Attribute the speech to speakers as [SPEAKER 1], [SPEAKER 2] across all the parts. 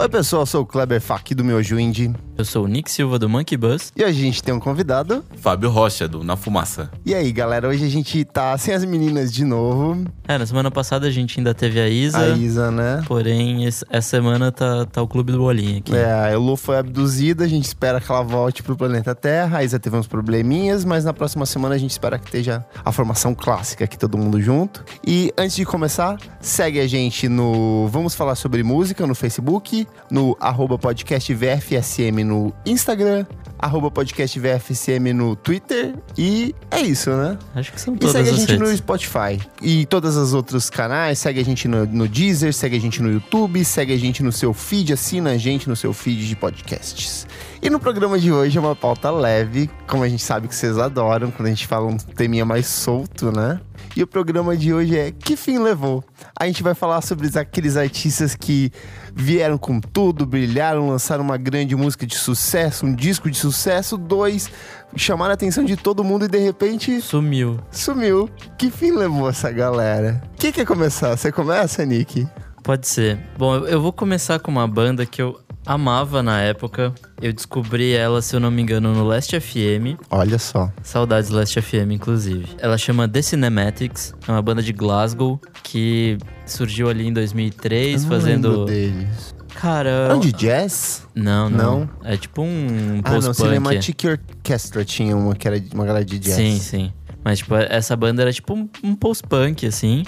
[SPEAKER 1] Oi pessoal, eu sou o Kleber Fak do Meu Juindy
[SPEAKER 2] Eu sou o Nick Silva do Monkey Bus.
[SPEAKER 1] e hoje a gente tem um convidado.
[SPEAKER 3] Fábio Rocha, do Na Fumaça.
[SPEAKER 1] E aí galera, hoje a gente tá sem as meninas de novo,
[SPEAKER 2] É, na semana passada a gente ainda teve a Isa,
[SPEAKER 1] a Isa, né?
[SPEAKER 2] porém esse- essa semana tá, tá o Clube do Bolinha aqui.
[SPEAKER 1] É, a Elo foi abduzida, a gente espera que ela volte pro planeta Terra. A Isa teve uns probleminhas, mas na próxima semana a gente espera que esteja a formação clássica aqui, todo mundo junto. E antes de começar, segue a gente no Vamos Falar Sobre Música no Facebook, no arroba podcast VFSM no Instagram, arroba podcast VFSM no Twitter. E é isso, né?
[SPEAKER 2] Acho que são
[SPEAKER 1] E
[SPEAKER 2] todas
[SPEAKER 1] segue a
[SPEAKER 2] as
[SPEAKER 1] gente no
[SPEAKER 2] redes.
[SPEAKER 1] Spotify e todos os outros canais. Segue a gente no, no Deezer, segue a gente no YouTube, segue a gente no seu feed, assina a gente no seu feed de podcasts. E no programa de hoje é uma pauta leve, como a gente sabe que vocês adoram, quando a gente fala um teminha mais solto, né? E o programa de hoje é Que Fim Levou? A gente vai falar sobre os- aqueles artistas que vieram com tudo, brilharam, lançaram uma grande música de sucesso, um disco de sucesso, dois, chamaram a atenção de todo mundo e de repente
[SPEAKER 2] Sumiu.
[SPEAKER 1] sumiu. Que fim levou essa galera? Quem quer começar? Você começa, Nick?
[SPEAKER 2] Pode ser. Bom, eu- eu vou começar com uma banda que eu amava na época. Eu descobri ela, se eu não me engano, no Last FM.
[SPEAKER 1] Olha só.
[SPEAKER 2] Saudades do Last FM, inclusive. Ela chama The Cinematics, é uma banda de Glasgow que surgiu ali em 2003, fazendo. Então,
[SPEAKER 1] deles.
[SPEAKER 2] Cara.
[SPEAKER 1] Era
[SPEAKER 2] eu-
[SPEAKER 1] um de jazz?
[SPEAKER 2] Não, não,
[SPEAKER 1] Não?
[SPEAKER 2] É tipo um
[SPEAKER 1] Ah, não.
[SPEAKER 2] post-punk.
[SPEAKER 1] Cinematic Orchestra tinha uma que era de- uma galera de jazz.
[SPEAKER 2] Sim, sim. Mas, tipo, essa banda era tipo um, um post-punk, assim.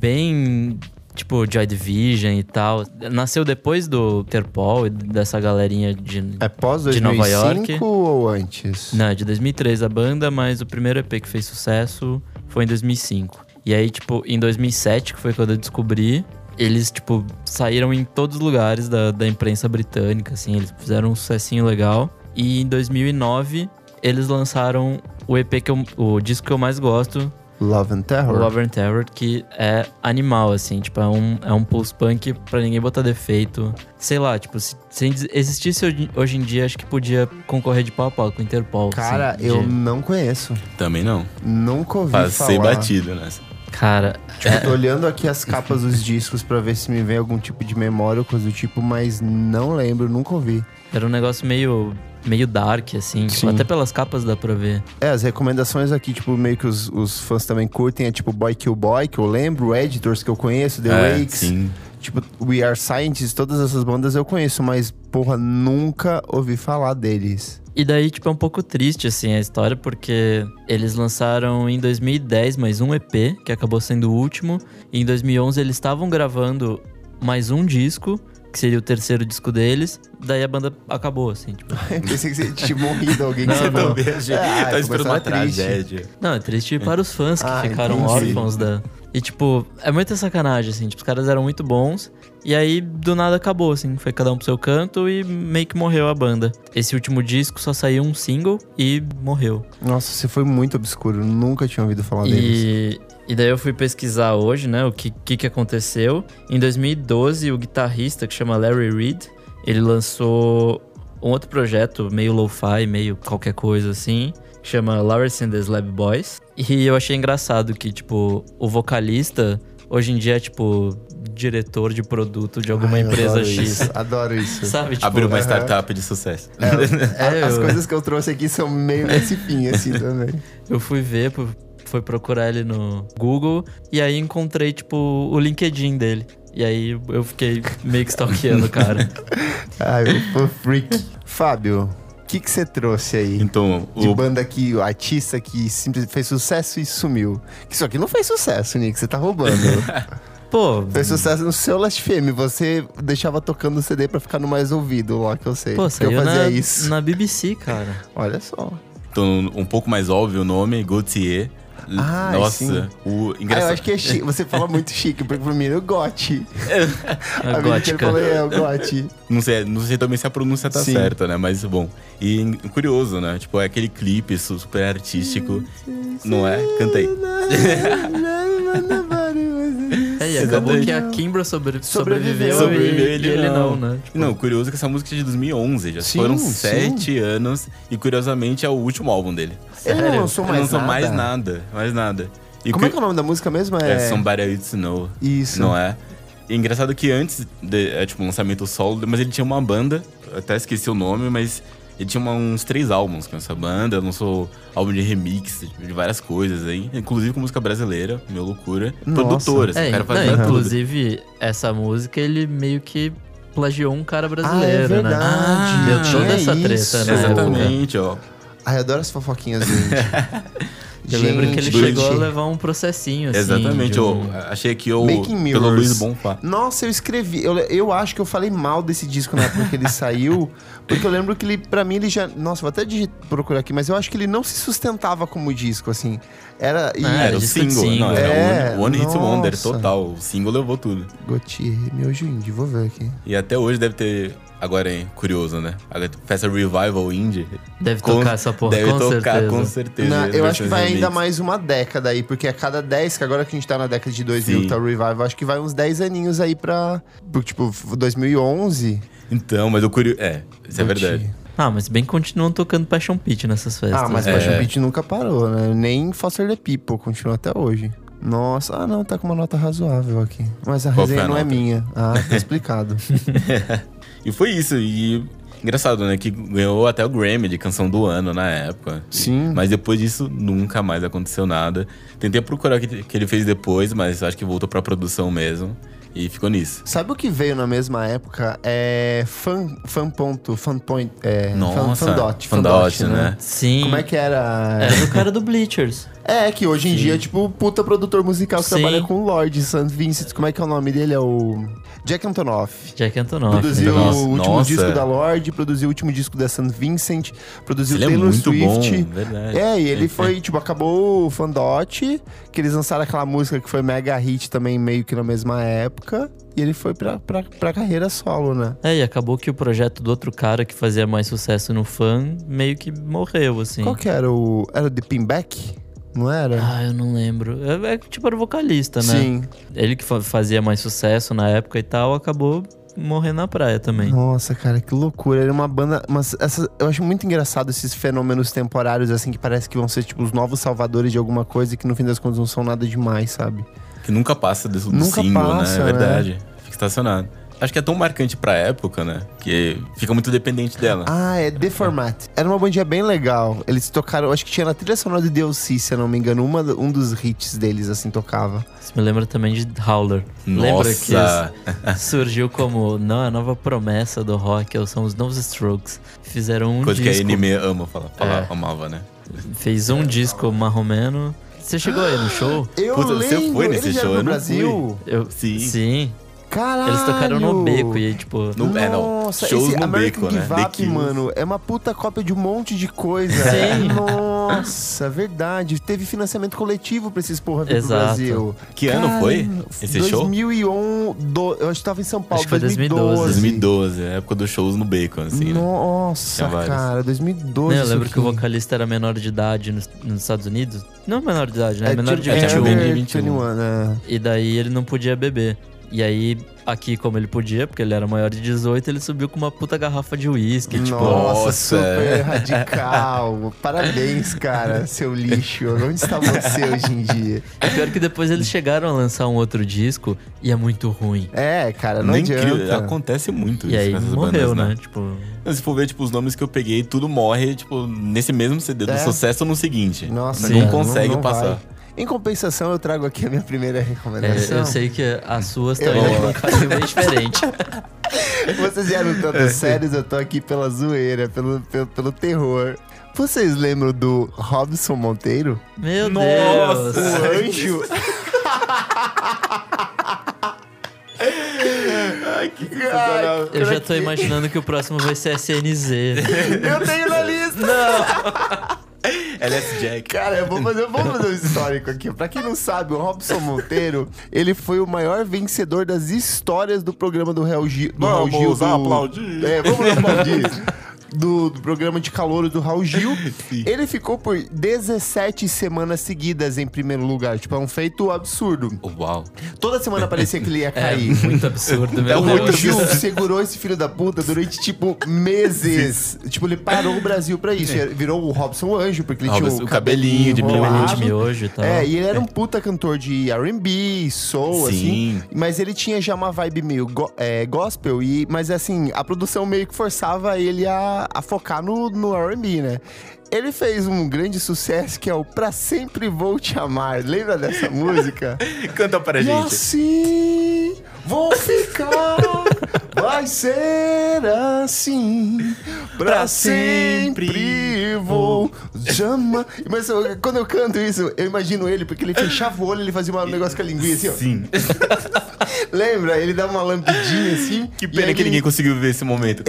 [SPEAKER 2] Bem. Tipo, Joy Division e tal. Nasceu depois do Interpol e dessa galerinha de.
[SPEAKER 1] É pós
[SPEAKER 2] De Nova
[SPEAKER 1] 2005
[SPEAKER 2] York?
[SPEAKER 1] ou antes?
[SPEAKER 2] Não, é de 2003 a banda, mas o primeiro EP que fez sucesso foi em 2005. E aí, tipo, em 2007, que foi quando eu descobri, eles, tipo, saíram em todos os lugares da, da imprensa britânica, assim. Eles fizeram um sucessinho legal. E em 2009, eles lançaram o EP que eu, o disco que eu mais gosto,
[SPEAKER 1] Love and Terror?
[SPEAKER 2] Love and Terror, que é animal, assim, tipo, é um, é um post-punk pra ninguém botar defeito. Sei lá, tipo, se, se existisse hoje, hoje em dia, acho que podia concorrer de pau a pau com o Interpol.
[SPEAKER 1] Cara,
[SPEAKER 2] assim,
[SPEAKER 1] eu
[SPEAKER 2] de-
[SPEAKER 1] não conheço.
[SPEAKER 3] Também não.
[SPEAKER 1] Nunca ouvi
[SPEAKER 3] Passei
[SPEAKER 1] falar.
[SPEAKER 3] batido né? nessa.
[SPEAKER 2] Cara,
[SPEAKER 1] Tipo, eu tô olhando aqui as capas dos discos pra ver se me vem algum tipo de memória ou coisa do tipo, mas não lembro, nunca ouvi.
[SPEAKER 2] era um negócio meio, meio dark, assim, tipo,
[SPEAKER 1] Sim.
[SPEAKER 2] até pelas capas dá pra ver.
[SPEAKER 1] É, as recomendações aqui, tipo, meio que os, os fãs também curtem, é tipo Boy Kill Boy, que eu lembro, Editors que eu conheço, The
[SPEAKER 3] é,
[SPEAKER 1] Wakes,
[SPEAKER 3] Sim.
[SPEAKER 1] tipo, We Are Scientists, todas essas bandas eu conheço, mas, porra, nunca ouvi falar deles.
[SPEAKER 2] E daí, tipo, é um pouco triste, assim, a história, porque eles lançaram em 2010 mais um EP, que acabou sendo o último. E em 2011 eles estavam gravando mais um disco, que seria o terceiro disco deles. Daí a banda acabou, assim, tipo...
[SPEAKER 1] Pensei que você tinha morrido alguém que
[SPEAKER 2] Não,
[SPEAKER 1] você
[SPEAKER 2] não.
[SPEAKER 1] falou. Ah,
[SPEAKER 3] tá esperando
[SPEAKER 1] começaram triste.
[SPEAKER 3] uma
[SPEAKER 1] Tipo,
[SPEAKER 3] tragédia.
[SPEAKER 2] Não, é triste para os fãs que
[SPEAKER 1] Ah,
[SPEAKER 2] ficaram
[SPEAKER 1] entendi.
[SPEAKER 2] órfãos da... E, tipo, é muita sacanagem, assim, tipo, os caras eram muito bons. E aí, do nada, acabou, assim, foi cada um pro seu canto e meio que morreu a banda. Esse último disco só saiu um single e morreu.
[SPEAKER 1] Nossa, você foi muito obscuro, nunca tinha ouvido falar deles.
[SPEAKER 2] E, e daí eu fui pesquisar hoje, né, o que, que, que aconteceu. Em 2012, o guitarrista que chama Larry Reed, ele lançou um outro projeto, meio lo-fi, meio qualquer coisa assim, que chama Lawrence and the Slab Boys. E eu achei engraçado que, tipo, o vocalista hoje em dia é, tipo, diretor de produto de alguma
[SPEAKER 1] Ai, eu
[SPEAKER 2] empresa
[SPEAKER 1] adoro
[SPEAKER 2] X.
[SPEAKER 1] Isso, adoro isso.
[SPEAKER 2] Sabe, tipo,
[SPEAKER 3] Abriu uma
[SPEAKER 1] aham.
[SPEAKER 3] startup de sucesso.
[SPEAKER 1] É,
[SPEAKER 2] É,
[SPEAKER 1] As
[SPEAKER 2] eu-
[SPEAKER 1] coisas que eu trouxe aqui são meio nesse fim, assim, também.
[SPEAKER 2] Eu fui ver, pu- fui procurar ele no Google e aí encontrei, tipo, o LinkedIn dele. E aí eu fiquei meio que stalkeando o cara.
[SPEAKER 1] Ai, eu tô freak. Fábio, o que que você trouxe aí?
[SPEAKER 3] Então,
[SPEAKER 1] De
[SPEAKER 3] o
[SPEAKER 1] banda que, o artista que simplesmente fez sucesso e sumiu. Que Isso aqui não fez sucesso, Nick, você tá roubando.
[SPEAKER 2] Pô,
[SPEAKER 1] fez sucesso no seu Last FM, você deixava tocando o CD pra ficar no mais ouvido lá, que eu sei.
[SPEAKER 2] pô
[SPEAKER 1] que eu
[SPEAKER 2] saiu
[SPEAKER 1] fazia
[SPEAKER 2] na,
[SPEAKER 1] isso.
[SPEAKER 2] na BBC, cara.
[SPEAKER 1] Olha só.
[SPEAKER 3] então, um pouco mais óbvio o nome, Gaultier. L-
[SPEAKER 1] Ah,
[SPEAKER 3] Nossa, o
[SPEAKER 1] Ah, eu
[SPEAKER 3] engraçado.
[SPEAKER 1] acho que é chique, você fala muito chique, porque pra mim é o Gotti.
[SPEAKER 2] A gótica.
[SPEAKER 1] falou, é o Gotti.
[SPEAKER 3] Não sei, não sei também se a pronúncia tá
[SPEAKER 1] Sim.
[SPEAKER 3] certa, né? Mas bom. E em- curioso, né? Tipo, é aquele clipe su- super
[SPEAKER 1] Hum.
[SPEAKER 3] artístico. Não é? Canta aí.
[SPEAKER 2] É e acabou
[SPEAKER 3] Exatamente.
[SPEAKER 2] que a Kimbra sobre,
[SPEAKER 1] Sobreviveu.
[SPEAKER 2] sobreviveu,
[SPEAKER 3] Sobreviveu,
[SPEAKER 2] e,
[SPEAKER 3] ele
[SPEAKER 2] e ele
[SPEAKER 3] não.
[SPEAKER 2] não, né? Tipo,
[SPEAKER 3] Não, curioso que essa música é de 2011, já
[SPEAKER 1] Sim,
[SPEAKER 3] foram
[SPEAKER 1] sim.
[SPEAKER 3] sete anos e curiosamente é o último álbum dele.
[SPEAKER 1] Ele não
[SPEAKER 2] Sério?
[SPEAKER 1] lançou
[SPEAKER 3] Ele não
[SPEAKER 1] mais
[SPEAKER 3] lançou
[SPEAKER 1] nada.
[SPEAKER 3] mais nada, mais nada. E
[SPEAKER 1] Como é
[SPEAKER 3] cu-
[SPEAKER 1] que é o nome da música mesmo?
[SPEAKER 3] é,
[SPEAKER 1] É,
[SPEAKER 3] Somebody I Used to Know,
[SPEAKER 1] Isso.
[SPEAKER 3] não é? E engraçado que antes de, é, tipo, lançamento solo, mas ele tinha uma banda, eu até esqueci o nome, mas ele tinha uma- uns três álbuns com essa banda, lançou álbum de remix, tipo, de várias coisas aí, inclusive com música brasileira, meu loucura.
[SPEAKER 1] Nossa.
[SPEAKER 3] Produtora, esse
[SPEAKER 2] é,
[SPEAKER 3] cara
[SPEAKER 2] não,
[SPEAKER 3] fazia tudo.
[SPEAKER 2] inclusive, essa música ele meio que plagiou um cara brasileiro,
[SPEAKER 1] ah, é
[SPEAKER 2] né?
[SPEAKER 1] verdade.
[SPEAKER 3] Deu
[SPEAKER 1] tinha
[SPEAKER 2] toda essa treta,
[SPEAKER 1] isso.
[SPEAKER 2] né?
[SPEAKER 3] Exatamente, ó.
[SPEAKER 1] Ai, eu adoro as fofoquinhas, gente.
[SPEAKER 2] Eu lembro que ele
[SPEAKER 3] Gente.
[SPEAKER 2] chegou a levar um processinho, assim.
[SPEAKER 3] Exatamente,
[SPEAKER 2] de um-
[SPEAKER 3] eu achei que eu
[SPEAKER 1] Making
[SPEAKER 3] pelo
[SPEAKER 1] Mirrors.
[SPEAKER 3] Luiz Bonfá.
[SPEAKER 1] Nossa, eu escrevi. Eu, eu acho que eu falei mal desse disco na época que ele saiu. Porque eu lembro que ele, pra mim, ele já. Nossa, vou até digi- procurar aqui, mas eu acho que ele não se sustentava como disco, assim. Era. E,
[SPEAKER 2] Ah,
[SPEAKER 3] Era,
[SPEAKER 2] era
[SPEAKER 3] o
[SPEAKER 2] disco de
[SPEAKER 3] single, né? não,
[SPEAKER 2] single.
[SPEAKER 3] era
[SPEAKER 1] É,
[SPEAKER 3] o One Hit Wonder
[SPEAKER 1] nossa.
[SPEAKER 3] total. O single levou tudo.
[SPEAKER 1] Gautier, meu Jundi, vou ver aqui.
[SPEAKER 3] E até hoje deve ter. Agora, hein, curioso, né? Agora Faz a revival indie.
[SPEAKER 2] Deve
[SPEAKER 3] Com-
[SPEAKER 2] tocar essa porra,
[SPEAKER 3] deve
[SPEAKER 2] com
[SPEAKER 3] tocar,
[SPEAKER 2] certeza.
[SPEAKER 3] com certeza.
[SPEAKER 1] Na-
[SPEAKER 3] as
[SPEAKER 1] eu acho que
[SPEAKER 3] versões
[SPEAKER 1] vai ainda
[SPEAKER 3] remix.
[SPEAKER 1] mais uma década aí, porque a cada 10, que agora que a gente tá na década de 2000,
[SPEAKER 3] Sim.
[SPEAKER 1] que tá o revival, acho que vai uns 10 aninhos aí pra. pro, Tipo, 2011.
[SPEAKER 3] Então, mas o curioso. É, isso é
[SPEAKER 1] Gautier.
[SPEAKER 3] verdade.
[SPEAKER 2] Ah, mas bem que continuam tocando Passion Pit nessas festas.
[SPEAKER 1] Ah, mas
[SPEAKER 2] né?
[SPEAKER 1] Passion
[SPEAKER 3] É.
[SPEAKER 1] Pit nunca parou, né? Nem Foster the People continua até hoje. Nossa, ah não, tá com uma nota razoável aqui. Mas a
[SPEAKER 3] Qual
[SPEAKER 1] resenha
[SPEAKER 3] foi a
[SPEAKER 1] não é
[SPEAKER 3] nota?
[SPEAKER 1] minha. Ah, tá explicado.
[SPEAKER 3] E foi isso. E engraçado, né? Que ganhou até o Grammy de canção do ano na época.
[SPEAKER 1] Sim.
[SPEAKER 3] Mas depois disso, nunca mais aconteceu nada. Tentei procurar o que, que ele fez depois, mas acho que voltou pra produção mesmo. E ficou nisso.
[SPEAKER 1] Sabe o que veio na mesma época? É fan, fan ponto, fan point, é, fan,
[SPEAKER 3] Nossa,
[SPEAKER 1] fandot,
[SPEAKER 3] Fandot, né?
[SPEAKER 2] Sim.
[SPEAKER 1] Como é que era?
[SPEAKER 2] Era o cara do Bleachers.
[SPEAKER 1] É, que hoje em dia, tipo, puta produtor musical que
[SPEAKER 2] Sim.
[SPEAKER 1] trabalha com o Lord St. Vincent. Como é que é o nome dele? É o Jack Antonoff.
[SPEAKER 2] Jack Antonoff.
[SPEAKER 1] Produziu
[SPEAKER 3] né?
[SPEAKER 1] o último
[SPEAKER 3] Nossa.
[SPEAKER 1] disco da Lorde, produziu o último disco da St. Vincent, produziu
[SPEAKER 3] Ele é
[SPEAKER 1] Taylor
[SPEAKER 3] muito
[SPEAKER 1] Swift.
[SPEAKER 3] bom, verdade.
[SPEAKER 1] É, e ele foi, tipo, acabou o Fandot, que eles lançaram aquela música que foi mega hit também, meio que na mesma época. E ele foi pra, pra, pra carreira solo, né?
[SPEAKER 2] É, e acabou que o projeto do outro cara que fazia mais sucesso no fã meio que morreu, assim.
[SPEAKER 1] Qual que é? era o... Era o The Pinback? Não era?
[SPEAKER 2] Ah, eu não lembro. É, é que, tipo, era o vocalista, né?
[SPEAKER 1] Sim.
[SPEAKER 2] Ele que fa- fazia mais sucesso na época e tal, acabou morrendo na praia também.
[SPEAKER 1] Nossa, cara, que loucura. Era uma banda. Mas essa, eu acho muito engraçado esses fenômenos temporários, assim, que parece que vão ser, tipo, os novos salvadores de alguma coisa e que no fim das contas não são nada demais, sabe?
[SPEAKER 3] Que nunca passa do, do
[SPEAKER 1] Nunca
[SPEAKER 3] single,
[SPEAKER 1] passa,
[SPEAKER 3] né? É
[SPEAKER 1] né?
[SPEAKER 3] verdade. Fica estacionado. Acho que é tão marcante pra época, né? Que fica muito dependente dela.
[SPEAKER 1] Ah, é The Format. Era uma bandinha bem legal. Eles tocaram, acho que tinha na trilha sonora de DLC, se eu não me engano, uma, um dos hits deles, assim, tocava.
[SPEAKER 2] Isso me lembra também de Howler. Lembra que
[SPEAKER 3] Nossa!
[SPEAKER 2] s- surgiu como, não, é a nova promessa do rock, ou são os novos Strokes. Fizeram um
[SPEAKER 3] Coisa que a
[SPEAKER 2] disco,
[SPEAKER 3] anime ama falar. falar-
[SPEAKER 2] É.
[SPEAKER 3] Amava, né?
[SPEAKER 2] fez um disco marromeno. Você chegou aí no show?
[SPEAKER 1] Eu
[SPEAKER 3] Puta, você
[SPEAKER 1] lembro,
[SPEAKER 3] foi nesse
[SPEAKER 1] eles vieram pro
[SPEAKER 3] show? Eu não
[SPEAKER 1] Brasil.
[SPEAKER 2] Eu,
[SPEAKER 3] Sim.
[SPEAKER 2] Sim.
[SPEAKER 1] Caralho!
[SPEAKER 2] Eles tocaram no beco e aí, tipo...
[SPEAKER 3] No, é, não.
[SPEAKER 1] Nossa,
[SPEAKER 3] Shows
[SPEAKER 1] esse
[SPEAKER 3] no
[SPEAKER 1] American
[SPEAKER 3] beco, né?
[SPEAKER 1] Give
[SPEAKER 3] The
[SPEAKER 1] Up,
[SPEAKER 3] Kills.
[SPEAKER 1] mano, é uma puta cópia de um monte de coisa.
[SPEAKER 2] Sim.
[SPEAKER 1] Nossa, verdade. Teve financiamento coletivo pra esses porra vir pro
[SPEAKER 2] Exato.
[SPEAKER 1] Brasil.
[SPEAKER 3] Que ano foi esse show?
[SPEAKER 1] 2001, do- eu acho que tava em São Paulo,
[SPEAKER 2] Acho que foi
[SPEAKER 1] 2012.
[SPEAKER 3] 2012, é a época dos shows no Bacon, assim, né?
[SPEAKER 1] Nossa,
[SPEAKER 3] Tinha vários.
[SPEAKER 1] cara, 2012.
[SPEAKER 2] Não, eu
[SPEAKER 1] isso
[SPEAKER 2] lembro que o
[SPEAKER 1] aqui.
[SPEAKER 2] vocalista era menor de idade nos, nos Estados Unidos. Não menor de idade, né? menor de
[SPEAKER 1] é,
[SPEAKER 2] 21.
[SPEAKER 1] É,
[SPEAKER 3] Menor de
[SPEAKER 1] 21.
[SPEAKER 3] 21,
[SPEAKER 1] é.
[SPEAKER 2] E daí ele não podia beber. E aí, aqui, como ele podia, porque ele era maior de 18, ele subiu com uma puta garrafa de uísque. Tipo,
[SPEAKER 1] Nossa,
[SPEAKER 3] Nossa. é.
[SPEAKER 1] super radical. Parabéns, cara, seu lixo. Onde está você hoje em dia?
[SPEAKER 2] é pior que depois eles chegaram a lançar um outro disco e é muito ruim.
[SPEAKER 1] É, cara, não
[SPEAKER 3] Nem
[SPEAKER 1] adianta.
[SPEAKER 3] crio- acontece muito
[SPEAKER 2] E
[SPEAKER 3] isso
[SPEAKER 2] aí
[SPEAKER 3] com essas
[SPEAKER 2] morreu,
[SPEAKER 3] bandas,
[SPEAKER 2] né?
[SPEAKER 3] né?
[SPEAKER 2] Tipo,
[SPEAKER 3] Se for ver, tipo, os nomes que eu peguei, tudo morre, tipo, nesse mesmo CD, do
[SPEAKER 1] É.
[SPEAKER 3] sucesso no seguinte.
[SPEAKER 1] Nossa,
[SPEAKER 3] não
[SPEAKER 1] cara,
[SPEAKER 3] consegue
[SPEAKER 1] não vai.
[SPEAKER 3] passar.
[SPEAKER 1] Em compensação, eu trago aqui a minha primeira
[SPEAKER 2] é,
[SPEAKER 1] recomendação.
[SPEAKER 2] eu sei que as suas
[SPEAKER 1] um Eu-
[SPEAKER 2] também foram um caminho bem diferente.
[SPEAKER 1] Vocês eram tanto
[SPEAKER 2] É.
[SPEAKER 1] sérios, eu tô aqui pela zoeira, pelo, pelo, pelo terror. Vocês lembram do Robson Monteiro?
[SPEAKER 2] Meu
[SPEAKER 3] Nossa!
[SPEAKER 1] O
[SPEAKER 2] Deus!
[SPEAKER 1] anjo?
[SPEAKER 3] Ai, que
[SPEAKER 2] Eu já tô imaginando que o próximo vai ser SNZ.
[SPEAKER 1] Eu tenho na lista!
[SPEAKER 3] LS Jack.
[SPEAKER 1] Cara, eu vou fazer, vamos fazer um histórico aqui. Pra quem não sabe, o Robson Monteiro, ele foi o maior vencedor das histórias do programa do Real Gil. Do Raul Gil, do- É, vamos aplaudir. do, do programa de calor do Raul Gil.
[SPEAKER 3] Sim.
[SPEAKER 1] Ele ficou por 17 semanas seguidas em primeiro lugar. Tipo, é um feito absurdo.
[SPEAKER 3] Uau.
[SPEAKER 1] Toda semana parecia que ele ia
[SPEAKER 2] É
[SPEAKER 1] cair.
[SPEAKER 2] muito absurdo, meu
[SPEAKER 1] O Raul
[SPEAKER 2] Deus.
[SPEAKER 1] Gil segurou esse filho da puta durante, tipo, meses. Tipo, ele parou o Brasil pra isso. Ele Virou o Robson Anjo, porque ele
[SPEAKER 3] Robson-
[SPEAKER 1] tinha o
[SPEAKER 3] o cabelinho de
[SPEAKER 1] cabelinho
[SPEAKER 3] miojo.
[SPEAKER 1] enrolado.
[SPEAKER 2] Miojo e tal.
[SPEAKER 1] É, e ele era um puta cantor de R&B, soul,
[SPEAKER 3] Sim.
[SPEAKER 1] assim. Mas ele tinha já uma vibe meio go- é, gospel, e, mas assim, a produção meio que forçava ele a, a focar no, no R&B, né? Ele fez um grande sucesso que é o Pra Sempre Vou Te Amar. Lembra dessa música?
[SPEAKER 3] Canta pra
[SPEAKER 1] E
[SPEAKER 3] gente.
[SPEAKER 1] assim vou ficar, vai ser assim, pra
[SPEAKER 3] Pra
[SPEAKER 1] sempre,
[SPEAKER 3] sempre
[SPEAKER 1] vou chama. Mas eu- quando eu canto isso, eu imagino ele, porque ele fechava o olho e ele fazia uma- um negócio com a linguinha assim, ó.
[SPEAKER 3] Sim.
[SPEAKER 1] Lembra? Ele dava uma lampidinha assim.
[SPEAKER 3] Que
[SPEAKER 1] e
[SPEAKER 3] pena
[SPEAKER 1] aí
[SPEAKER 3] que
[SPEAKER 1] ele-
[SPEAKER 3] ninguém conseguiu ver esse momento.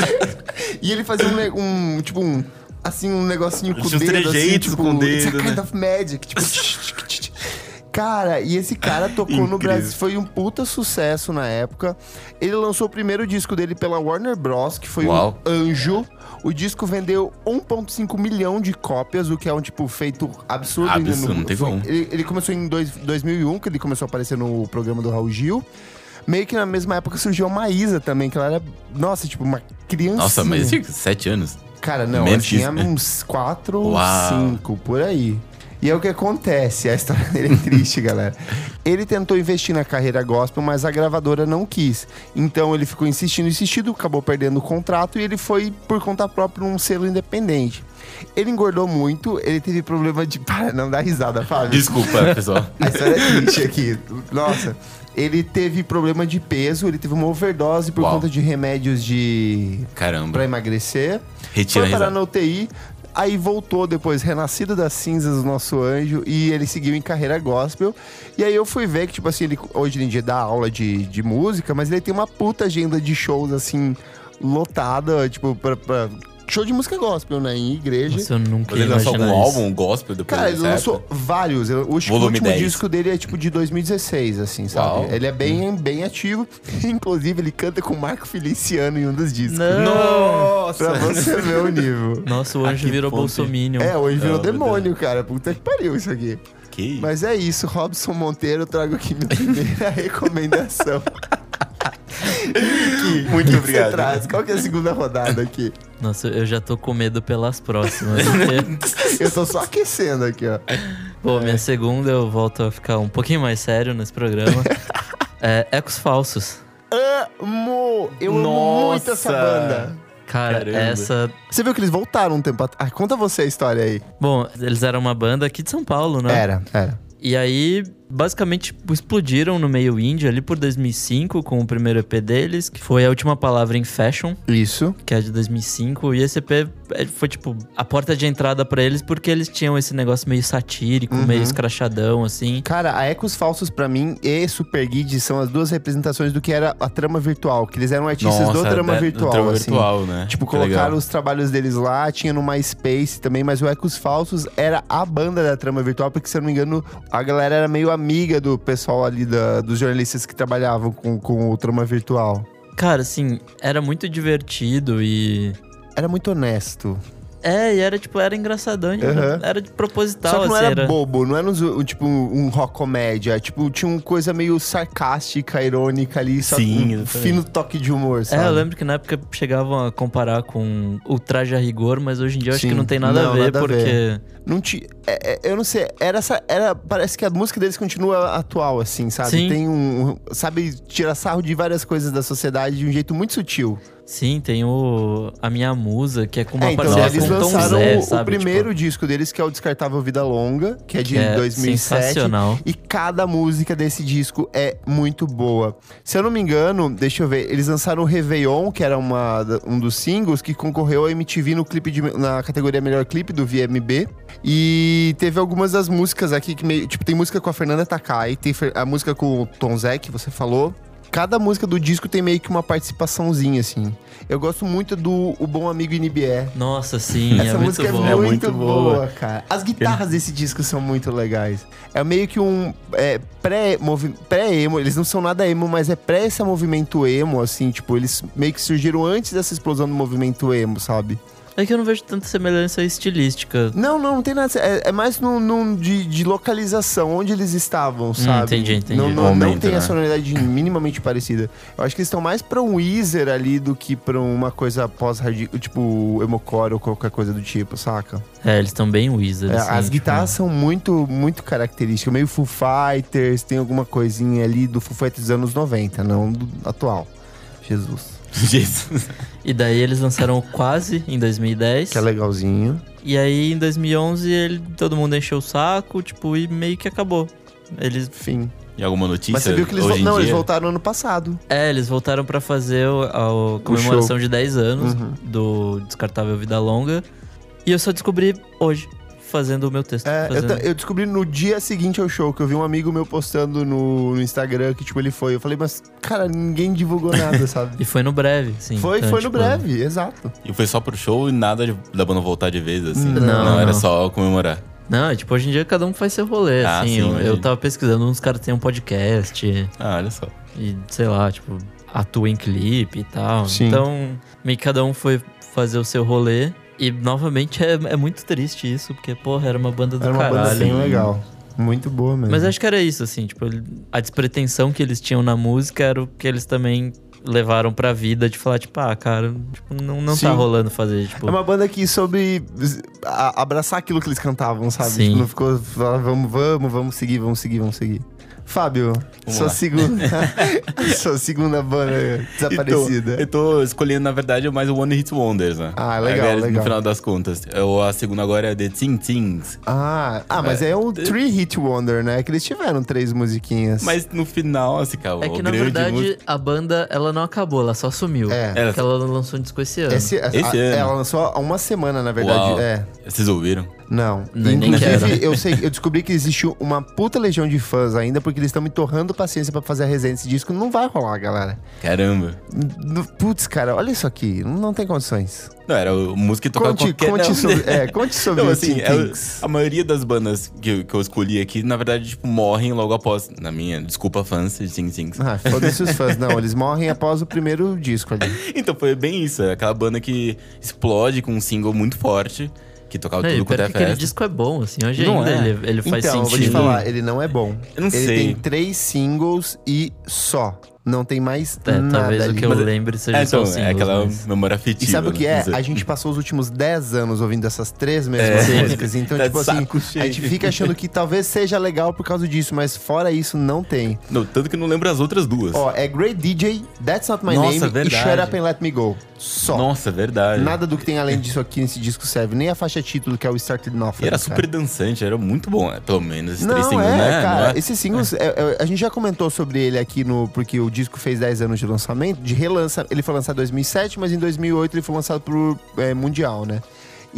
[SPEAKER 1] e ele fazia um, ne- um, tipo um. Assim, um negocinho com o
[SPEAKER 3] Tinha uns
[SPEAKER 1] dedo, assim,
[SPEAKER 3] trejeitos
[SPEAKER 1] tipo,
[SPEAKER 3] com o dedo,
[SPEAKER 1] it's a kind
[SPEAKER 3] né?
[SPEAKER 1] of magic, tipo... Cara, e esse cara tocou no
[SPEAKER 3] Incrível.
[SPEAKER 1] Brasil, foi um puta sucesso na época. Ele lançou o primeiro disco dele pela Warner Bros, que foi
[SPEAKER 3] Uau.
[SPEAKER 1] um anjo. O disco vendeu 1.5 milhão de cópias, o que é um, tipo, feito absurdo.
[SPEAKER 3] Absurdo,
[SPEAKER 1] Ele
[SPEAKER 3] não tem
[SPEAKER 1] foi-
[SPEAKER 3] como.
[SPEAKER 1] Ele, ele começou em dois- 2001, que ele começou a aparecer no programa do Raul Gil. Meio que na mesma época surgiu a Maísa também, que ela era, nossa, tipo, uma criança.
[SPEAKER 3] Nossa, mas tinha sete anos.
[SPEAKER 1] Cara, não, eu
[SPEAKER 3] Menos
[SPEAKER 1] tinha
[SPEAKER 3] isso, né?
[SPEAKER 1] uns quatro ou
[SPEAKER 3] Uau.
[SPEAKER 1] cinco por aí. E é o que acontece, a história dele é triste, galera. Ele tentou investir na carreira gospel, mas a gravadora não quis. Então ele ficou insistindo, insistindo, acabou perdendo o contrato e ele foi por conta própria num selo independente. Ele engordou muito, ele teve problema de. Para, não dá risada, Fábio.
[SPEAKER 3] Desculpa, pessoal.
[SPEAKER 1] A história é triste aqui. Nossa. Ele teve problema de peso, ele teve uma overdose por
[SPEAKER 3] Uau.
[SPEAKER 1] conta de remédios de. pra
[SPEAKER 3] Caramba.
[SPEAKER 1] emagrecer.
[SPEAKER 3] Retira
[SPEAKER 1] foi
[SPEAKER 3] a
[SPEAKER 1] parar
[SPEAKER 3] risada.
[SPEAKER 1] na UTI. Aí voltou depois, renascido das cinzas, o nosso anjo, e ele seguiu em carreira gospel. E aí eu fui ver que, tipo assim, ele hoje em dia dá aula de, de música, mas ele tem uma puta agenda de shows, assim, lotada, tipo, pra, pra- show de música gospel, né? Em igreja.
[SPEAKER 2] Nossa, eu nunca
[SPEAKER 3] Ele
[SPEAKER 2] ia
[SPEAKER 3] lançou algum
[SPEAKER 2] imaginar isso.
[SPEAKER 3] álbum, um gospel depois
[SPEAKER 1] Cara, ele
[SPEAKER 3] dessa
[SPEAKER 1] lançou
[SPEAKER 3] época?
[SPEAKER 1] vários. Eu- O, acho que o
[SPEAKER 3] Volume
[SPEAKER 1] último
[SPEAKER 3] 10.
[SPEAKER 1] disco dele é tipo de 2016, assim, sabe?
[SPEAKER 3] Uau. Hum.
[SPEAKER 1] Ele é bem, bem ativo. Inclusive, ele canta com o Marco Feliciano em um dos discos.
[SPEAKER 2] Não.
[SPEAKER 3] Nossa!
[SPEAKER 1] Pra você ver o nível.
[SPEAKER 2] Nossa, o anjo
[SPEAKER 3] que
[SPEAKER 2] virou
[SPEAKER 3] ponto.
[SPEAKER 2] Bolsominion.
[SPEAKER 1] É, hoje virou
[SPEAKER 3] Ah, meu
[SPEAKER 1] demônio, cara. Puta que pariu isso aqui.
[SPEAKER 3] Que
[SPEAKER 1] Mas é isso, Robson Monteiro, eu trago aqui minha primeira recomendação. Nick,
[SPEAKER 3] Muito
[SPEAKER 1] o que
[SPEAKER 3] obrigado.
[SPEAKER 1] Você traz? Qual que é a segunda rodada aqui?
[SPEAKER 2] Nossa, eu já tô com medo pelas próximas. porque-
[SPEAKER 1] Eu tô só aquecendo aqui, ó.
[SPEAKER 2] Bom, minha segunda eu volto a ficar um pouquinho mais sério nesse programa. É, Ecos Falsos.
[SPEAKER 1] Amo! Eu amo muito essa
[SPEAKER 3] Nossa!
[SPEAKER 1] banda.
[SPEAKER 2] Cara,
[SPEAKER 3] Caramba.
[SPEAKER 2] essa.
[SPEAKER 1] Você viu que eles voltaram um tempo atrás? Ah, conta você a história aí.
[SPEAKER 2] Bom, eles eram uma banda aqui de São Paulo,
[SPEAKER 3] É.
[SPEAKER 2] né?
[SPEAKER 1] Era, era.
[SPEAKER 2] E aí, basicamente, tipo, explodiram no meio indie ali por 2005 com o primeiro EP deles, que foi a última palavra em Fashion,
[SPEAKER 1] Isso.
[SPEAKER 2] que é de 2005. E esse EP é, foi, tipo, a porta de entrada pra eles, porque eles tinham esse negócio meio satírico,
[SPEAKER 1] Uhum.
[SPEAKER 2] meio escrachadão, assim.
[SPEAKER 1] Cara, a Ecos Falsos pra mim e Super Guide são as duas representações do que era a trama virtual, que eles eram artistas do drama
[SPEAKER 3] da-
[SPEAKER 1] virtual,
[SPEAKER 3] drama
[SPEAKER 1] assim.
[SPEAKER 3] é, virtual, né?
[SPEAKER 1] Tipo,
[SPEAKER 3] Que
[SPEAKER 1] colocaram
[SPEAKER 3] legal.
[SPEAKER 1] os trabalhos deles lá, tinha no MySpace também, mas o Ecos Falsos era a banda da trama virtual, porque se eu não me engano, a galera era meio amiga do pessoal ali, da- dos jornalistas que trabalhavam com, com o trama virtual.
[SPEAKER 2] Cara, assim, era muito divertido e.
[SPEAKER 1] Era muito honesto.
[SPEAKER 2] É, e era tipo, era engraçadão, e era,
[SPEAKER 1] Aham.
[SPEAKER 2] era de
[SPEAKER 1] Uhum. Só
[SPEAKER 2] proposital,
[SPEAKER 1] que não
[SPEAKER 2] assim,
[SPEAKER 1] era,
[SPEAKER 2] era.
[SPEAKER 1] bobo, não era um, zo- um tipo um rock comédia. Tipo, tinha uma coisa meio sarcástica, irônica ali, só
[SPEAKER 3] Sim,
[SPEAKER 1] com um
[SPEAKER 3] exatamente.
[SPEAKER 1] fino toque de humor, sabe?
[SPEAKER 2] É, eu lembro que na época chegavam a comparar com o traje a rigor, mas hoje em dia eu acho
[SPEAKER 1] Sim.
[SPEAKER 2] que não tem nada
[SPEAKER 1] Não,
[SPEAKER 2] a ver,
[SPEAKER 1] nada a
[SPEAKER 2] porque.
[SPEAKER 1] ver. Não ti, é- é- eu não sei, era essa. Era, parece que a música deles continua atual, assim, sabe?
[SPEAKER 2] Sim.
[SPEAKER 1] Tem um. Sabe, tira sarro de várias coisas da sociedade de um jeito muito sutil.
[SPEAKER 2] Sim, tem o A Minha Musa, que é com uma
[SPEAKER 1] é, então
[SPEAKER 2] parceria
[SPEAKER 1] eles
[SPEAKER 2] com Tom
[SPEAKER 1] lançaram
[SPEAKER 2] Zé,
[SPEAKER 1] o, o
[SPEAKER 2] sabe?
[SPEAKER 1] primeiro disco deles, que é o Descartável Vida Longa, que é de
[SPEAKER 2] tipo, é
[SPEAKER 1] 2007.
[SPEAKER 2] sensacional.
[SPEAKER 1] E cada música desse disco é muito boa. Se eu não me engano, deixa eu ver, eles lançaram o Réveillon, que era uma, um dos singles, que concorreu à MTV no clipe de- na categoria Melhor Clipe do VMB. E teve algumas das músicas aqui que meio. Tipo, tem música com a Fernanda Takai, tem fer- a música com o Tom Zé, que você falou. cada música do disco tem meio que uma participaçãozinha, assim. Eu gosto muito do O Bom Amigo Inibier.
[SPEAKER 2] Nossa, sim,
[SPEAKER 1] Essa
[SPEAKER 2] é muito
[SPEAKER 1] música
[SPEAKER 2] bom.
[SPEAKER 1] é muito,
[SPEAKER 3] muito
[SPEAKER 1] boa,
[SPEAKER 3] boa.
[SPEAKER 1] cara. As guitarras desse disco são muito legais. É meio que um é, pré-movi- pré-emo. eles não são nada emo, mas é pré esse movimento emo, assim. Tipo, eles meio que surgiram antes dessa explosão do movimento emo, sabe?
[SPEAKER 2] É que eu não vejo tanta semelhança estilística.
[SPEAKER 1] Não, não, não tem nada. É, é mais num, num de, de localização, onde eles estavam, sabe?
[SPEAKER 2] Hum, entendi, entendi.
[SPEAKER 1] Não, não, não
[SPEAKER 3] Momento,
[SPEAKER 1] tem a
[SPEAKER 3] né?
[SPEAKER 1] sonoridade minimamente parecida. Eu acho que eles estão mais pra um Weezer ali do que pra uma coisa pós-hard, tipo, emocore ou qualquer coisa do tipo, saca?
[SPEAKER 2] É, eles estão bem Wizards. assim.
[SPEAKER 1] É, as guitarras
[SPEAKER 2] né?
[SPEAKER 1] são muito, muito características. Meio Foo Fighters, tem alguma coisinha ali do Foo Fighters dos anos 90, não do atual. Jesus.
[SPEAKER 3] Jesus.
[SPEAKER 2] E daí eles lançaram o Quase em 2010.
[SPEAKER 1] Que é legalzinho.
[SPEAKER 2] E aí em 2011 ele, todo mundo encheu o saco, tipo, e meio que acabou. Eles,
[SPEAKER 1] Enfim.
[SPEAKER 3] E alguma notícia?
[SPEAKER 1] Mas você viu que eles,
[SPEAKER 3] hoje
[SPEAKER 1] vo-
[SPEAKER 3] em
[SPEAKER 1] não, eles
[SPEAKER 3] dia?
[SPEAKER 1] voltaram ano passado.
[SPEAKER 2] é, eles voltaram pra fazer o- a, comemoração de 10 anos
[SPEAKER 1] Uhum.
[SPEAKER 2] do Descartável Vida Longa. E eu só descobri hoje, fazendo o meu texto.
[SPEAKER 1] É, eu,
[SPEAKER 2] fazendo-
[SPEAKER 1] ta- eu descobri no dia seguinte ao show, que eu vi um amigo meu postando no, no Instagram que, tipo, ele foi. Eu falei, mas, cara, ninguém divulgou nada, sabe?
[SPEAKER 2] E foi no breve, sim.
[SPEAKER 1] foi,
[SPEAKER 2] Então,
[SPEAKER 1] foi no
[SPEAKER 2] tipo,
[SPEAKER 1] breve, exato.
[SPEAKER 3] E foi só pro show e nada de- da banda voltar de vez, assim.
[SPEAKER 1] Não,
[SPEAKER 3] era
[SPEAKER 2] não.
[SPEAKER 3] só comemorar.
[SPEAKER 2] Não, é, tipo, hoje em dia cada um faz seu rolê,
[SPEAKER 3] Ah,
[SPEAKER 2] assim.
[SPEAKER 3] sim,
[SPEAKER 2] eu,
[SPEAKER 3] imagino.
[SPEAKER 2] eu tava pesquisando, uns caras têm um podcast e,
[SPEAKER 3] Ah, olha só.
[SPEAKER 2] sei lá, tipo, atua em clipe e tal.
[SPEAKER 1] Sim.
[SPEAKER 2] Então, meio que cada um foi fazer o seu rolê. E, novamente, é, é muito triste isso, porque, porra, era uma banda do
[SPEAKER 1] Era uma
[SPEAKER 2] caralho.
[SPEAKER 1] banda assim. bem legal. Muito boa mesmo.
[SPEAKER 2] Mas acho que era isso, assim, tipo, ele- a despretensão que eles tinham na música era o que eles também levaram pra vida de falar, tipo, ah, cara, tipo, não, não tá
[SPEAKER 1] Sim.
[SPEAKER 2] rolando fazer, tipo...
[SPEAKER 1] É uma banda que soube a- abraçar aquilo que eles cantavam, sabe?
[SPEAKER 2] Sim.
[SPEAKER 1] Tipo, não ficou, "Ah, vamos, vamos, vamos seguir, vamos seguir, vamos seguir. Fábio,
[SPEAKER 3] Vamos
[SPEAKER 1] sua
[SPEAKER 3] lá.
[SPEAKER 1] segunda, sua segunda banda
[SPEAKER 3] Então,
[SPEAKER 1] desaparecida.
[SPEAKER 3] Eu tô, eu tô escolhendo, na verdade, mais o One Hit Wonders, né?
[SPEAKER 1] Ah, legal,
[SPEAKER 3] Agora,
[SPEAKER 1] legal.
[SPEAKER 3] No final das contas. Eu, a segunda agora é The Teen Teens.
[SPEAKER 1] Ah, ah, mas é um Three Hit Wonder, né? Que eles tiveram três musiquinhas.
[SPEAKER 3] Mas no final, assim, cara,
[SPEAKER 2] É
[SPEAKER 3] o
[SPEAKER 2] que na
[SPEAKER 3] grande
[SPEAKER 2] verdade
[SPEAKER 3] músico-
[SPEAKER 2] a banda ela não acabou, ela só sumiu.
[SPEAKER 1] É.
[SPEAKER 2] Porque
[SPEAKER 3] Ela-
[SPEAKER 2] ela lançou um disco esse ano.
[SPEAKER 1] Esse- a-
[SPEAKER 3] Esse
[SPEAKER 1] a-
[SPEAKER 3] ano.
[SPEAKER 1] Ela lançou há uma semana, na verdade.
[SPEAKER 3] Uau.
[SPEAKER 1] É.
[SPEAKER 3] Vocês ouviram?
[SPEAKER 1] Não.
[SPEAKER 2] Nem- nem
[SPEAKER 1] Inclusive,
[SPEAKER 2] quero.
[SPEAKER 1] eu, sei, eu descobri que existe uma puta legião de fãs ainda, porque eles estão me torrando paciência pra fazer a resenha desse disco. Não vai rolar, galera.
[SPEAKER 3] Caramba.
[SPEAKER 1] No- Putz, cara, olha isso aqui. Não não tem condições.
[SPEAKER 3] Não, era o- música que tocava
[SPEAKER 1] Conte,
[SPEAKER 3] qualquer...
[SPEAKER 1] conte
[SPEAKER 3] não.
[SPEAKER 1] sobre, é, conte sobre
[SPEAKER 3] Não,
[SPEAKER 1] o
[SPEAKER 3] assim,
[SPEAKER 1] Teen
[SPEAKER 3] é, o-
[SPEAKER 1] Tinks.
[SPEAKER 3] a maioria das bandas que, eu- que eu escolhi aqui, na verdade, tipo, morrem logo após. Na minha, desculpa, fãs de Teen Teens.
[SPEAKER 1] Ah, foda-se os fãs. Não, eles morrem após o primeiro disco ali.
[SPEAKER 3] Então foi bem isso, é aquela banda que explode com um single muito forte, que tocava
[SPEAKER 2] Não, e
[SPEAKER 3] tudo
[SPEAKER 2] pior
[SPEAKER 3] quanto é
[SPEAKER 2] que aquele
[SPEAKER 3] festa.
[SPEAKER 2] disco é bom, assim. Hoje
[SPEAKER 3] Não
[SPEAKER 2] ainda
[SPEAKER 3] é.
[SPEAKER 2] ele, ele faz
[SPEAKER 1] então, eu vou
[SPEAKER 2] sentido.
[SPEAKER 1] te falar, ele não é bom.
[SPEAKER 3] Eu não
[SPEAKER 1] ele
[SPEAKER 3] sei.
[SPEAKER 1] tem três singles e só. Não tem mais
[SPEAKER 2] É,
[SPEAKER 1] nada
[SPEAKER 2] talvez o
[SPEAKER 1] ali.
[SPEAKER 2] que eu
[SPEAKER 1] Mas-
[SPEAKER 2] lembre seja
[SPEAKER 3] É,
[SPEAKER 2] só
[SPEAKER 3] então,
[SPEAKER 2] os
[SPEAKER 3] é
[SPEAKER 2] singles,
[SPEAKER 3] aquela
[SPEAKER 2] mas-
[SPEAKER 3] memória
[SPEAKER 1] E
[SPEAKER 3] afetiva.
[SPEAKER 1] sabe o que é?
[SPEAKER 3] né?
[SPEAKER 1] A gente passou os últimos 10 anos ouvindo essas três mesmas
[SPEAKER 2] É.
[SPEAKER 1] músicas. Então,
[SPEAKER 3] Tá
[SPEAKER 1] tipo
[SPEAKER 3] de
[SPEAKER 1] assim,
[SPEAKER 3] saco cheio.
[SPEAKER 1] a gente fica achando que talvez seja legal por causa disso, mas fora isso, não tem.
[SPEAKER 3] Não, tanto que eu não lembro as outras duas.
[SPEAKER 1] Ó, é Great DJ, That's Not My
[SPEAKER 3] Nossa,
[SPEAKER 1] Name e
[SPEAKER 3] verdade.
[SPEAKER 1] Shut Up and Let Me Go. Só.
[SPEAKER 3] Nossa, é verdade.
[SPEAKER 1] Nada do que tem além disso aqui nesse disco serve. Nem a faixa título, que é o Started Nothing.
[SPEAKER 3] E
[SPEAKER 1] cara.
[SPEAKER 3] era super dançante, era muito bom, né? Pelo menos esses
[SPEAKER 1] Não,
[SPEAKER 3] três singles,
[SPEAKER 1] é,
[SPEAKER 3] né?
[SPEAKER 1] cara.
[SPEAKER 3] Não é?
[SPEAKER 1] Esses singles, é, é, a gente já comentou sobre ele aqui no. Porque o disco fez 10 anos de lançamento, de relança. Ele foi lançado em 2007, mas em 2008 ele foi lançado pro é, Mundial, né?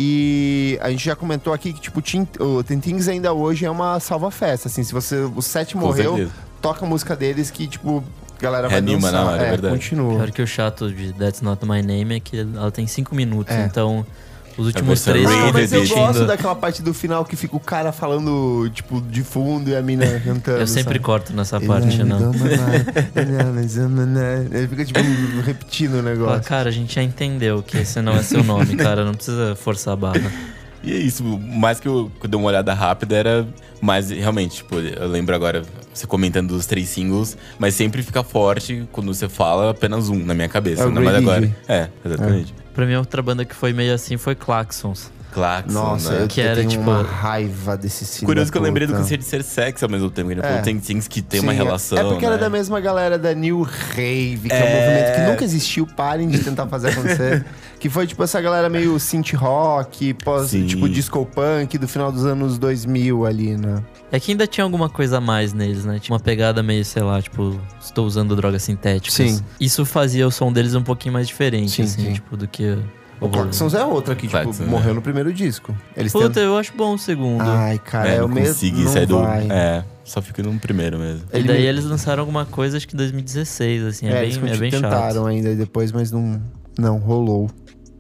[SPEAKER 1] E a gente já comentou aqui que, tipo, Teen- o Tentings ainda hoje é uma salva-festa. Assim, se você. O set
[SPEAKER 3] Com
[SPEAKER 1] morreu,
[SPEAKER 3] certeza.
[SPEAKER 1] toca a música deles que, tipo, a galera vai
[SPEAKER 3] Reanima
[SPEAKER 1] dançar.
[SPEAKER 3] na hora, é
[SPEAKER 1] é,
[SPEAKER 3] verdade.
[SPEAKER 1] continua.
[SPEAKER 2] Pior que o chato de That's Not My Name é que ela tem cinco minutos,
[SPEAKER 1] É.
[SPEAKER 2] então os últimos
[SPEAKER 3] versão
[SPEAKER 2] três
[SPEAKER 3] Rated
[SPEAKER 1] Ah,
[SPEAKER 2] ficam
[SPEAKER 1] mas eu
[SPEAKER 3] Edition.
[SPEAKER 1] gosto
[SPEAKER 2] repetindo.
[SPEAKER 1] daquela parte do final que fica o cara falando, tipo, de fundo e a mina cantando.
[SPEAKER 2] Eu sempre
[SPEAKER 1] sabe?
[SPEAKER 2] corto nessa
[SPEAKER 1] é
[SPEAKER 2] parte, né? não.
[SPEAKER 1] Ele fica tipo repetindo o
[SPEAKER 2] Fala,
[SPEAKER 1] negócio.
[SPEAKER 2] cara, a gente já entendeu que esse não é seu nome, cara. Não precisa forçar a barra.
[SPEAKER 3] E é isso, mais que eu, que eu dei uma olhada rápida, era mais realmente, tipo, eu lembro agora você comentando dos três singles, mas sempre fica forte quando você fala apenas um na minha cabeça,
[SPEAKER 1] É o
[SPEAKER 3] ainda mais
[SPEAKER 1] Great
[SPEAKER 3] agora. É, exatamente.
[SPEAKER 2] Pra mim, outra banda que foi meio assim foi Claxons.
[SPEAKER 3] Claxon,
[SPEAKER 1] Nossa,
[SPEAKER 3] né?
[SPEAKER 1] eu,
[SPEAKER 2] Que
[SPEAKER 1] eu
[SPEAKER 2] era,
[SPEAKER 1] tenho
[SPEAKER 2] tipo,
[SPEAKER 1] uma raiva desse filme.
[SPEAKER 3] Curioso que eu lembrei do conceito de ser sexo ao mesmo tempo, que ele
[SPEAKER 1] É.
[SPEAKER 3] falou tem things que tem uma
[SPEAKER 1] Sim, é-
[SPEAKER 3] relação.
[SPEAKER 1] É porque era
[SPEAKER 3] né?
[SPEAKER 1] da mesma galera da New Rave, que é, um
[SPEAKER 3] É.
[SPEAKER 1] movimento que nunca existiu, parem de tentar fazer acontecer. que foi tipo essa galera meio synth rock, pós,
[SPEAKER 3] Sim.
[SPEAKER 1] tipo disco punk do final dos anos 2000 ali, né?
[SPEAKER 2] É que ainda tinha alguma coisa a mais neles, né? Tinha uma pegada meio, sei lá, tipo, estou usando drogas sintéticas.
[SPEAKER 1] Sim.
[SPEAKER 2] Isso fazia o som deles um pouquinho mais diferente,
[SPEAKER 1] Sim,
[SPEAKER 2] assim,
[SPEAKER 1] sim.
[SPEAKER 2] tipo, do que.
[SPEAKER 1] O
[SPEAKER 2] Uhum.
[SPEAKER 1] Clarksons é outra que tipo,
[SPEAKER 3] Clarkson, né?
[SPEAKER 1] morreu no primeiro disco. Eles
[SPEAKER 2] Puta,
[SPEAKER 1] tentam-
[SPEAKER 2] eu acho bom o segundo.
[SPEAKER 1] Ai, cara,
[SPEAKER 3] É,
[SPEAKER 1] é,
[SPEAKER 3] não
[SPEAKER 1] o mesmo.
[SPEAKER 3] consegui
[SPEAKER 1] não
[SPEAKER 3] sair do.
[SPEAKER 1] vai.
[SPEAKER 3] É. só fico no primeiro mesmo.
[SPEAKER 2] E
[SPEAKER 1] Ele
[SPEAKER 2] daí
[SPEAKER 1] me-
[SPEAKER 2] eles lançaram alguma coisa, acho que em 2016, assim. É, bem,
[SPEAKER 1] eles
[SPEAKER 2] é bem
[SPEAKER 1] tentaram
[SPEAKER 2] chato.
[SPEAKER 1] ainda depois, mas não, não rolou.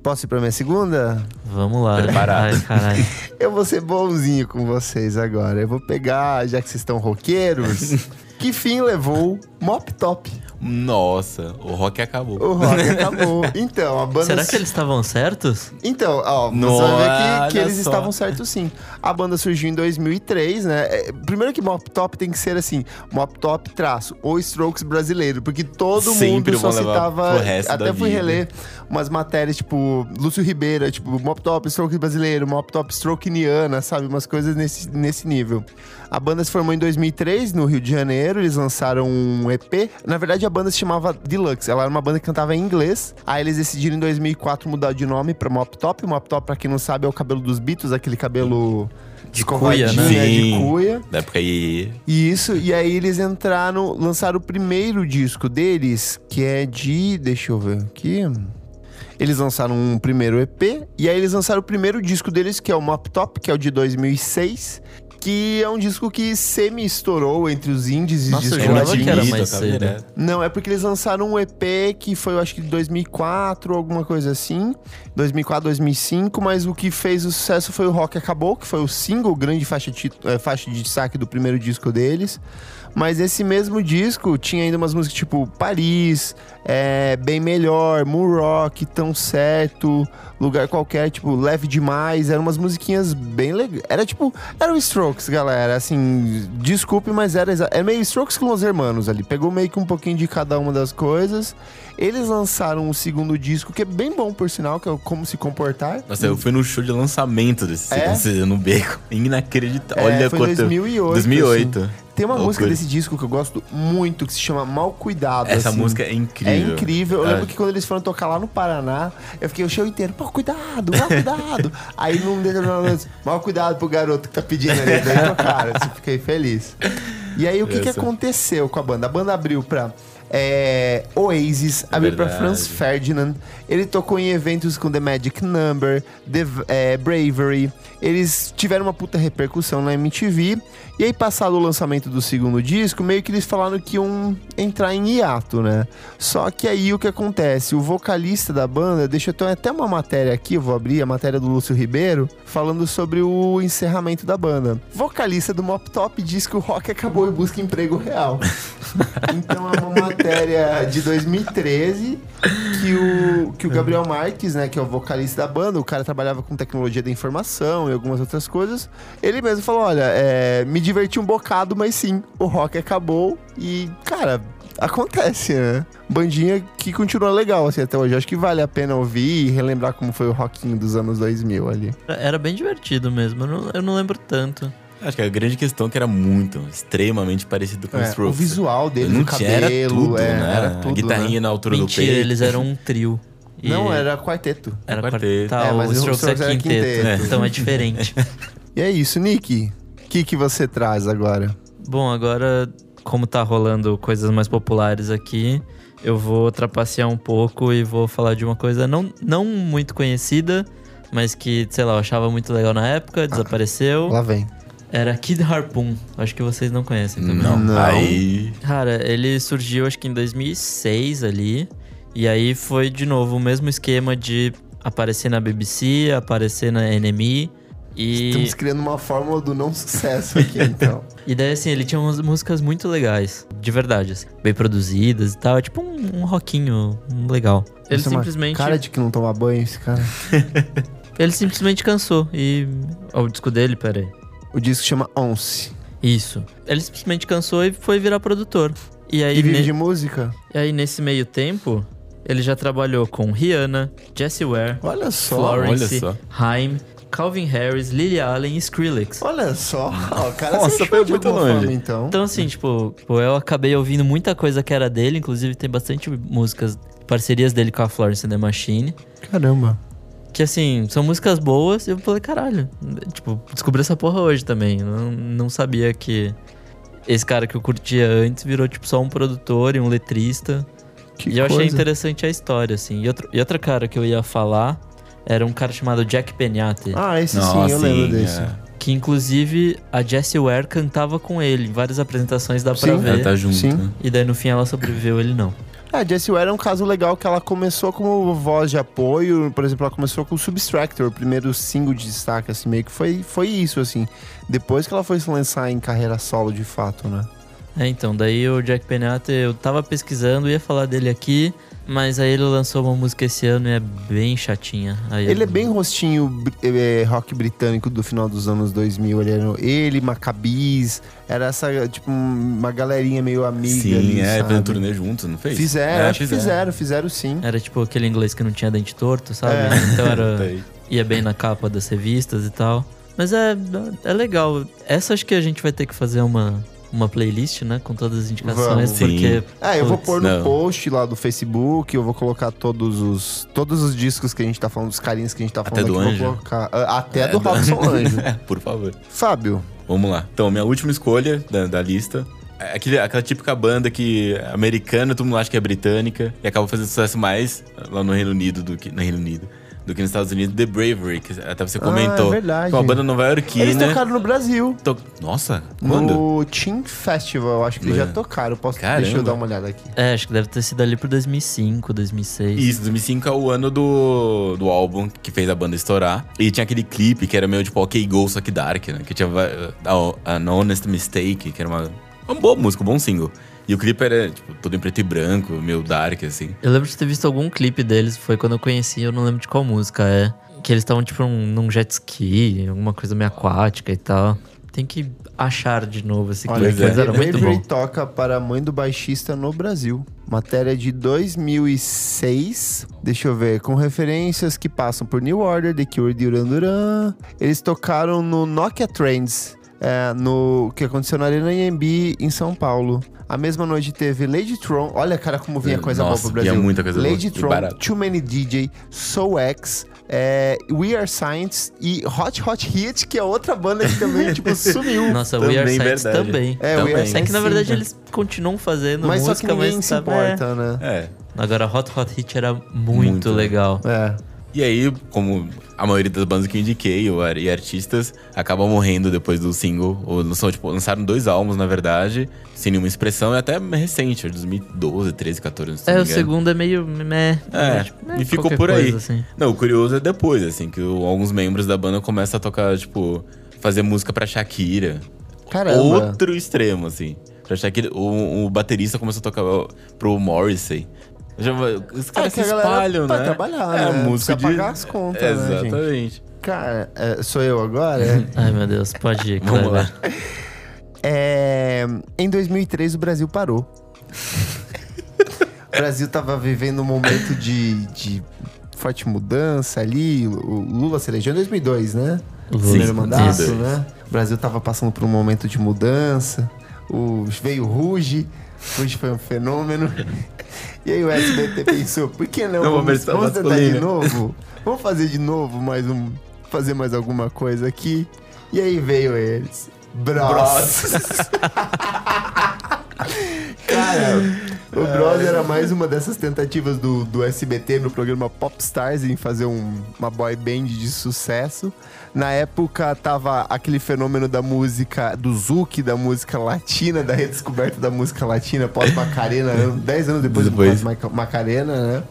[SPEAKER 1] Posso ir pra minha segunda?
[SPEAKER 2] Vamos lá.
[SPEAKER 3] Preparado.
[SPEAKER 2] Ai, caralho.
[SPEAKER 1] Eu vou ser bonzinho com vocês agora. Eu vou pegar, já que vocês estão roqueiros, que fim levou Mop Top.
[SPEAKER 3] Nossa, o rock acabou.
[SPEAKER 1] O rock acabou. Então, a banda...
[SPEAKER 2] Será que eles estavam certos?
[SPEAKER 1] Então, ó, você
[SPEAKER 3] Nossa,
[SPEAKER 1] vai ver que, que
[SPEAKER 3] olha
[SPEAKER 1] eles
[SPEAKER 3] só.
[SPEAKER 1] estavam certos sim. A banda surgiu em 2003, né? É, Primeiro que Mop Top tem que ser assim, Mop Top traço, ou Strokes brasileiro, porque todo
[SPEAKER 3] Sempre
[SPEAKER 1] mundo só
[SPEAKER 3] vão levar
[SPEAKER 1] citava,
[SPEAKER 3] pro resto
[SPEAKER 1] até
[SPEAKER 3] da
[SPEAKER 1] fui
[SPEAKER 3] vida.
[SPEAKER 1] reler umas matérias, tipo, Lúcio Ribeira, tipo, Mop Top, Strokes brasileiro, Mop Top, Strokiniana, sabe? Umas coisas nesse, nesse nível. A banda se formou em 2003, no Rio de Janeiro, eles lançaram um EP. Na verdade, a banda se chamava Deluxe, ela era uma banda que cantava em inglês. Aí eles decidiram em 2004 mudar de nome pra Mop Top. Mop Top, pra quem não sabe, é o cabelo dos Beatles, aquele cabelo... De
[SPEAKER 2] cuia, né?
[SPEAKER 1] De
[SPEAKER 3] Sim.
[SPEAKER 1] cuia.
[SPEAKER 3] Da época aí.
[SPEAKER 1] E Isso, e aí eles entraram, lançaram o primeiro disco deles, que é de. Deixa eu ver aqui. Eles lançaram um primeiro EP, e aí eles lançaram o primeiro disco deles, que é o Mop Top, que é o de 2006, que é um disco que semi-estourou entre os indies e
[SPEAKER 2] Nossa, eu
[SPEAKER 1] discos
[SPEAKER 2] jurava
[SPEAKER 1] latinos.
[SPEAKER 2] que era mais
[SPEAKER 3] tocava
[SPEAKER 2] cedo.
[SPEAKER 3] direto.
[SPEAKER 1] Não, é porque eles lançaram um EP que foi, eu acho que de 2004, alguma coisa assim. 2004, 2005, mas o que fez o sucesso foi o Rock Acabou, que foi o single, grande faixa, ti- eh, faixa de destaque do primeiro disco deles. Mas esse mesmo disco tinha ainda umas músicas tipo Paris, eh, Bem Melhor, Moon Rock, Tão Certo, Lugar Qualquer, tipo Leve Demais. Eram umas musiquinhas bem legais. Era tipo, era o Strokes, galera. Assim, desculpe, mas era, exa- era meio Strokes com os Hermanos ali. Pegou meio que um pouquinho de cada uma das coisas. Eles lançaram o segundo disco, que é bem bom, por sinal, que é o Como Se Comportar.
[SPEAKER 3] Nossa, eu fui no show de lançamento desse
[SPEAKER 1] É?
[SPEAKER 3] CD no beco. Inacreditável.
[SPEAKER 1] É,
[SPEAKER 3] Olha
[SPEAKER 1] foi
[SPEAKER 3] quanto.
[SPEAKER 1] 2008,
[SPEAKER 3] 2008.
[SPEAKER 1] assim. Tem uma
[SPEAKER 3] Loucura.
[SPEAKER 1] música desse disco que eu gosto muito, que se chama Mal Cuidado.
[SPEAKER 3] Essa
[SPEAKER 1] assim.
[SPEAKER 3] música é incrível.
[SPEAKER 1] É incrível. Eu
[SPEAKER 3] É.
[SPEAKER 1] lembro que quando eles foram tocar lá no Paraná, eu fiquei o show inteiro, pô, cuidado, mal cuidado. Aí num determinado momento, mal cuidado pro garoto que tá pedindo ali. Daí tocaram, assim, fiquei feliz. E aí o que, que
[SPEAKER 3] Essa.
[SPEAKER 1] aconteceu com a banda? A banda abriu pra é, Oasis, abriu pra
[SPEAKER 3] Verdade.
[SPEAKER 1] Franz Ferdinand, ele tocou em eventos com The Magic Number, The V- é, Bravery, eles tiveram uma puta repercussão na MTV, e aí passado o lançamento do segundo disco, meio que eles falaram que iam entrar em hiato, né? Só que aí o que acontece, o vocalista da banda, deixa eu ter até uma matéria aqui, eu vou abrir, a matéria do Lúcio Ribeiro, falando sobre o encerramento da banda. Vocalista do Mop Top diz que o rock acabou e busca emprego real. Então é uma matéria de 2013 que o, que o Gabriel Marques, né, que é o vocalista da banda, o cara trabalhava com tecnologia da informação e algumas outras coisas. Ele mesmo falou: olha, é, me diverti um bocado, mas sim, o rock acabou e, cara. Acontece, né? Bandinha que continua legal assim até hoje. Acho que vale a pena ouvir e relembrar como foi o rockinho dos anos 2000 ali.
[SPEAKER 2] Era- Era bem divertido mesmo, eu não, eu não lembro tanto.
[SPEAKER 3] Acho que a grande questão é que era muito, extremamente parecido com
[SPEAKER 1] É,
[SPEAKER 3] o
[SPEAKER 1] o
[SPEAKER 3] Strokes.
[SPEAKER 1] visual dele,
[SPEAKER 3] Não
[SPEAKER 1] o
[SPEAKER 3] tinha- era
[SPEAKER 1] cabelo,
[SPEAKER 3] tudo,
[SPEAKER 1] é,
[SPEAKER 3] né?
[SPEAKER 1] era tudo.
[SPEAKER 3] A
[SPEAKER 1] né?
[SPEAKER 3] guitarrinha na altura do
[SPEAKER 2] Mentira,
[SPEAKER 3] peito.
[SPEAKER 2] eles eram um trio. E
[SPEAKER 1] Não, era quarteto.
[SPEAKER 2] Era quarteto.
[SPEAKER 3] quarteto.
[SPEAKER 1] É, mas
[SPEAKER 2] o
[SPEAKER 1] o
[SPEAKER 2] Strokes é
[SPEAKER 1] Strokes era
[SPEAKER 2] quinteto.
[SPEAKER 1] quinteto.
[SPEAKER 2] Então é diferente.
[SPEAKER 1] E é isso, Nick. O que, que você traz agora?
[SPEAKER 2] Bom, agora, como tá rolando coisas mais populares aqui, eu vou trapacear um pouco e vou falar de uma coisa não, não muito conhecida, mas que, sei lá, eu achava muito legal na época, desapareceu.
[SPEAKER 1] Ah, Lá vem.
[SPEAKER 2] Era Kid Harpoon. Acho que vocês não conhecem também.
[SPEAKER 3] Não,
[SPEAKER 1] Não.
[SPEAKER 3] aí...
[SPEAKER 2] Cara, ele surgiu acho que em 2006 ali. E aí foi de novo o mesmo esquema de aparecer na BBC, aparecer na NME. E,
[SPEAKER 1] Estamos criando uma fórmula do não sucesso aqui, então.
[SPEAKER 2] e daí, assim, ele tinha umas músicas muito legais, de verdade, assim, bem produzidas e tal. É tipo um, um rockinho um legal. Ele
[SPEAKER 1] Essa é uma
[SPEAKER 2] simplesmente,
[SPEAKER 1] Cara de que não toma banho, esse cara.
[SPEAKER 2] ele simplesmente cansou. E. Ó, o disco dele, peraí.
[SPEAKER 1] O disco chama Once.
[SPEAKER 2] Isso. Ele simplesmente cansou e foi virar produtor. E aí,
[SPEAKER 1] E vive
[SPEAKER 2] ne-
[SPEAKER 1] de música?
[SPEAKER 2] e aí nesse meio tempo, ele já trabalhou com Rihanna, Jessie Ware,
[SPEAKER 1] Olha só.
[SPEAKER 2] Florence,
[SPEAKER 3] olha só.
[SPEAKER 2] Haim, Calvin Harris, Lily Allen e Skrillex.
[SPEAKER 1] Olha só. O cara
[SPEAKER 3] Nossa,
[SPEAKER 1] se achou
[SPEAKER 3] foi
[SPEAKER 1] de
[SPEAKER 3] muito
[SPEAKER 1] alguma
[SPEAKER 3] longe.
[SPEAKER 1] forma, então.
[SPEAKER 2] Então, assim, tipo, tipo, eu acabei ouvindo muita coisa que era dele, inclusive tem bastante músicas, parcerias dele com a Florence and the Machine.
[SPEAKER 1] Caramba.
[SPEAKER 2] Que assim, são músicas boas e eu falei, caralho, tipo, descobri essa porra hoje também. Não, não sabia que esse cara que eu curtia antes virou, tipo, só um produtor e um letrista.
[SPEAKER 1] Que
[SPEAKER 2] e eu achei
[SPEAKER 1] coisa.
[SPEAKER 2] interessante a história, assim. E outro, e outra cara que eu ia falar era um cara chamado Jack Penhate.
[SPEAKER 1] Ah, esse
[SPEAKER 3] Nossa,
[SPEAKER 1] sim, eu lembro
[SPEAKER 3] é.
[SPEAKER 1] desse.
[SPEAKER 2] Que inclusive a Jessie Ware cantava com ele. Em várias apresentações dá pra
[SPEAKER 1] Sim.
[SPEAKER 2] ver.
[SPEAKER 3] Ela tá junto,
[SPEAKER 1] Sim.
[SPEAKER 3] né?
[SPEAKER 2] E daí no fim ela sobreviveu, ele não.
[SPEAKER 1] A Jessie Ware é um caso legal que ela começou como voz de apoio, por exemplo, ela começou com o Substractor, o primeiro single de destaque, assim, meio que foi, foi isso, assim. Depois que ela foi se lançar em carreira solo de fato, né?
[SPEAKER 2] É, então, daí o Jack Penata, eu tava pesquisando, ia falar dele aqui, mas aí ele lançou uma música esse ano e é bem chatinha. Aí
[SPEAKER 1] Ele é
[SPEAKER 2] eu-
[SPEAKER 1] bem rostinho br- eh, rock britânico do final dos anos 2000. Ele, era, ele Maccabees, era essa, tipo, um- uma galerinha meio amiga.
[SPEAKER 3] Sim,
[SPEAKER 1] ali,
[SPEAKER 3] é,
[SPEAKER 1] sabe?
[SPEAKER 3] fazendo turnê juntos, não fez?
[SPEAKER 1] Fizeram,
[SPEAKER 3] É,
[SPEAKER 1] acho que fizeram, fizeram sim.
[SPEAKER 2] Era tipo aquele inglês que não tinha dente torto, sabe?
[SPEAKER 1] É.
[SPEAKER 2] Então era...
[SPEAKER 3] Tá aí.
[SPEAKER 2] ia bem na capa das revistas e tal. Mas é, é legal. Essa acho que a gente vai ter que fazer uma, uma playlist, né? Com todas as indicações,
[SPEAKER 1] Vamos.
[SPEAKER 3] Sim.
[SPEAKER 2] porque.
[SPEAKER 1] É, eu vou pôr no
[SPEAKER 3] Não.
[SPEAKER 1] post lá do Facebook, eu vou colocar todos os todos os discos que a gente tá falando, os carinhos que a gente tá falando
[SPEAKER 3] Até do
[SPEAKER 1] aqui,
[SPEAKER 3] Anjo.
[SPEAKER 1] vou colocar. Ah, Até
[SPEAKER 3] É,
[SPEAKER 1] do
[SPEAKER 3] do-
[SPEAKER 1] Robson Anjo.
[SPEAKER 3] Por favor.
[SPEAKER 1] Fábio,
[SPEAKER 3] Vamos lá. Então, minha última escolha da, da lista. é Aquele, aquela típica banda que é americana, todo mundo acha que é britânica, e acaba fazendo sucesso mais lá no Reino Unido do que no Reino Unido do que nos Estados Unidos, The Bravery, que até você
[SPEAKER 1] Ah,
[SPEAKER 3] comentou.
[SPEAKER 1] é verdade.
[SPEAKER 3] Que é Uma banda nova
[SPEAKER 1] eles
[SPEAKER 3] iorquina.
[SPEAKER 1] tocaram no Brasil.
[SPEAKER 3] To... Nossa, quando?
[SPEAKER 1] No Team Festival, eu acho que eles
[SPEAKER 3] É.
[SPEAKER 1] já tocaram. Posso, deixa
[SPEAKER 3] Caramba.
[SPEAKER 1] eu dar uma olhada aqui.
[SPEAKER 2] É, acho que deve ter sido ali por 2005, 2006.
[SPEAKER 3] Isso, 2005 é o ano do, do álbum que fez a banda estourar. E tinha aquele clipe que era meio tipo OK Go, só que dark, né? Que tinha va- a- An Honest Mistake, que era uma, uma boa música, um bom single. E o clipe era tipo, todo em preto e branco, meio dark, assim.
[SPEAKER 2] Eu lembro de ter visto algum clipe deles, foi quando eu conheci, eu não lembro de qual música é. Que eles estavam, tipo, num, num jet ski, alguma coisa meio aquática e tal. Tem que achar de novo esse clipe,
[SPEAKER 1] Olha,
[SPEAKER 3] Pois é.
[SPEAKER 2] mas era muito
[SPEAKER 1] Avery
[SPEAKER 2] bom.
[SPEAKER 1] toca para a mãe do baixista no Brasil. Matéria de 2006. Deixa eu ver. Com referências que passam por New Order, The Cure, Duran Duran. Eles tocaram no Nokia Trends, é, no que aconteceu na Arena IMB em São Paulo. A mesma noite teve Lady Tron. Olha, cara, como vinha coisa
[SPEAKER 3] Nossa,
[SPEAKER 1] boa pro Brasil.
[SPEAKER 3] vinha muita coisa boa.
[SPEAKER 1] Lady
[SPEAKER 3] E
[SPEAKER 1] Tron,
[SPEAKER 3] barato.
[SPEAKER 1] Too Many DJ, Soul X, é, We Are Science e Hot Hot Hit, que é outra banda que também, tipo, sumiu.
[SPEAKER 2] Nossa, We Are
[SPEAKER 3] Também,
[SPEAKER 2] Science
[SPEAKER 3] verdade.
[SPEAKER 2] também.
[SPEAKER 1] É, We
[SPEAKER 3] Também.
[SPEAKER 1] Are
[SPEAKER 2] É que na
[SPEAKER 1] Science,
[SPEAKER 2] verdade
[SPEAKER 1] sim.
[SPEAKER 2] eles continuam fazendo
[SPEAKER 1] Mas só que
[SPEAKER 2] música,
[SPEAKER 1] ninguém
[SPEAKER 2] mas
[SPEAKER 1] se
[SPEAKER 2] sabe,
[SPEAKER 1] importa, né?
[SPEAKER 3] É.
[SPEAKER 2] é. Agora Hot Hot Hit era muito,
[SPEAKER 3] Muito
[SPEAKER 2] legal.
[SPEAKER 1] É.
[SPEAKER 3] E aí, como a maioria das bandas que eu indiquei, ou ar- e artistas, acabam morrendo depois do single. Ou lançou, tipo, lançaram dois álbuns, na verdade, sem nenhuma expressão, e até recente, é 2012, 13, 14, se não
[SPEAKER 2] É, o
[SPEAKER 3] me engano.
[SPEAKER 2] segundo é meio meh.
[SPEAKER 3] É,
[SPEAKER 2] tipo,
[SPEAKER 1] né,
[SPEAKER 2] meh,
[SPEAKER 3] e ficou
[SPEAKER 2] qualquer
[SPEAKER 3] por aí.
[SPEAKER 2] coisa, assim.
[SPEAKER 3] Não, o curioso é depois, assim, que o- alguns membros da banda começam a tocar, tipo, fazer música pra Shakira.
[SPEAKER 1] Caramba.
[SPEAKER 3] Outro extremo, assim. Pra Shakira, o, o baterista começou a tocar ó, pro Morrissey. Já vai- os caras
[SPEAKER 1] É que
[SPEAKER 3] se
[SPEAKER 1] a galera
[SPEAKER 3] espalham,
[SPEAKER 1] vai
[SPEAKER 3] né?
[SPEAKER 1] trabalhar, né? Precisa pagar as contas, né, gente?
[SPEAKER 3] Exatamente.
[SPEAKER 1] Cara, é, sou eu agora?
[SPEAKER 2] Ai, meu Deus, pode ir,
[SPEAKER 3] Vamos lá.
[SPEAKER 2] Kleber.
[SPEAKER 1] É, em 2003, o Brasil parou. o Brasil tava vivendo um momento de, de forte mudança ali. O Lula se elegeu em 2002, né?
[SPEAKER 2] Lula.
[SPEAKER 1] Primeiro
[SPEAKER 3] Sim,
[SPEAKER 1] mandato,
[SPEAKER 3] 2002.
[SPEAKER 1] né? O Brasil tava passando por um momento de mudança. O, veio o Ruge. Ruge foi um fenômeno. E aí o SBT pensou, por que não?
[SPEAKER 3] Não, vou
[SPEAKER 1] vamos
[SPEAKER 3] prestar
[SPEAKER 1] vamos tentar de
[SPEAKER 3] masculina.
[SPEAKER 1] novo? Vamos fazer de novo mais um... Fazer mais alguma coisa aqui. E aí veio eles. Bros. Cara, o Bros era mais uma dessas tentativas do, do SBT no programa Popstars em fazer um- uma boy band de sucesso. Na época tava aquele fenômeno da música, do Zouk, da música latina, da redescoberta da música latina pós-Macarena, ano- 10 anos depois,
[SPEAKER 3] Depois.
[SPEAKER 1] do pós-Macarena, né?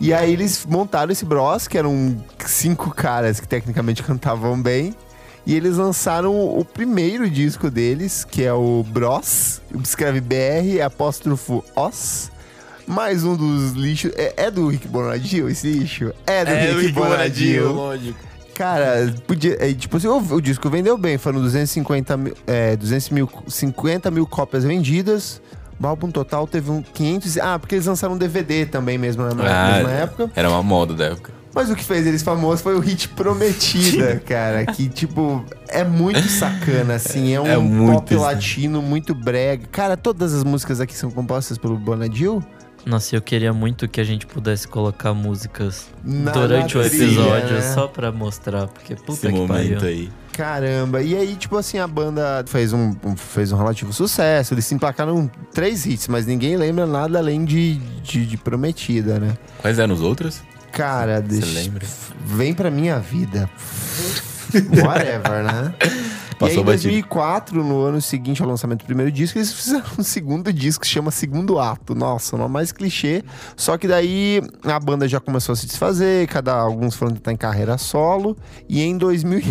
[SPEAKER 1] E aí eles montaram esse Bros, que eram cinco caras que tecnicamente cantavam bem. E eles lançaram o primeiro disco deles, que é o Bros, escreve BR, apóstrofo Os. Mais um dos lixos. É, é do Rick Bonadio esse lixo? É do Rick, Bonadio.
[SPEAKER 3] lógico.
[SPEAKER 1] Cara, podia. é, tipo assim, o, o disco vendeu bem, foram 250 mil, é, 200 mil, 50 mil cópias vendidas. O álbum total teve um 500. Ah, porque eles lançaram um DVD também mesmo né, na
[SPEAKER 3] Ah,
[SPEAKER 1] mesma época.
[SPEAKER 3] Era uma moda da época.
[SPEAKER 1] Mas o que fez eles famosos foi o hit Prometida, cara. Que, tipo, é muito sacana, assim. É um
[SPEAKER 3] É muito
[SPEAKER 1] pop
[SPEAKER 3] isso.
[SPEAKER 1] latino muito brega. Cara, todas as músicas aqui são compostas pelo Bonadil?
[SPEAKER 2] Nossa, eu queria muito que a gente pudesse colocar músicas
[SPEAKER 1] Na-
[SPEAKER 2] durante
[SPEAKER 1] na
[SPEAKER 2] o
[SPEAKER 1] trilha,
[SPEAKER 2] episódio
[SPEAKER 1] né?
[SPEAKER 2] só pra mostrar, porque
[SPEAKER 3] Esse
[SPEAKER 2] puta que pariu.
[SPEAKER 3] momento aí.
[SPEAKER 1] Caramba. E aí, tipo assim, a banda fez um, um- fez um relativo sucesso. Eles se emplacaram três hits, mas ninguém lembra nada além de, de, de Prometida, né?
[SPEAKER 3] Quais eram os outros?
[SPEAKER 1] Cara,
[SPEAKER 3] Você
[SPEAKER 1] deixa...
[SPEAKER 3] lembra?
[SPEAKER 1] Vem pra minha vida. Whatever, né? e aí,
[SPEAKER 3] Passou
[SPEAKER 1] em
[SPEAKER 3] batido.
[SPEAKER 1] 2004, no ano seguinte ao lançamento do primeiro disco, eles fizeram um segundo disco que chama Segundo Ato. Nossa, não é mais clichê. Só que daí a banda já começou a se desfazer, cada alguns foram tentar em carreira solo. E em 2000,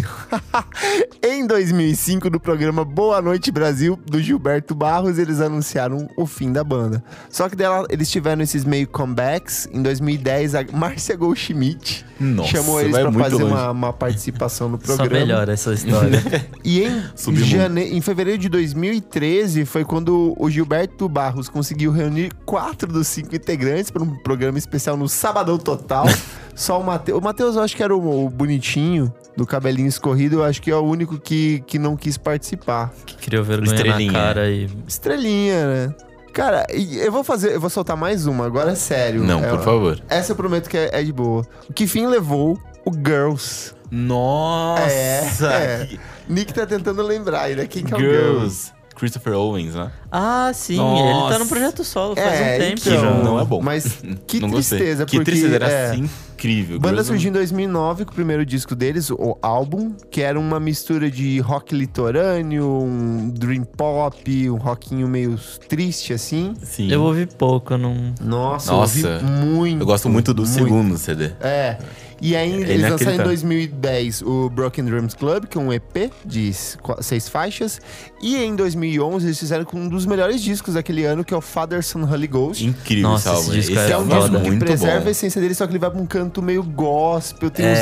[SPEAKER 1] em 2005, no programa Boa Noite Brasil, do Gilberto Barros, eles anunciaram o fim da banda. Só que dela, eles tiveram esses meio comebacks. Em 2010, a Márcia Goldschmidt
[SPEAKER 3] Nossa,
[SPEAKER 1] chamou eles
[SPEAKER 3] vai
[SPEAKER 1] pra
[SPEAKER 3] muito
[SPEAKER 1] fazer
[SPEAKER 3] longe.
[SPEAKER 1] uma, uma participação no
[SPEAKER 2] Só
[SPEAKER 1] programa.
[SPEAKER 2] melhora essa história.
[SPEAKER 1] E em,
[SPEAKER 3] Subiu muito.
[SPEAKER 1] jane- em fevereiro de 2013 foi quando o Gilberto Barros conseguiu reunir quatro dos cinco integrantes para um programa especial no Sabadão Total. Só o Matheus. O Matheus, eu acho que era o, o bonitinho, do cabelinho escorrido, eu acho que é o único que, que não quis participar.
[SPEAKER 2] que criou vergonha
[SPEAKER 3] Estrelinha.
[SPEAKER 2] na cara e
[SPEAKER 1] Estrelinha, né? Cara, e eu vou fazer. Eu vou soltar mais uma, agora é sério.
[SPEAKER 3] Não,
[SPEAKER 1] É-
[SPEAKER 3] por favor.
[SPEAKER 1] Essa eu prometo que é, é de boa. O que fim levou o Girls.
[SPEAKER 3] Nossa!
[SPEAKER 1] É, é.
[SPEAKER 3] que-
[SPEAKER 1] Nick tá tentando lembrar ainda. Quem que é o Girls?
[SPEAKER 3] Girls. Christopher Owens, né?
[SPEAKER 2] Ah, sim, ele tá
[SPEAKER 3] Nossa.
[SPEAKER 2] num projeto solo faz um tempo
[SPEAKER 3] então,
[SPEAKER 2] já.
[SPEAKER 3] Não é bom.
[SPEAKER 1] É, Mas que
[SPEAKER 3] Não gostei.
[SPEAKER 1] tristeza,
[SPEAKER 3] Que
[SPEAKER 1] porque...
[SPEAKER 3] tristeza, era
[SPEAKER 1] é,
[SPEAKER 3] assim, incrível.
[SPEAKER 1] Banda
[SPEAKER 3] Girls não-
[SPEAKER 1] surgiu em 2009 com o primeiro disco deles, o álbum, que era uma mistura de rock litorâneo, um dream pop, um rockinho meio triste, assim.
[SPEAKER 3] Sim.
[SPEAKER 2] Eu ouvi pouco, eu não.
[SPEAKER 1] Nossa, eu
[SPEAKER 3] Nossa.
[SPEAKER 1] ouvi muito.
[SPEAKER 3] Eu gosto muito do segundo CD.
[SPEAKER 1] É. E aí,
[SPEAKER 3] Ele
[SPEAKER 1] eles
[SPEAKER 3] é
[SPEAKER 1] lançaram em
[SPEAKER 3] aquele tá-
[SPEAKER 1] 2010 o Broken Drums Club, que é um EP de s- qu- seis faixas. E em 2011, eles fizeram com um dos melhores discos daquele ano, que é o Father Son Holy Ghost.
[SPEAKER 3] Incrível
[SPEAKER 2] Nossa,
[SPEAKER 3] esse álbum.
[SPEAKER 2] esse disco
[SPEAKER 1] Que
[SPEAKER 2] é
[SPEAKER 1] é um
[SPEAKER 2] foda.
[SPEAKER 1] disco que
[SPEAKER 3] muito
[SPEAKER 1] preserva
[SPEAKER 3] bom.
[SPEAKER 1] a essência dele, só que ele vai pra um canto meio gospel, tem
[SPEAKER 3] É,
[SPEAKER 1] uns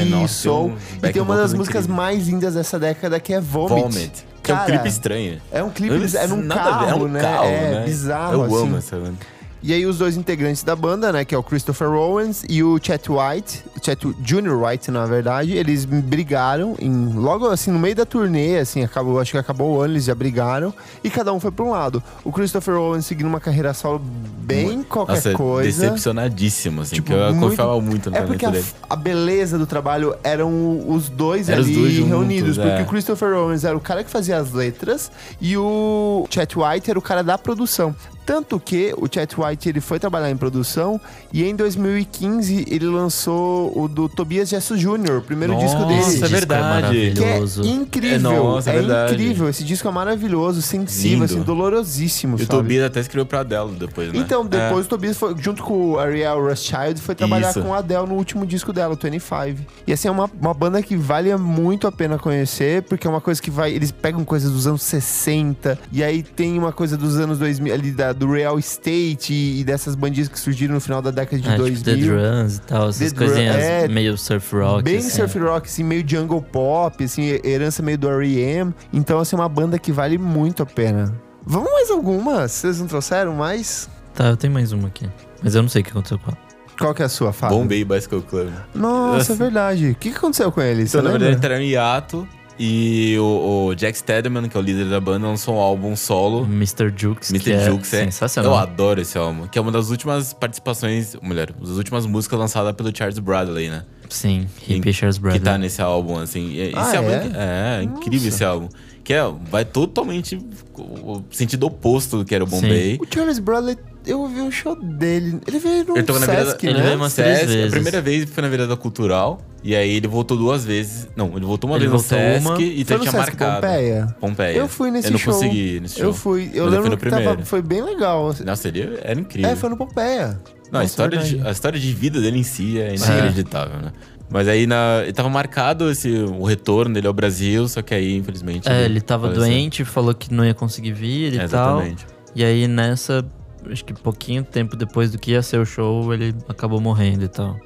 [SPEAKER 1] R&B,
[SPEAKER 3] nossa,
[SPEAKER 1] soul.
[SPEAKER 3] tem um
[SPEAKER 1] e tem
[SPEAKER 3] back
[SPEAKER 1] uma das
[SPEAKER 3] vocal
[SPEAKER 1] músicas
[SPEAKER 3] incrível.
[SPEAKER 1] mais lindas dessa década, que é Vomit.
[SPEAKER 3] Vomit. Que é
[SPEAKER 1] Cara,
[SPEAKER 3] um clipe estranho.
[SPEAKER 1] É um clipe, eles- é num
[SPEAKER 3] Nada a ver,
[SPEAKER 1] carro,
[SPEAKER 3] é um
[SPEAKER 1] né?
[SPEAKER 3] carro,
[SPEAKER 1] é,
[SPEAKER 3] né?
[SPEAKER 1] bizarro,
[SPEAKER 3] Eu
[SPEAKER 1] assim.
[SPEAKER 3] amo essa banda.
[SPEAKER 1] E aí os dois integrantes da banda, né, que é o Christopher Owens e o Chet White, o Chet Jr. White, na verdade, eles brigaram em logo assim no meio da turnê, assim, acabou, acho que acabou o ano, eles já brigaram e cada um foi para um lado. O Christopher Owens seguindo uma carreira solo bem qualquer
[SPEAKER 3] Nossa, é
[SPEAKER 1] coisa.
[SPEAKER 3] decepcionadíssimo, assim.
[SPEAKER 1] Tipo,
[SPEAKER 3] que eu
[SPEAKER 1] muito-
[SPEAKER 3] confiava muito no
[SPEAKER 1] É porque
[SPEAKER 3] talento
[SPEAKER 1] a,
[SPEAKER 3] dele.
[SPEAKER 1] a beleza do trabalho eram os dois
[SPEAKER 3] Eram os
[SPEAKER 1] ali
[SPEAKER 3] dois juntos,
[SPEAKER 1] reunidos. Porque
[SPEAKER 3] é.
[SPEAKER 1] o Christopher Owens era o cara que fazia as letras e o Chet White era o cara da produção. Tanto que o Chet White ele foi trabalhar em produção e em 2015 ele lançou o do Tobias Gesso Jr., o primeiro disco
[SPEAKER 3] Nossa,
[SPEAKER 1] dele.
[SPEAKER 2] Esse
[SPEAKER 3] é
[SPEAKER 2] disco
[SPEAKER 3] verdade.
[SPEAKER 1] Que é
[SPEAKER 2] maravilhoso.
[SPEAKER 1] incrível, é,
[SPEAKER 3] É, nossa, é verdade.
[SPEAKER 1] incrível. Esse disco é maravilhoso, sensível,
[SPEAKER 3] Lindo.
[SPEAKER 1] assim, dolorosíssimo,
[SPEAKER 3] E o
[SPEAKER 1] sabe?
[SPEAKER 3] Tobias até escreveu pra Adele depois, né?
[SPEAKER 2] É.
[SPEAKER 1] Então, depois o Tobias foi, junto com o Ariel Rothschild, foi trabalhar
[SPEAKER 3] Isso.
[SPEAKER 1] com a Adele no último disco dela, o 25. E assim, é uma, uma banda que vale muito a pena conhecer, porque é uma coisa que vai. Eles pegam coisas dos anos 60, e aí tem uma coisa dos anos 2000, ali da- do Real Estate e, e dessas bandinhas que surgiram no final da década de
[SPEAKER 2] Ah, tipo The
[SPEAKER 1] 2000.
[SPEAKER 2] Drums e tal, essas
[SPEAKER 1] The Dru-
[SPEAKER 2] coisinhas
[SPEAKER 1] é,
[SPEAKER 2] meio surf rock.
[SPEAKER 1] Bem
[SPEAKER 2] assim.
[SPEAKER 1] surf rock, assim, meio jungle pop, assim, herança meio do R.E.M. Então, assim, é uma banda que vale muito a pena. Vamos mais alguma? Vocês não trouxeram mais?
[SPEAKER 2] Tá, eu tenho mais uma aqui. Mas eu não sei o que aconteceu com ela.
[SPEAKER 1] Qual que é a sua, Fábio?
[SPEAKER 3] Bombay Bicycle Club.
[SPEAKER 1] Nossa,
[SPEAKER 3] Nossa.
[SPEAKER 1] é verdade. O que que aconteceu com ele? Você
[SPEAKER 3] Então, na
[SPEAKER 1] lembra?
[SPEAKER 3] verdade, entraram em hiato. E o, o Jack Stedman, que é o líder da banda, lançou um álbum
[SPEAKER 2] O
[SPEAKER 3] solo.
[SPEAKER 2] Mr. Jukes. Hum, que
[SPEAKER 3] Mr. Jukes
[SPEAKER 2] é.
[SPEAKER 3] é.
[SPEAKER 2] Sensacional.
[SPEAKER 3] Eu adoro esse álbum. Que é uma das últimas participações. Mulher, uma das últimas músicas lançadas pelo Charles Bradley, né?
[SPEAKER 2] Sim,
[SPEAKER 3] Em-
[SPEAKER 2] Hippie Charles
[SPEAKER 3] que
[SPEAKER 2] Bradley.
[SPEAKER 3] tá nesse álbum, assim. E- Esse
[SPEAKER 1] Ah,
[SPEAKER 3] álbum
[SPEAKER 1] é?
[SPEAKER 3] é, é incrível esse álbum. Que é, vai totalmente o o sentido oposto do que era o
[SPEAKER 2] Sim.
[SPEAKER 3] Bombay.
[SPEAKER 1] O Charles Bradley, eu ouvi um show dele. Ele veio no
[SPEAKER 3] tá Ele tava na virada,
[SPEAKER 1] Sesc,
[SPEAKER 3] ele
[SPEAKER 1] né?
[SPEAKER 2] veio umas três
[SPEAKER 3] Sesc,
[SPEAKER 2] vezes.
[SPEAKER 3] A primeira vez foi na virada cultural. E aí ele voltou duas vezes. Não, ele voltou uma
[SPEAKER 2] Ele
[SPEAKER 3] vez no
[SPEAKER 2] voltou
[SPEAKER 3] Sesc
[SPEAKER 2] uma.
[SPEAKER 1] Foi
[SPEAKER 3] e já
[SPEAKER 1] no
[SPEAKER 3] tinha
[SPEAKER 1] Sesc
[SPEAKER 3] marcado.
[SPEAKER 1] Pompeia?
[SPEAKER 3] Pompeia.
[SPEAKER 1] Eu fui nesse
[SPEAKER 3] Eu não
[SPEAKER 1] show.
[SPEAKER 3] consegui ir nesse show.
[SPEAKER 1] Eu fui. Eu
[SPEAKER 3] Mas
[SPEAKER 1] lembro
[SPEAKER 3] eu
[SPEAKER 1] que
[SPEAKER 3] fui no
[SPEAKER 1] tava,
[SPEAKER 3] primeiro.
[SPEAKER 1] foi bem legal. assim.
[SPEAKER 3] Nossa, ele era incrível.
[SPEAKER 1] É, foi no Pompeia.
[SPEAKER 3] Não, a,
[SPEAKER 1] Nossa,
[SPEAKER 3] história de,
[SPEAKER 1] verdade.
[SPEAKER 3] a história de vida dele em si é inacreditável, né? Mas aí na, ele tava marcado esse, o retorno dele ao Brasil, só que aí, infelizmente.
[SPEAKER 2] É, ele tava
[SPEAKER 3] faleceu.
[SPEAKER 2] doente, falou que não ia conseguir vir e
[SPEAKER 3] É,
[SPEAKER 2] tal.
[SPEAKER 3] Exatamente.
[SPEAKER 2] E aí nessa, acho que pouquinho tempo depois do que ia ser o show, ele acabou morrendo e tal.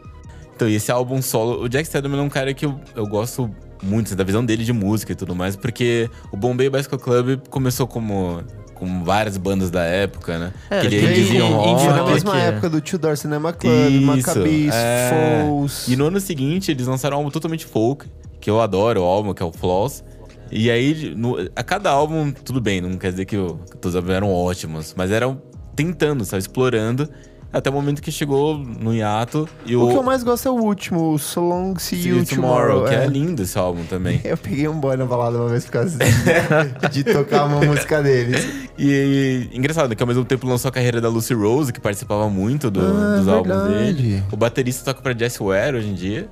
[SPEAKER 3] Então, e esse álbum solo, o Jack Stedman é um cara que eu, eu gosto muito assim, da visão dele de música e tudo mais, porque o Bombay Bicycle Club começou como como várias bandas da época, né?
[SPEAKER 2] É,
[SPEAKER 3] que
[SPEAKER 2] que
[SPEAKER 3] ele
[SPEAKER 1] Veio
[SPEAKER 3] dizia
[SPEAKER 2] indie-
[SPEAKER 3] rock.
[SPEAKER 1] Foi na
[SPEAKER 2] rock,
[SPEAKER 1] mesma
[SPEAKER 2] é.
[SPEAKER 1] época do Tudor Cinema Club,
[SPEAKER 3] Isso,
[SPEAKER 1] Maccabees,
[SPEAKER 3] é.
[SPEAKER 1] Falls.
[SPEAKER 3] E no ano seguinte, eles lançaram um álbum totalmente folk, que eu adoro o álbum, que é o Floss. E aí, no- a cada álbum, tudo bem, não quer dizer que, o- que todos os álbuns eram ótimos, mas eram tentando, sabe, explorando, até o momento que chegou no hiato. E
[SPEAKER 1] O
[SPEAKER 3] o,
[SPEAKER 1] que eu mais gosto é o último, o So Long See,
[SPEAKER 3] See
[SPEAKER 1] You
[SPEAKER 3] You Tomorrow, que é.
[SPEAKER 1] é.
[SPEAKER 3] lindo esse álbum também.
[SPEAKER 1] Eu peguei um boy na balada uma vez por causa de, de tocar uma música deles.
[SPEAKER 3] E, e engraçado que ao mesmo tempo lançou a carreira da Lucy Rose, que participava muito do-
[SPEAKER 1] Ah,
[SPEAKER 3] dos álbuns
[SPEAKER 1] verdade.
[SPEAKER 3] dele. O baterista toca pra Jess Ware hoje em dia.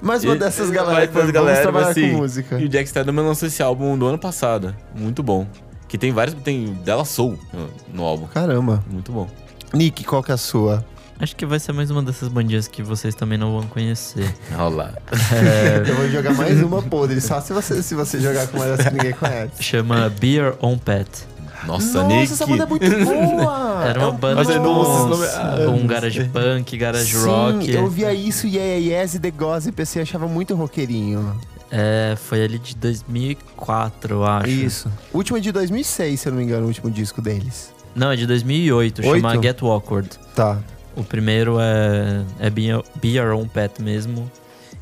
[SPEAKER 1] Mais uma
[SPEAKER 3] E-
[SPEAKER 1] dessas
[SPEAKER 3] e
[SPEAKER 1] galera
[SPEAKER 3] mais
[SPEAKER 1] que vamos
[SPEAKER 3] umas galera,
[SPEAKER 1] trabalhar
[SPEAKER 3] assim,
[SPEAKER 1] com música.
[SPEAKER 3] E o Jack Statham lançou esse álbum do ano passado. Muito bom. Que tem vários. Tem Della Soul no, no álbum.
[SPEAKER 1] Caramba.
[SPEAKER 3] Muito bom.
[SPEAKER 1] Nick, qual que é a sua?
[SPEAKER 2] Acho que vai ser mais uma dessas bandinhas que vocês também não vão conhecer.
[SPEAKER 3] Olha lá.
[SPEAKER 1] Eu vou jogar mais uma podre, só se você, se você jogar com uma dessas que ninguém conhece.
[SPEAKER 2] Chama Beer on Pet.
[SPEAKER 3] Nossa, Nick.
[SPEAKER 1] essa banda é muito boa!
[SPEAKER 2] Era uma
[SPEAKER 1] É um-
[SPEAKER 2] banda
[SPEAKER 3] Ah, Mas
[SPEAKER 2] de
[SPEAKER 3] eu não ouço esse nome
[SPEAKER 2] uns-
[SPEAKER 3] há anos.
[SPEAKER 2] um garage punk, garage
[SPEAKER 1] Ah, Sim,
[SPEAKER 2] rock.
[SPEAKER 1] eu via isso, Yeah Yeah Yes e The Gossip, assim, eu achava muito roqueirinho.
[SPEAKER 2] É, foi ali de 2004, eu acho.
[SPEAKER 1] Isso. O último é de 2006, se eu não me engano, o último disco deles.
[SPEAKER 2] Não, é de 2008,
[SPEAKER 1] Oito?
[SPEAKER 2] chama Get Awkward.
[SPEAKER 1] Tá.
[SPEAKER 2] O primeiro é, é Be, Be Your Own Pet mesmo.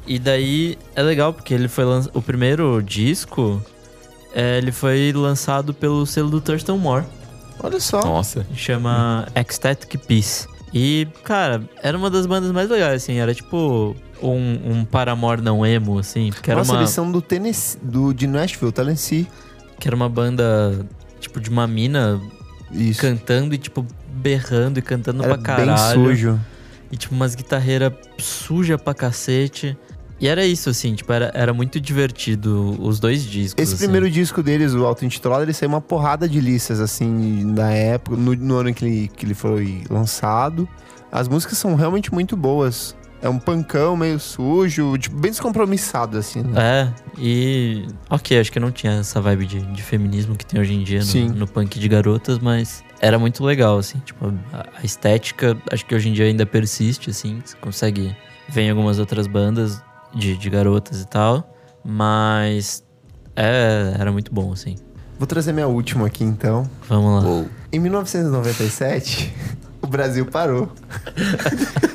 [SPEAKER 2] E daí é legal porque ele foi lanç... o primeiro disco é, ele foi lançado pelo selo do Thurston Moore.
[SPEAKER 1] Olha só.
[SPEAKER 3] Nossa.
[SPEAKER 2] chama
[SPEAKER 1] Uhum.
[SPEAKER 2] Ecstatic Peace. E, cara, era uma das bandas mais legais, assim, era tipo um, um Paramore não emo, assim, porque era,
[SPEAKER 1] Nossa,
[SPEAKER 2] uma,
[SPEAKER 1] eles são do Tennessee, do, de Nashville, Tennessee.
[SPEAKER 2] que era uma banda, tipo, de uma mina
[SPEAKER 1] Isso.
[SPEAKER 2] cantando e, tipo, berrando e cantando
[SPEAKER 1] Era
[SPEAKER 2] pra
[SPEAKER 1] bem
[SPEAKER 2] caralho.
[SPEAKER 1] sujo.
[SPEAKER 2] E, tipo, umas guitarreiras suja pra cacete. E era isso, assim, tipo, era, era muito divertido os dois discos,
[SPEAKER 1] Esse
[SPEAKER 2] assim.
[SPEAKER 1] primeiro disco deles, o auto-intitulado, ele saiu uma porrada de listas, assim, na época, no, no ano que ele, que ele foi lançado. As músicas são realmente muito boas. É um pancão meio sujo, tipo, bem descompromissado, assim, né?
[SPEAKER 2] É, e. Ok, acho que não tinha essa vibe de, de feminismo que tem hoje em dia
[SPEAKER 1] Sim.
[SPEAKER 2] no, no punk de garotas, mas era muito legal, assim. Tipo, a, a estética, acho que hoje em dia ainda persiste, assim. Você consegue ver em algumas outras bandas de, de garotas e tal, mas. É, era muito bom, assim.
[SPEAKER 1] Vou trazer minha última aqui, então.
[SPEAKER 2] Vamos lá.
[SPEAKER 3] Uou.
[SPEAKER 1] Em 1997, o Brasil parou.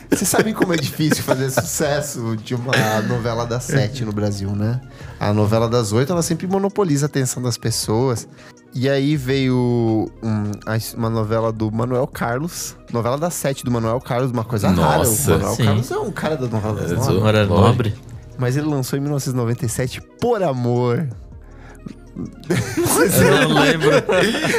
[SPEAKER 1] Vocês sabem como é difícil fazer sucesso de uma novela das sete no Brasil, né? A novela das oito, ela sempre monopoliza a atenção das pessoas. E aí veio um, a- uma novela do Manuel Carlos, novela das sete do Manuel Carlos, uma coisa rara. O
[SPEAKER 3] Nossa,
[SPEAKER 1] Manuel
[SPEAKER 2] sim.
[SPEAKER 1] Carlos é um cara da novela das
[SPEAKER 3] É,
[SPEAKER 1] nove.
[SPEAKER 3] zo-
[SPEAKER 2] Hora
[SPEAKER 3] lógico.
[SPEAKER 2] nobre.
[SPEAKER 1] Mas ele lançou em 1997 Por Amor.
[SPEAKER 2] Eu não lembro.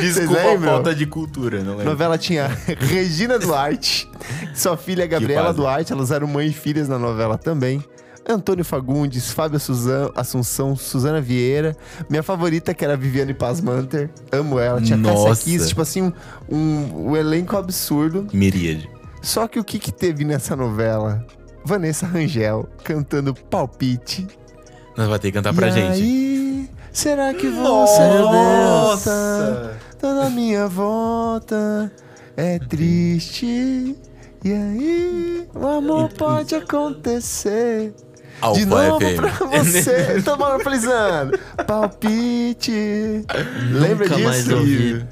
[SPEAKER 3] Desculpa a
[SPEAKER 1] lembram?
[SPEAKER 3] falta de cultura, não
[SPEAKER 1] A
[SPEAKER 3] lembro.
[SPEAKER 1] novela tinha Regina Duarte, sua filha Gabriela
[SPEAKER 3] quase.
[SPEAKER 1] Duarte, elas eram mãe e filhas na novela também. Antônio Fagundes, Fábio Suzan, Assunção, Suzana Vieira. Minha favorita, que era a Viviane Pasmanter. Amo ela. Tinha Cássia
[SPEAKER 3] Nossa.
[SPEAKER 1] Kiss, tipo assim, um, um, um elenco absurdo.
[SPEAKER 3] Miríade.
[SPEAKER 1] Só que o que, que teve nessa novela? Vanessa Rangel cantando Palpite.
[SPEAKER 3] Nós vai ter que cantar pra
[SPEAKER 1] e
[SPEAKER 3] gente.
[SPEAKER 1] aí, será que você é dança?
[SPEAKER 3] Nossa!
[SPEAKER 1] Toda minha volta é triste. E aí, o amor pode acontecer.
[SPEAKER 3] Alfa
[SPEAKER 1] De novo
[SPEAKER 3] FM.
[SPEAKER 1] pra você. Tá Tô monopolizando. Palpite. Lembra
[SPEAKER 2] Nunca
[SPEAKER 1] disso?
[SPEAKER 2] mais ouvi.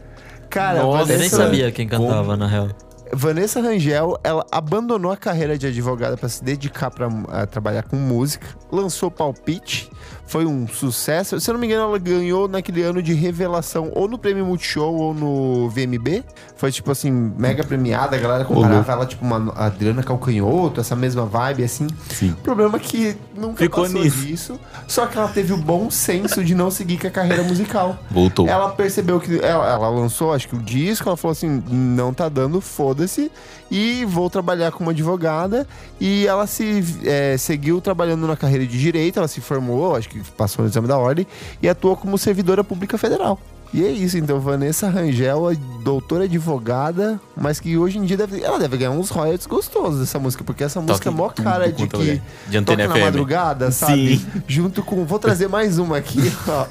[SPEAKER 1] Cara,
[SPEAKER 3] Nossa,
[SPEAKER 2] Eu nem
[SPEAKER 1] Vanessa,
[SPEAKER 2] sabia quem
[SPEAKER 3] Como?
[SPEAKER 2] cantava, na real.
[SPEAKER 1] Vanessa Rangel, ela abandonou a carreira de advogada pra se dedicar pra, a trabalhar com música. Lançou Palpite, foi um sucesso. Se eu não me engano, ela ganhou naquele ano de revelação, ou no Prêmio Multishow ou no VMB. Foi tipo assim, mega premiada, a galera comparava ela tipo uma Adriana Calcanhoto, essa mesma vibe assim.
[SPEAKER 3] Sim.
[SPEAKER 1] O problema é que nunca
[SPEAKER 3] Ficou
[SPEAKER 1] passou
[SPEAKER 3] nisso.
[SPEAKER 1] disso. Só que ela teve o bom senso de não seguir com a carreira musical.
[SPEAKER 3] Voltou.
[SPEAKER 1] Ela percebeu que. Ela, ela lançou, acho que o disco, ela falou assim: não tá dando, foda-se. E vou trabalhar como advogada. E ela se é, seguiu trabalhando na carreira de direito, ela se formou, acho que passou no exame da ordem, e atuou como servidora pública federal. E é isso, então, Vanessa Rangel, é doutora advogada, mas que hoje em dia deve, ela deve ganhar uns royalties gostosos dessa música, porque essa música é mó
[SPEAKER 3] tudo
[SPEAKER 1] cara de
[SPEAKER 3] quanto
[SPEAKER 1] que
[SPEAKER 3] lugar. De antena
[SPEAKER 1] toca na
[SPEAKER 3] FM.
[SPEAKER 1] madrugada, sabe?
[SPEAKER 3] Sim.
[SPEAKER 1] Junto com. Vou trazer mais uma aqui, ó.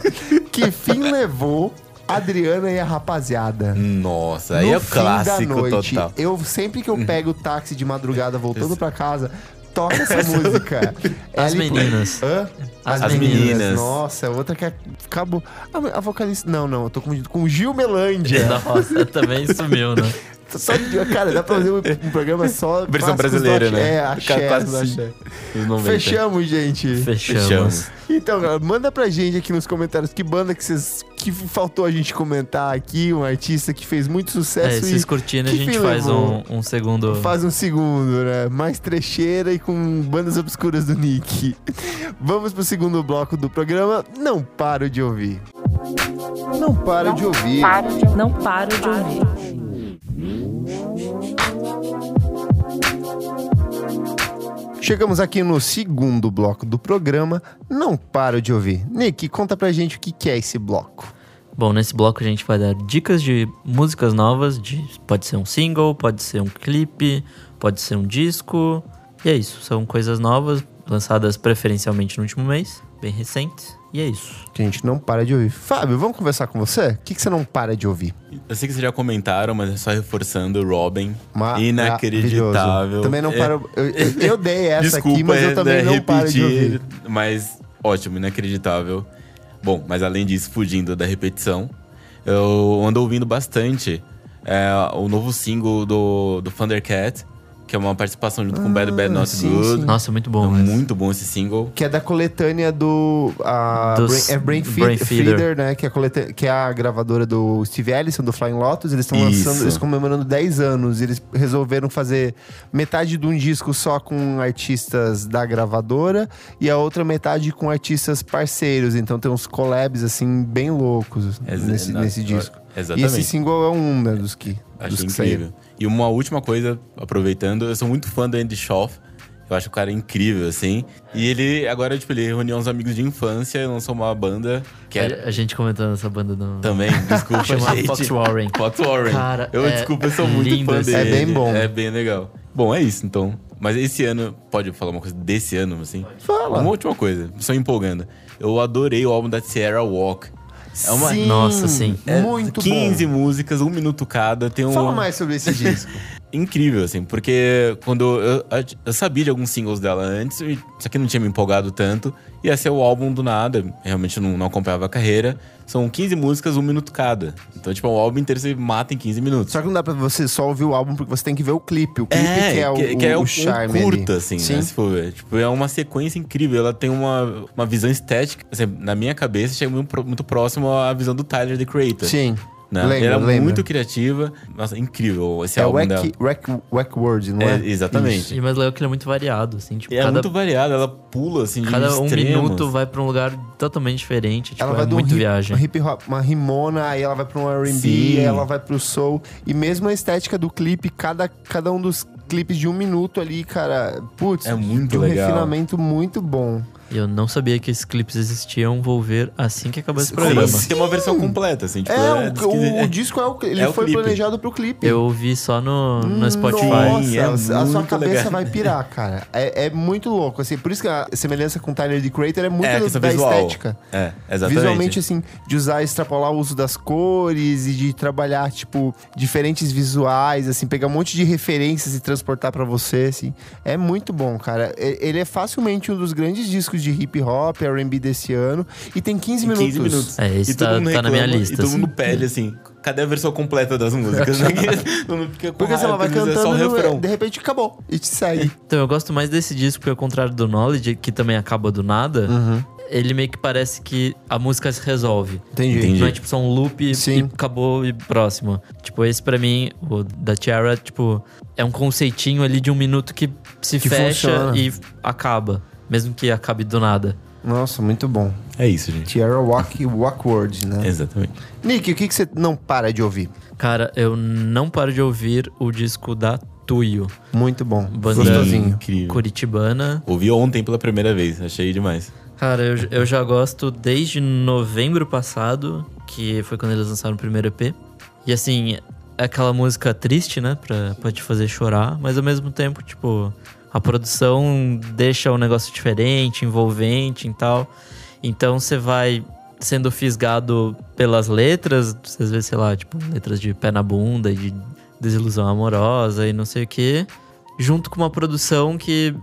[SPEAKER 1] que fim levou a Adriana e a rapaziada?
[SPEAKER 3] Nossa, aí é o
[SPEAKER 1] fim da
[SPEAKER 3] clássico
[SPEAKER 1] noite,
[SPEAKER 3] total.
[SPEAKER 1] Eu sempre que eu pego o táxi de madrugada voltando pra casa, toca essa música.
[SPEAKER 2] As
[SPEAKER 1] Ela e-
[SPEAKER 2] meninas.
[SPEAKER 1] Hã?
[SPEAKER 2] As
[SPEAKER 3] meninas.
[SPEAKER 1] Nossa, outra que é, acabou. A, a vocalista. Não, não, eu tô confundindo com Gil Melândia.
[SPEAKER 2] Nossa, também sumiu, né?
[SPEAKER 1] Só de- cara, dá pra fazer um, um programa só.
[SPEAKER 3] Versão
[SPEAKER 1] clássicos do
[SPEAKER 3] brasileira,
[SPEAKER 1] axé.
[SPEAKER 3] né?
[SPEAKER 1] É, axé,
[SPEAKER 3] Clássicos do
[SPEAKER 1] axé.
[SPEAKER 3] Os 90.
[SPEAKER 1] Fechamos, gente.
[SPEAKER 2] Fechamos.
[SPEAKER 1] Então, galera, manda pra gente aqui nos comentários que banda que vocês. que faltou a gente comentar aqui, um artista que fez muito
[SPEAKER 2] É,
[SPEAKER 1] sucesso
[SPEAKER 2] esses curtindo a
[SPEAKER 1] que
[SPEAKER 2] gente
[SPEAKER 1] filme
[SPEAKER 2] faz
[SPEAKER 1] bom.
[SPEAKER 2] um, um segundo.
[SPEAKER 1] e faz um segundo, né? Mais trecheira e com bandas obscuras do Nick. Vamos pro segundo bloco do programa. Não paro de ouvir. Não paro de ouvir.
[SPEAKER 4] Não paro de ouvir.
[SPEAKER 1] Chegamos aqui no segundo bloco do programa. Não paro de ouvir. Nick, conta pra gente o que que é esse bloco.
[SPEAKER 2] Bom, nesse bloco a gente vai dar dicas de músicas novas, de pode ser um single, pode ser um clipe, pode ser um disco. E é isso, são coisas novas, lançadas preferencialmente no último mês, bem recentes. E é isso.
[SPEAKER 1] Que a gente não para de ouvir. Fábio, vamos conversar com você? O que, que você não para de ouvir?
[SPEAKER 3] Eu sei que vocês já comentaram, mas é só reforçando Robin.
[SPEAKER 1] Maravilhoso.
[SPEAKER 3] Inacreditável.
[SPEAKER 1] Também não
[SPEAKER 3] É,
[SPEAKER 1] paro. Eu, eu- eu dei essa
[SPEAKER 3] Desculpa
[SPEAKER 1] aqui, mas eu também
[SPEAKER 3] né,
[SPEAKER 1] não
[SPEAKER 3] repetir,
[SPEAKER 1] paro de ouvir.
[SPEAKER 3] Mas ótimo, inacreditável. Bom, mas além disso, fugindo da repetição, eu ando ouvindo bastante é, o novo single do, do Thundercat, que é uma participação junto com Bad Bad
[SPEAKER 1] Ah,
[SPEAKER 3] Not
[SPEAKER 1] sim,
[SPEAKER 3] Good.
[SPEAKER 1] sim.
[SPEAKER 2] Nossa, muito
[SPEAKER 3] É
[SPEAKER 2] bom. mas-
[SPEAKER 3] muito bom esse single.
[SPEAKER 1] Que é da coletânea do. A
[SPEAKER 2] Dos-
[SPEAKER 1] Brain, é Brain, Feed-
[SPEAKER 2] Brain Feeder.
[SPEAKER 1] Feeder, né? Que é, a coleta- que é a gravadora do Steve Ellison, do Flying Lotus. Eles estão lançando,
[SPEAKER 3] Isso.
[SPEAKER 1] eles comemorando 10 anos. Eles resolveram fazer metade de um disco só com artistas da gravadora e a outra metade com artistas parceiros. Então tem uns collabs, assim, bem loucos
[SPEAKER 3] Ex-
[SPEAKER 1] nesse,
[SPEAKER 3] na-
[SPEAKER 1] nesse disco. E
[SPEAKER 3] Exatamente.
[SPEAKER 1] esse single é um, né? Dos que, dos
[SPEAKER 3] Acho
[SPEAKER 1] que saíram.
[SPEAKER 3] incrível. E uma última coisa, aproveitando, eu sou muito fã do Andy Schoff. Eu acho o cara incrível, assim. E ele, agora, tipo, ele reuniu uns amigos de infância, lançou uma banda que era
[SPEAKER 2] A, a gente comentando essa banda do.
[SPEAKER 3] também, desculpa,
[SPEAKER 2] Chama
[SPEAKER 3] gente.
[SPEAKER 2] Fox Warren.
[SPEAKER 3] Fox Warren.
[SPEAKER 2] Cara,
[SPEAKER 3] eu,
[SPEAKER 2] é
[SPEAKER 3] desculpa, eu sou muito
[SPEAKER 2] lindo
[SPEAKER 3] fã
[SPEAKER 2] esse
[SPEAKER 3] dele.
[SPEAKER 1] É bem bom.
[SPEAKER 3] É bem legal. Bom, é isso, então. Mas esse ano, pode falar uma coisa desse ano, assim?
[SPEAKER 1] Fala.
[SPEAKER 3] Uma última coisa, só empolgando. Eu adorei o álbum da Sierra Walk. É uma...
[SPEAKER 1] Sim,
[SPEAKER 2] Nossa, sim.
[SPEAKER 3] É
[SPEAKER 1] muito
[SPEAKER 3] 15
[SPEAKER 1] bom.
[SPEAKER 3] músicas, um minuto cada. Tem um...
[SPEAKER 1] Fala mais sobre esse disco.
[SPEAKER 3] incrível, assim, porque quando eu, eu sabia de alguns singles dela antes, e- só que não tinha me empolgado tanto. Ia ser o álbum do nada, realmente não, não acompanhava a carreira. São 15 músicas, um minuto cada. Então, tipo, o álbum inteiro você mata em 15 minutos.
[SPEAKER 1] Só que não dá pra você só ouvir o álbum, porque você tem que ver o clipe. O clipe
[SPEAKER 3] É,
[SPEAKER 1] que é o,
[SPEAKER 3] que é
[SPEAKER 1] o,
[SPEAKER 3] um- um
[SPEAKER 1] charme ali.
[SPEAKER 3] curta, assim,
[SPEAKER 1] Sim.
[SPEAKER 3] né? Se for ver. Tipo, é uma sequência incrível. Ela tem uma, uma visão estética. assim, na minha cabeça, chega muito, pro- muito próximo à visão do Tyler, The Creator.
[SPEAKER 1] Sim.
[SPEAKER 3] Né?
[SPEAKER 1] Lembro,
[SPEAKER 3] Ela é
[SPEAKER 1] lembro.
[SPEAKER 3] muito criativa. Nossa, incrível esse
[SPEAKER 1] É
[SPEAKER 3] álbum dela.
[SPEAKER 1] Wack, Wack, Wack Word, não é?
[SPEAKER 3] É, exatamente.
[SPEAKER 2] E mais legal que ele é muito variado, assim. Tipo,
[SPEAKER 3] É
[SPEAKER 2] cada,
[SPEAKER 3] muito variado, ela pula assim de
[SPEAKER 2] cada um
[SPEAKER 3] extremos.
[SPEAKER 2] minuto vai pra um lugar totalmente diferente. Tipo,
[SPEAKER 1] Ela vai
[SPEAKER 2] é
[SPEAKER 1] de um
[SPEAKER 2] muito
[SPEAKER 1] hip,
[SPEAKER 2] viagem.
[SPEAKER 1] hip hop, uma rimona, aí ela vai pra um R&B,
[SPEAKER 3] Sim.
[SPEAKER 1] aí ela vai pro soul. E mesmo a estética do clipe, cada, cada um dos clipes de um minuto ali, cara, putz,
[SPEAKER 3] É muito
[SPEAKER 1] de um
[SPEAKER 3] legal.
[SPEAKER 1] refinamento muito bom.
[SPEAKER 2] E eu não sabia que esses clipes existiam. Vou ver assim que acabar esse
[SPEAKER 1] Como
[SPEAKER 2] programa.
[SPEAKER 1] assim?
[SPEAKER 3] Tem uma versão completa, assim, tipo,
[SPEAKER 1] É,
[SPEAKER 3] é,
[SPEAKER 1] o, o disco é o, ele
[SPEAKER 3] é o
[SPEAKER 1] foi
[SPEAKER 3] clipe.
[SPEAKER 1] planejado pro clipe.
[SPEAKER 2] Eu ouvi só no, no Spotify.
[SPEAKER 3] Sim, é
[SPEAKER 1] Hum, Nossa, a sua
[SPEAKER 3] muito
[SPEAKER 1] cabeça
[SPEAKER 3] legal.
[SPEAKER 1] vai pirar, cara. É, é muito louco, assim. Por isso que a semelhança com Tyler, The Creator é muito
[SPEAKER 3] é a
[SPEAKER 1] da,
[SPEAKER 3] questão
[SPEAKER 1] da
[SPEAKER 3] visual.
[SPEAKER 1] estética.
[SPEAKER 3] É, exatamente.
[SPEAKER 1] Visualmente, assim, de usar, extrapolar o uso das cores e de trabalhar, tipo, diferentes visuais, assim, pegar um monte de referências e transportar pra você, assim. É muito bom, cara. E- Ele é facilmente um dos grandes discos de hip hop, RB desse ano. E tem 15
[SPEAKER 3] Em
[SPEAKER 1] minutos.
[SPEAKER 3] 15 minutos.
[SPEAKER 2] É, isso
[SPEAKER 3] e todo
[SPEAKER 2] tá-
[SPEAKER 3] mundo
[SPEAKER 2] tá na
[SPEAKER 3] reclama,
[SPEAKER 2] minha lista,
[SPEAKER 3] E todo
[SPEAKER 2] assim.
[SPEAKER 3] mundo pede, assim, cadê a versão completa das músicas? Não fica com
[SPEAKER 1] Porque se
[SPEAKER 3] raiva,
[SPEAKER 1] ela vai
[SPEAKER 3] porque às
[SPEAKER 1] cantando,
[SPEAKER 3] vezes É só o refrão.
[SPEAKER 1] de repente acabou. E te segue.
[SPEAKER 2] Então, eu gosto mais desse disco, porque ao contrário do Knowledge, que também acaba do nada,
[SPEAKER 1] Uhum.
[SPEAKER 2] ele meio que parece que a música se resolve.
[SPEAKER 3] Entendi.
[SPEAKER 2] Não é tipo só um loop e,
[SPEAKER 1] Sim.
[SPEAKER 2] e acabou e próximo. Tipo, esse pra mim, o da Tiara, tipo, é um conceitinho ali de um minuto que se
[SPEAKER 1] Que
[SPEAKER 2] fecha
[SPEAKER 1] funciona.
[SPEAKER 2] e acaba. Mesmo que acabe do nada.
[SPEAKER 1] Nossa, muito bom.
[SPEAKER 3] É isso, gente.
[SPEAKER 1] Tierra Walk Walkward, né?
[SPEAKER 3] Exatamente.
[SPEAKER 1] Nick, o que, que você não para de ouvir?
[SPEAKER 2] Cara, eu não paro de ouvir o disco da Tuyo,
[SPEAKER 1] Muito bom.
[SPEAKER 2] Banda-
[SPEAKER 1] Gostosinho.
[SPEAKER 3] Incrível.
[SPEAKER 2] Curitibana.
[SPEAKER 3] Ouvi ontem pela primeira vez, achei demais.
[SPEAKER 2] Cara, eu, eu já gosto desde novembro passado, que foi quando eles lançaram o primeiro EP. E assim, é aquela música triste, né? Pra, pra te fazer chorar, mas ao mesmo tempo, tipo, a produção deixa um negócio diferente, envolvente e tal. Então você vai sendo fisgado pelas letras, às vezes, sei lá, tipo, letras de pé na bunda, de desilusão amorosa e não sei o quê. Junto com uma produção que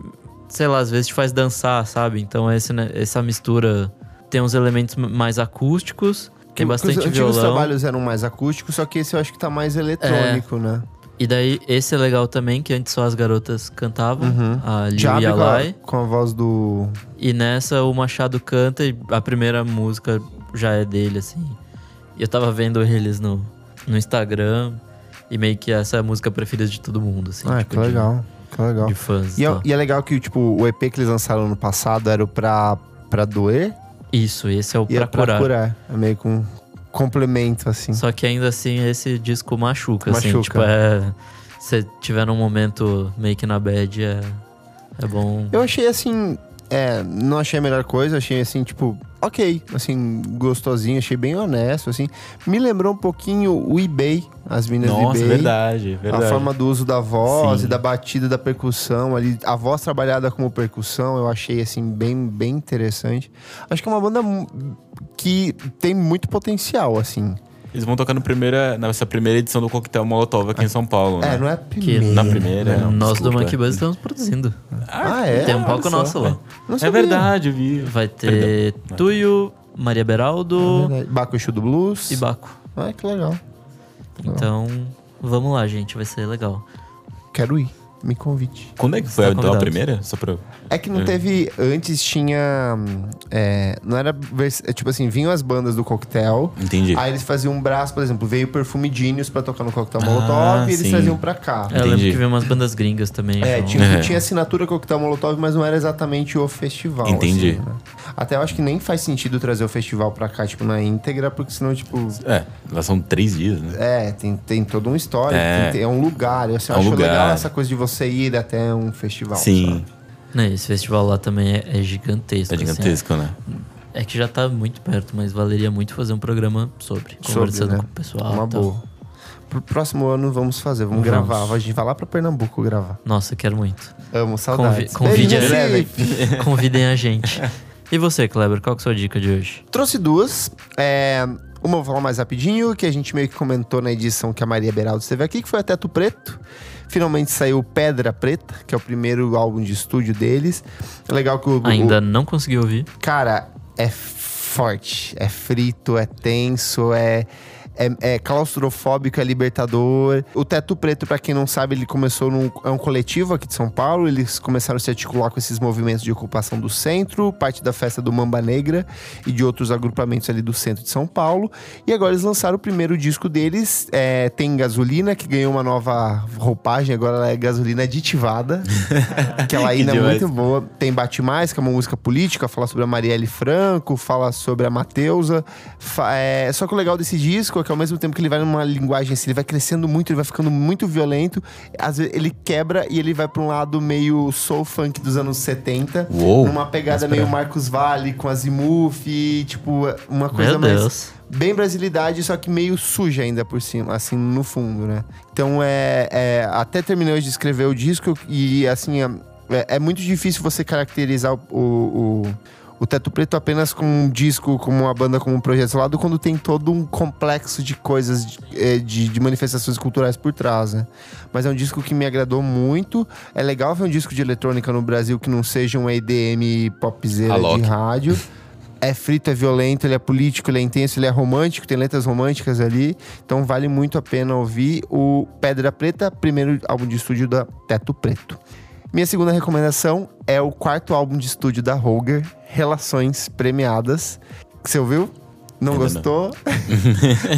[SPEAKER 2] sei lá, às vezes te faz dançar, sabe? Então esse, né, essa mistura tem uns elementos m- mais acústicos, tem
[SPEAKER 1] Os
[SPEAKER 2] bastante
[SPEAKER 1] antigos
[SPEAKER 2] violão.
[SPEAKER 1] trabalhos eram mais acústicos, só que esse eu acho que tá mais
[SPEAKER 2] É.
[SPEAKER 1] eletrônico, né?
[SPEAKER 2] E daí esse é legal também, que antes só as garotas cantavam,
[SPEAKER 1] Uhum.
[SPEAKER 2] a Liu
[SPEAKER 1] Diabo
[SPEAKER 2] e a
[SPEAKER 1] com a-
[SPEAKER 2] Lai.
[SPEAKER 1] com a voz do.
[SPEAKER 2] E nessa o Machado canta e a primeira música já é dele, assim. E eu tava vendo eles no, no Instagram e meio que essa é a música preferida de todo mundo, assim.
[SPEAKER 1] ah,
[SPEAKER 2] tipo,
[SPEAKER 1] que
[SPEAKER 2] de-
[SPEAKER 1] legal. Que legal.
[SPEAKER 2] De, fãs.
[SPEAKER 1] E
[SPEAKER 2] E
[SPEAKER 1] é,
[SPEAKER 2] tal.
[SPEAKER 1] e é legal que tipo, o EP que eles lançaram no passado era o pra, pra doer
[SPEAKER 2] Isso, esse é o
[SPEAKER 1] e era
[SPEAKER 2] pra curar.
[SPEAKER 1] pra curar. É meio que um complemento, assim.
[SPEAKER 2] Só que ainda assim, esse disco machuca,
[SPEAKER 1] Machuca.
[SPEAKER 2] assim. Tipo, é... Se tiver num momento meio que na bad, é... É bom.
[SPEAKER 1] Eu achei assim. É, não achei a melhor coisa, achei assim, tipo, ok, assim, gostosinho, achei bem honesto, assim. Me lembrou um pouquinho o eBay, as minas do
[SPEAKER 3] Nossa,
[SPEAKER 1] eBay.
[SPEAKER 3] verdade, verdade.
[SPEAKER 1] A forma do uso da voz
[SPEAKER 3] Sim.
[SPEAKER 1] e da batida da percussão ali, a voz trabalhada como percussão, eu achei assim bem bem interessante. Acho que é uma banda mu- que tem muito potencial assim.
[SPEAKER 3] Eles vão tocar no primeira, nessa primeira edição do Coquetel Molotov aqui em São Paulo,
[SPEAKER 1] É,
[SPEAKER 3] né?
[SPEAKER 1] não é a primeira.
[SPEAKER 3] na primeira,
[SPEAKER 1] Não,
[SPEAKER 2] Nós do
[SPEAKER 3] desculpa.
[SPEAKER 2] Monkey Buzz estamos produzindo.
[SPEAKER 1] Ah, é?
[SPEAKER 2] Tem um palco
[SPEAKER 3] Olha só,
[SPEAKER 2] nosso lá.
[SPEAKER 3] velho.
[SPEAKER 1] Não
[SPEAKER 3] É
[SPEAKER 1] sabia.
[SPEAKER 3] verdade, eu vi.
[SPEAKER 2] Vai ter Tuyo, Maria Beraldo
[SPEAKER 1] É Verdade. Bakushu do Blues.
[SPEAKER 2] e Baco.
[SPEAKER 1] Ah, que legal.
[SPEAKER 2] Então, vamos lá, gente. Vai ser legal.
[SPEAKER 1] Quero ir. Me convide.
[SPEAKER 3] Quando é que foi
[SPEAKER 2] tá
[SPEAKER 3] então, a
[SPEAKER 2] convidado.
[SPEAKER 3] primeira? Só pra...
[SPEAKER 1] É que não teve. Antes tinha. hum, é, não era. vers- é, Tipo assim, vinham as bandas do coquetel.
[SPEAKER 3] Entendi.
[SPEAKER 1] Aí eles faziam um braço, por exemplo, veio Perfume Genius pra tocar no Coquetel Molotov e eles
[SPEAKER 3] Ah, sim. É.
[SPEAKER 1] traziam pra cá.
[SPEAKER 2] É, Eu lembro
[SPEAKER 3] Entendi.
[SPEAKER 2] que veio umas bandas gringas também.
[SPEAKER 1] É,
[SPEAKER 2] então-
[SPEAKER 1] tinha,
[SPEAKER 3] É.
[SPEAKER 1] tinha assinatura Coquetel Molotov, mas não era exatamente o festival.
[SPEAKER 3] Entendi.
[SPEAKER 1] assim, né? Até eu acho que nem faz sentido trazer o festival pra cá, tipo, na íntegra, porque senão, tipo.
[SPEAKER 3] É, lá são três dias, né?
[SPEAKER 1] É, tem, tem todo um histórico,
[SPEAKER 3] É.
[SPEAKER 1] tem- é um lugar. Eu assim,
[SPEAKER 3] É um
[SPEAKER 1] acho
[SPEAKER 3] lugar.
[SPEAKER 1] legal essa coisa de você ir até um festival.
[SPEAKER 3] Sim,
[SPEAKER 1] sabe?
[SPEAKER 2] Né, Esse festival lá também é, é gigantesco.
[SPEAKER 3] é
[SPEAKER 2] assim.
[SPEAKER 3] gigantesco, né?
[SPEAKER 2] É que já tá muito perto, mas valeria muito fazer um programa sobre. conversando
[SPEAKER 1] né?
[SPEAKER 2] com o pessoal.
[SPEAKER 1] Uma
[SPEAKER 2] e tal.
[SPEAKER 1] boa. Pro próximo ano vamos fazer, vamos,
[SPEAKER 2] Vamos.
[SPEAKER 1] gravar. A gente vai lá pra Pernambuco gravar.
[SPEAKER 2] Nossa, quero muito.
[SPEAKER 1] Amo, saudades.
[SPEAKER 2] Convi- convide
[SPEAKER 1] Beijo,
[SPEAKER 2] a-
[SPEAKER 1] Recife.
[SPEAKER 2] Convidem a gente. E você, Kleber, qual que é a sua dica de hoje?
[SPEAKER 1] Trouxe duas. É, uma eu vou falar mais rapidinho, que a gente meio que comentou na edição que a Maria Beraldo esteve aqui, que foi a Teto Preto. Finalmente saiu Pedra Preta, que é o primeiro álbum de estúdio deles. É legal que o. o-
[SPEAKER 2] Ainda não consegui ouvir.
[SPEAKER 1] cara, é forte, é frito, é tenso, é. É, é claustrofóbico, é libertador. O Teto Preto, pra quem não sabe, ele começou num é um coletivo aqui de São Paulo. Eles começaram a se articular com esses movimentos de ocupação do centro, parte da festa do Mamba Negra e de outros agrupamentos ali do centro de São Paulo. E agora eles lançaram o primeiro disco deles, é, Tem Gasolina, que ganhou uma nova roupagem. Agora ela é gasolina aditivada, que ela ainda é
[SPEAKER 3] demais.
[SPEAKER 1] muito boa. Tem Bate Mais, que é uma música política, fala sobre a Marielle Franco, fala sobre a Mateusa. Fa- é, Só que o legal desse disco é que ao mesmo tempo que ele vai numa linguagem assim, ele vai crescendo muito, ele vai ficando muito violento. Às vezes ele quebra e ele vai pra um lado meio soul funk dos anos 70.
[SPEAKER 3] Uou!
[SPEAKER 1] Numa pegada meio Marcos Valle com Azimuth, e, tipo, uma coisa
[SPEAKER 2] Meu
[SPEAKER 1] mais
[SPEAKER 2] Deus.
[SPEAKER 1] bem brasilidade, só que meio suja ainda por cima, assim, no fundo, né? Então é. é, até terminei hoje de escrever o disco e assim, é, é muito difícil você caracterizar o. o- o- o Teto Preto apenas com um disco, como uma banda, como um projeto isolado, quando tem todo um complexo de coisas, de, é, de- de manifestações culturais por trás, né? Mas é um disco que me agradou muito. É legal ver um disco de eletrônica no Brasil que não seja um EDM popzera de
[SPEAKER 3] Alok.
[SPEAKER 1] rádio. É frito, é violento, ele é político, ele é intenso, ele é romântico, tem letras românticas ali. Então vale muito a pena ouvir o Pedra Preta, primeiro álbum de estúdio da Teto Preto. Minha segunda recomendação é o quarto álbum de estúdio da Holger, Relações Premiadas. Você ouviu? Não
[SPEAKER 3] Ainda não.
[SPEAKER 1] gostou?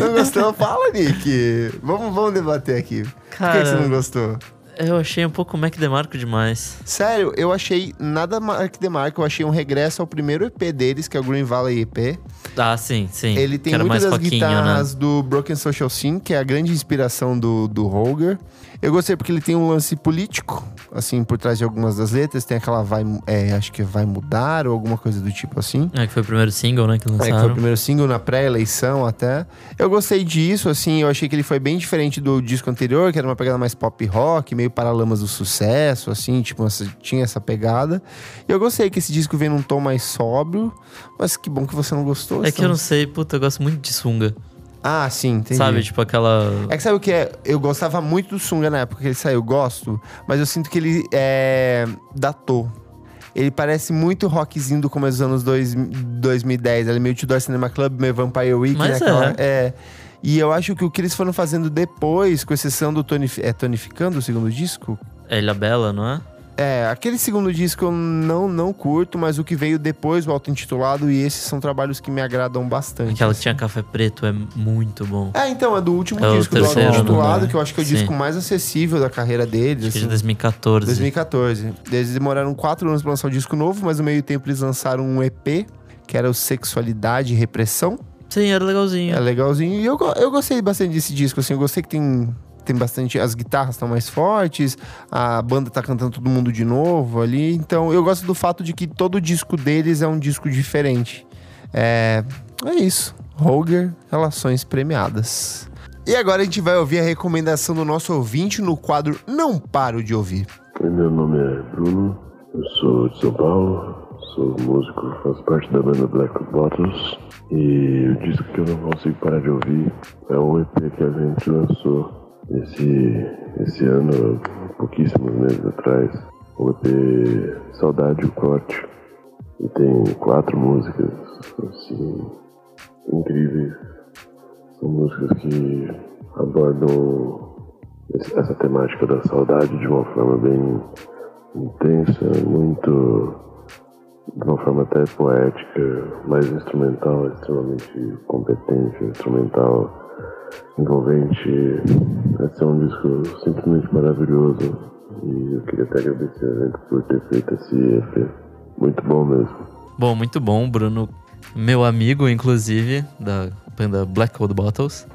[SPEAKER 1] Não. gostou? Fala, Nick. Vamos, vamos debater aqui. Por que que você não
[SPEAKER 2] Cara,
[SPEAKER 1] gostou?
[SPEAKER 2] eu achei um pouco Mac DeMarco demais.
[SPEAKER 1] Sério, eu achei nada Mark DeMarco, eu achei um regresso ao primeiro EP deles, que é o Green Valley EP.
[SPEAKER 2] Ah, sim, sim.
[SPEAKER 1] Ele
[SPEAKER 2] Que
[SPEAKER 1] tem
[SPEAKER 2] era
[SPEAKER 1] muitas
[SPEAKER 2] mais
[SPEAKER 1] das
[SPEAKER 2] foquinho, né?
[SPEAKER 1] guitarras do Broken Social Scene, que é a grande inspiração do, do Holger. Eu gostei porque ele tem um lance político, assim, por trás de algumas das letras. Tem aquela vai, é, acho que vai mudar ou alguma coisa do tipo assim.
[SPEAKER 2] É, que foi o primeiro single, né, que
[SPEAKER 1] É, que foi o
[SPEAKER 2] lançaram.
[SPEAKER 1] primeiro single na pré-eleição até. Eu gostei disso, assim, eu achei que ele foi bem diferente do disco anterior, que era uma pegada mais pop rock, meio paralamas do sucesso, assim, tipo, essa- tinha essa pegada. E eu gostei que esse disco vem num tom mais sóbrio, mas que bom que você não gostou.
[SPEAKER 2] É que eu
[SPEAKER 1] então.
[SPEAKER 2] não sei, puta, eu gosto muito de sunga.
[SPEAKER 1] Ah, sim, entendi.
[SPEAKER 2] Sabe, tipo aquela...
[SPEAKER 1] É que sabe o que é? Eu gostava muito do Sunga na época que ele saiu, gosto, mas eu sinto que ele é. datou. Ele parece muito rockzinho do começo dos anos dois, 2010. Ele é meio Tudor Cinema Club, meio Vampire Weekend.
[SPEAKER 2] Mas
[SPEAKER 1] aquela-
[SPEAKER 2] é.
[SPEAKER 1] E eu acho que o que eles foram fazendo depois, com exceção do Tony, é, Tonificando, o segundo disco?
[SPEAKER 2] É Ilha Bela, não é?
[SPEAKER 1] É, aquele segundo disco eu não, não curto, mas o que veio depois, o auto-intitulado, e esses são trabalhos que me agradam bastante. assim.
[SPEAKER 2] Aquela que tinha café preto, é muito bom.
[SPEAKER 1] É, então, é do último
[SPEAKER 2] É o
[SPEAKER 1] disco
[SPEAKER 2] terceiro,
[SPEAKER 1] do auto-intitulado,
[SPEAKER 2] né?
[SPEAKER 1] que eu acho que é o
[SPEAKER 2] Sim.
[SPEAKER 1] disco mais acessível da carreira deles.
[SPEAKER 2] Acho que é de
[SPEAKER 1] assim.
[SPEAKER 2] 2014.
[SPEAKER 1] 2014. Eles demoraram quatro anos pra lançar um disco novo, mas no meio tempo eles lançaram um EP, que era o Sexualidade e Repressão.
[SPEAKER 2] Sim, era
[SPEAKER 1] É
[SPEAKER 2] legalzinho.
[SPEAKER 1] legalzinho. E eu, go- eu gostei bastante desse disco, assim. Eu gostei que tem, tem bastante. As guitarras estão mais fortes, a banda tá cantando todo mundo de novo ali. Então eu gosto do fato de que todo disco deles é um disco diferente. É, é isso. Roger, relações premiadas. E agora a gente vai ouvir a recomendação do nosso ouvinte no quadro Não Paro de Ouvir.
[SPEAKER 5] Oi, meu nome é Bruno, eu sou de São Paulo, sou músico, faço parte da banda Black Bottles e o disco que eu não consigo parar de ouvir é um EP que a gente lançou esse, esse ano, pouquíssimos meses atrás, o EP Saudade o Corte, e tem quatro músicas assim, incríveis, são músicas que abordam esse- essa temática da saudade de uma forma bem intensa, muito de uma forma até poética, mais instrumental, extremamente competente, instrumental, envolvente. Esse é um disco simplesmente maravilhoso e eu queria até agradecer a gente por ter feito esse EP. Muito bom mesmo.
[SPEAKER 2] Bom, muito bom, Bruno. Meu amigo, inclusive, da banda Black Cold Bottles.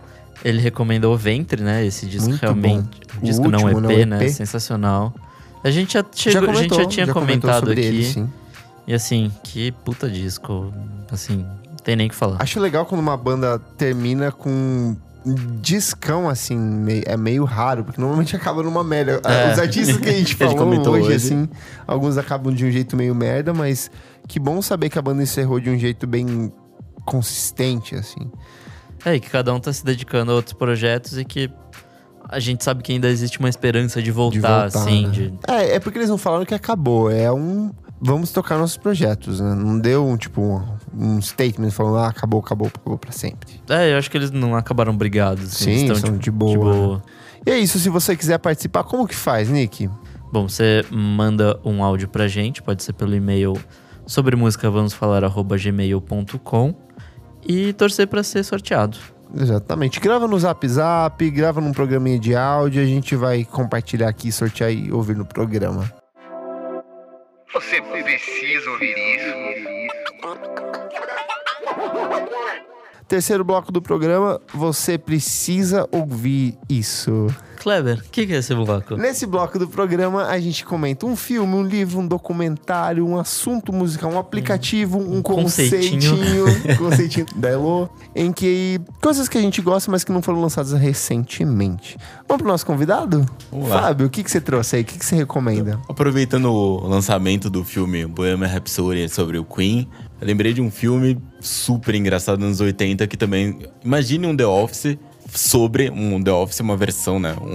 [SPEAKER 2] Ele recomendou o Ventre, né? Esse disco
[SPEAKER 1] Muito
[SPEAKER 2] realmente.
[SPEAKER 1] bom. O
[SPEAKER 2] Disco não EP,
[SPEAKER 1] último, não EP.
[SPEAKER 2] né? Sensacional. A gente já, chegou, a gente já tinha
[SPEAKER 1] comentou
[SPEAKER 2] comentado
[SPEAKER 1] sobre
[SPEAKER 2] aqui.
[SPEAKER 1] ele, sim.
[SPEAKER 2] E assim, que puta disco. Assim, não tem nem o que falar.
[SPEAKER 1] Acho legal quando uma banda termina com um discão, assim, meio- é meio raro, porque normalmente acaba numa merda.
[SPEAKER 2] É.
[SPEAKER 1] Os artistas que a gente
[SPEAKER 3] A gente
[SPEAKER 1] falou hoje,
[SPEAKER 3] comentou hoje.
[SPEAKER 1] assim, alguns acabam de um jeito meio merda, mas que bom saber que a banda encerrou de um jeito bem consistente, assim.
[SPEAKER 2] É, e que cada um tá se dedicando a outros projetos e que a gente sabe que ainda existe uma esperança de voltar,
[SPEAKER 1] voltar,
[SPEAKER 2] assim.
[SPEAKER 1] né?
[SPEAKER 2] de-
[SPEAKER 1] É, é porque eles não falaram que acabou, é um... Vamos tocar nossos projetos, né? Não deu, um, tipo, um, um statement falando, ah, acabou, acabou, acabou pra sempre.
[SPEAKER 2] É, eu acho que eles não acabaram brigados. assim, eles
[SPEAKER 1] Sim,
[SPEAKER 2] tão,
[SPEAKER 1] são
[SPEAKER 2] tipo,
[SPEAKER 1] de boa.
[SPEAKER 2] De boa.
[SPEAKER 3] né?
[SPEAKER 1] E é isso, se você quiser participar, como que faz, Nick?
[SPEAKER 2] Bom, você manda um áudio pra gente, pode ser pelo e-mail sobre música vamos falar arroba gmail.com e torcer pra ser sorteado.
[SPEAKER 1] Exatamente. Grava no Zap Zap, grava num programinha de áudio, a gente vai compartilhar aqui, sortear e ouvir no programa.
[SPEAKER 6] Você precisa ouvir isso.
[SPEAKER 1] Terceiro bloco do programa, você precisa ouvir isso.
[SPEAKER 2] Kleber, o que, que é esse bloco?
[SPEAKER 1] Nesse bloco do programa, a gente comenta um filme, um livro, um documentário, um assunto musical, um aplicativo, um, conceitinho,
[SPEAKER 2] conceitinho.
[SPEAKER 1] um conceitinho da Elo, em que coisas que a gente gosta, mas que não foram lançadas recentemente. Vamos pro nosso convidado?
[SPEAKER 3] Vamos lá.
[SPEAKER 1] Fábio, o que, que você trouxe aí? O que, que você recomenda?
[SPEAKER 3] Aproveitando o lançamento do filme Bohemian Rhapsody sobre o Queen, eu lembrei de um filme super engraçado nos anos 80 que também. Imagine um The Office sobre um The Office, uma versão, né? um-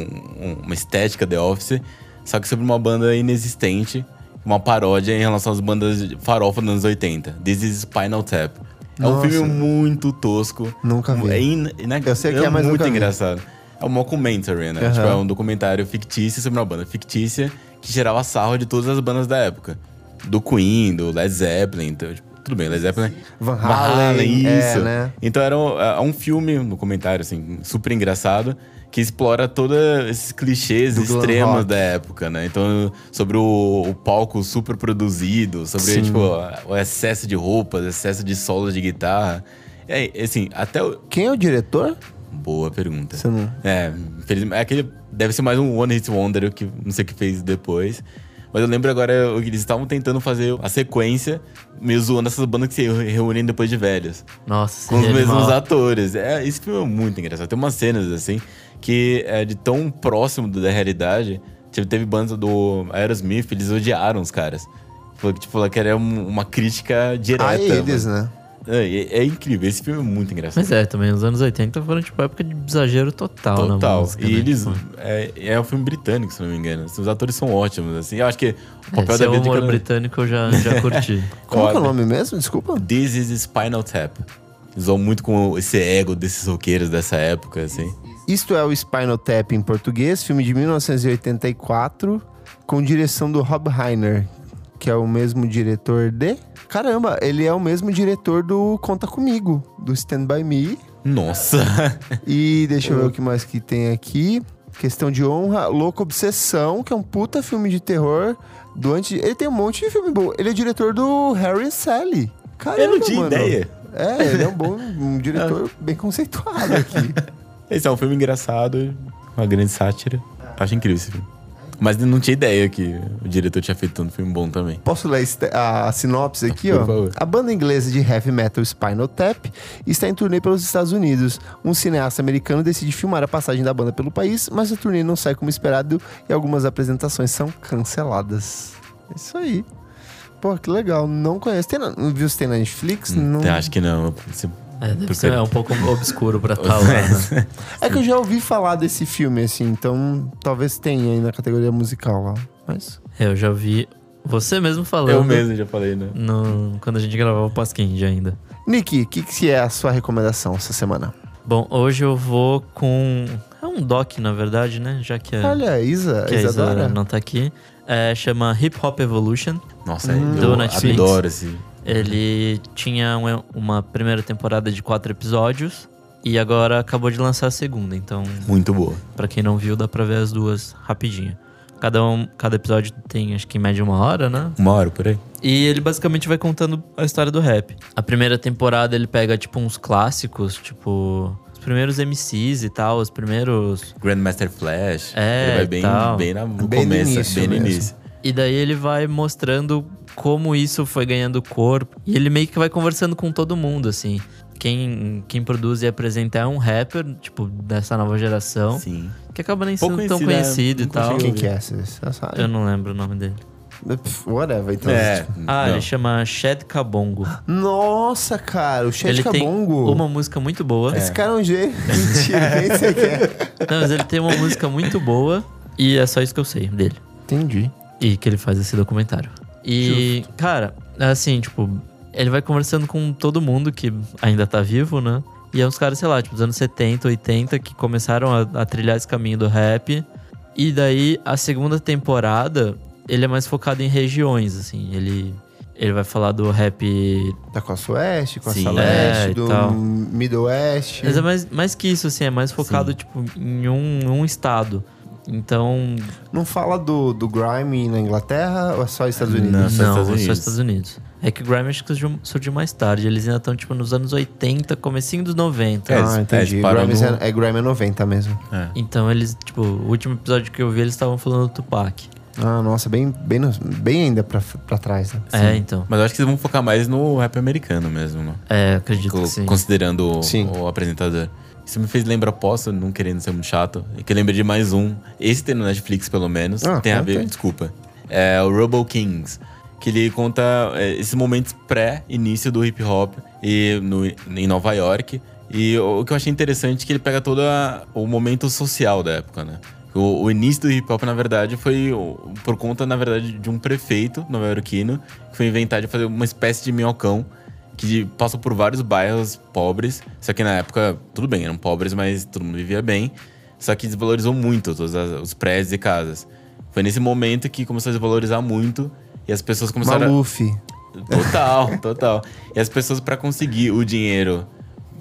[SPEAKER 3] um- uma estética The Office, só que sobre uma banda inexistente, uma paródia em relação às bandas de farofa dos anos 80. This is Spinal Tap. É um
[SPEAKER 1] Nossa.
[SPEAKER 3] filme muito tosco.
[SPEAKER 1] Nunca vi.
[SPEAKER 3] É, in, ina-
[SPEAKER 1] Eu sei que é, mas
[SPEAKER 3] muito
[SPEAKER 1] nunca vi.
[SPEAKER 3] engraçado. É um mockumentary, né?
[SPEAKER 1] Aham.
[SPEAKER 3] Tipo, é um documentário fictício sobre uma banda fictícia que gerava sarro de todas as bandas da época. Do Queen, do Led Zeppelin, então, tipo, tudo bem, Led Zeppelin.
[SPEAKER 1] Van Halen, é,
[SPEAKER 3] isso.
[SPEAKER 1] né?
[SPEAKER 3] Então era um, é um filme, no comentário, assim, super engraçado, que explora todos esses clichês
[SPEAKER 1] Do glam
[SPEAKER 3] extremos
[SPEAKER 1] rock.
[SPEAKER 3] da época, né? Então, sobre o, o palco super produzido, sobre,
[SPEAKER 1] Sim.
[SPEAKER 3] tipo, o excesso de roupas, excesso de solos de guitarra. É, assim, até o,
[SPEAKER 1] Quem é o diretor?
[SPEAKER 3] Boa pergunta.
[SPEAKER 1] Você não-
[SPEAKER 3] É, infelizmente. É aquele, deve ser mais um One Hit Wonder, o que não sei o que fez depois. Mas eu lembro agora o que eles estavam tentando fazer a sequência, meio zoando essas bandas que se re- reúnem depois de velhas.
[SPEAKER 2] Nossa,
[SPEAKER 3] Com os
[SPEAKER 2] seria
[SPEAKER 3] mesmos
[SPEAKER 2] animal.
[SPEAKER 3] atores. É, esse filme é muito engraçado. Tem umas cenas, assim, que é de tão próximo do- da realidade. Tipo, teve banda do Aerosmith, eles odiaram os caras. Falou que, tipo, falou que era um- uma crítica direta.
[SPEAKER 1] Ah, eles,
[SPEAKER 3] mano.
[SPEAKER 1] né?
[SPEAKER 3] É, é incrível. Esse filme é muito engraçado.
[SPEAKER 2] Mas é, também os anos 80 foram tipo época de exagero total, na
[SPEAKER 3] Total.
[SPEAKER 2] música.
[SPEAKER 3] E
[SPEAKER 2] né?
[SPEAKER 3] eles.
[SPEAKER 2] Tipo,
[SPEAKER 3] É, é um filme britânico, se não me engano. Assim, Os atores são ótimos, assim. Eu acho que o
[SPEAKER 2] é,
[SPEAKER 3] papel
[SPEAKER 2] se
[SPEAKER 3] da né?
[SPEAKER 2] é
[SPEAKER 3] vida
[SPEAKER 2] humor
[SPEAKER 3] que eu-
[SPEAKER 2] britânico eu já, já curti.
[SPEAKER 1] Como que é o
[SPEAKER 3] Olha,
[SPEAKER 1] nome mesmo? Desculpa.
[SPEAKER 3] This is Spinal Tap. Eles vão muito com esse ego desses roqueiros dessa época, assim.
[SPEAKER 1] Isto é o Spinal Tap em português, filme de 1984, com direção do Rob Reiner, que é o mesmo diretor de. Caramba, ele é o mesmo diretor do Conta Comigo, do Stand By Me.
[SPEAKER 3] Nossa!
[SPEAKER 1] E deixa eu ver o que mais que tem aqui. Questão de honra, Louco Obsessão, que é um puta filme de terror. Do antes... Ele tem um monte de filme bom. Ele é diretor do Harry e Sally. Caramba,
[SPEAKER 3] eu não tinha
[SPEAKER 1] mano.
[SPEAKER 3] ideia. Ah.
[SPEAKER 1] É, ele é um bom um diretor bem conceituado aqui.
[SPEAKER 3] Esse é um filme engraçado. uma grande sátira. Acho incrível esse filme. Mas não tinha ideia que o diretor tinha feito tanto filme bom também.
[SPEAKER 1] Posso ler este- a sinopse aqui,
[SPEAKER 3] Por
[SPEAKER 1] ó?
[SPEAKER 3] favor.
[SPEAKER 1] A banda inglesa de heavy metal Spinal Tap está em turnê pelos Estados Unidos. Um cineasta americano decide filmar a passagem da banda pelo país, mas a turnê não sai como esperado e algumas apresentações são canceladas. É Isso aí. Pô, que legal. Não conheço. Tem na, não viu se tem na Netflix? não.
[SPEAKER 3] Eu Acho que não. Se-
[SPEAKER 2] É, deve ser é um pouco obscuro pra tal. né?
[SPEAKER 1] É que eu já ouvi falar desse filme, assim, então talvez tenha aí na categoria musical lá. Mas.
[SPEAKER 2] É, Eu já vi você mesmo falando.
[SPEAKER 3] Eu mesmo já falei, né?
[SPEAKER 2] no- quando a gente gravava o Pasquinha ainda.
[SPEAKER 1] Nick, o que, que é a sua recomendação essa semana?
[SPEAKER 2] Bom, hoje eu vou com. É um doc, na verdade, né? Já que a,
[SPEAKER 1] Olha, a Isa,
[SPEAKER 2] que a Isadora não tá aqui. É, chama Hip Hop Evolution.
[SPEAKER 3] Nossa,
[SPEAKER 2] Do
[SPEAKER 3] eu
[SPEAKER 2] Netflix.
[SPEAKER 3] adoro esse.
[SPEAKER 2] Ele tinha uma, uma primeira temporada de quatro episódios. E agora acabou de lançar a segunda, então
[SPEAKER 3] Muito boa.
[SPEAKER 2] pra quem não viu, dá pra ver as duas rapidinho. Cada, um, cada episódio tem acho que em média uma hora, né?
[SPEAKER 3] Uma hora por aí.
[SPEAKER 2] E ele basicamente vai contando a história do rap. A primeira temporada ele pega, tipo, uns clássicos, tipo. Os primeiros MCs e tal, os primeiros.
[SPEAKER 3] Grandmaster Flash.
[SPEAKER 2] É,
[SPEAKER 3] Ele vai bem,
[SPEAKER 2] tal.
[SPEAKER 3] bem na- no
[SPEAKER 1] Bem no
[SPEAKER 3] começo,
[SPEAKER 1] início
[SPEAKER 3] bem no
[SPEAKER 1] mesmo.
[SPEAKER 3] início.
[SPEAKER 2] E daí ele vai mostrando como isso foi ganhando corpo. E ele meio que vai conversando com todo mundo, assim. Quem, quem produz e apresenta é um rapper, tipo, dessa nova geração.
[SPEAKER 3] Sim.
[SPEAKER 2] Que acaba nem
[SPEAKER 3] Pouco
[SPEAKER 2] sendo tão
[SPEAKER 3] conhecido, é.
[SPEAKER 2] conhecido e
[SPEAKER 3] Nunca
[SPEAKER 2] tal.
[SPEAKER 1] Quem que é essa? Essa- essa-
[SPEAKER 2] Eu não lembro o nome dele.
[SPEAKER 1] Pff, Whatever, então.
[SPEAKER 3] É.
[SPEAKER 2] Ah,
[SPEAKER 3] não.
[SPEAKER 2] ele chama Shed Kabongo.
[SPEAKER 1] Nossa, cara, o Chet
[SPEAKER 2] ele tem
[SPEAKER 1] Cabongo.
[SPEAKER 2] uma música muito boa.
[SPEAKER 1] Esse cara é um gênio. Mentira, quem você quer?
[SPEAKER 2] Não, mas ele tem uma música muito boa e é só isso que eu sei dele.
[SPEAKER 1] Entendi.
[SPEAKER 2] E que ele faz esse documentário. E, cara, assim, tipo, ele vai conversando com todo mundo que ainda tá vivo, né? E é uns caras, sei lá, tipo, dos anos 70, 80, que começaram a, a trilhar esse caminho do rap. E daí, a segunda temporada, ele é mais focado em regiões, assim. Ele, ele vai falar do rap
[SPEAKER 1] Da Costa Oeste, Costa
[SPEAKER 3] Sim.
[SPEAKER 1] Leste,
[SPEAKER 2] É, e
[SPEAKER 1] do
[SPEAKER 2] tal.
[SPEAKER 1] Middle West.
[SPEAKER 2] Mas é mais, mais que isso, assim, é mais focado, tipo, em um, em um estado. Então,
[SPEAKER 1] Não fala do, do Grime na Inglaterra ou é só Estados Unidos?
[SPEAKER 3] Não, só
[SPEAKER 2] não,
[SPEAKER 3] Estados
[SPEAKER 2] só
[SPEAKER 3] Unidos.
[SPEAKER 2] Estados Unidos. É que o Grime acho que surgiu, surgiu mais tarde. Eles ainda estão, tipo, nos anos 80, comecinho dos 90.
[SPEAKER 3] É.
[SPEAKER 1] Ah, entendi.
[SPEAKER 3] eles param
[SPEAKER 1] Grimes
[SPEAKER 3] no-
[SPEAKER 1] é, é Grime é 90 mesmo.
[SPEAKER 2] Então eles, tipo, o último episódio que eu vi, eles estavam falando do Tupac.
[SPEAKER 1] Ah, nossa, bem, bem, no- bem ainda pra, pra trás, né?
[SPEAKER 2] É, então.
[SPEAKER 3] Mas eu acho que eles vão focar mais no rap americano mesmo, né?
[SPEAKER 2] É, acredito
[SPEAKER 3] Co-
[SPEAKER 2] que sim.
[SPEAKER 3] Considerando o,
[SPEAKER 1] Sim.
[SPEAKER 3] o apresentador. Isso me fez lembrar, posso, não querendo ser muito chato, é que eu lembrei de mais um. Esse tem no Netflix, pelo menos.
[SPEAKER 1] Ah,
[SPEAKER 3] tem a
[SPEAKER 1] conta
[SPEAKER 3] ver,
[SPEAKER 1] aí.
[SPEAKER 3] desculpa. É o Robo Kings. Que ele conta é, esses momentos pré-início do hip hop e no, em Nova York. E o que eu achei interessante é que ele pega todo a- o momento social da época, né? O, o início do hip hop, na verdade, foi o- por conta, na verdade, de um prefeito nova-iorquino que foi inventar de fazer uma espécie de minhocão que passou por vários bairros pobres. Só que na época, tudo bem, eram pobres, mas todo mundo vivia bem. Só que desvalorizou muito todos as- os prédios e casas. Foi nesse momento que começou a desvalorizar muito e as pessoas começaram. a-
[SPEAKER 1] Maluf.
[SPEAKER 3] Total, total. E as pessoas, pra conseguir o dinheiro,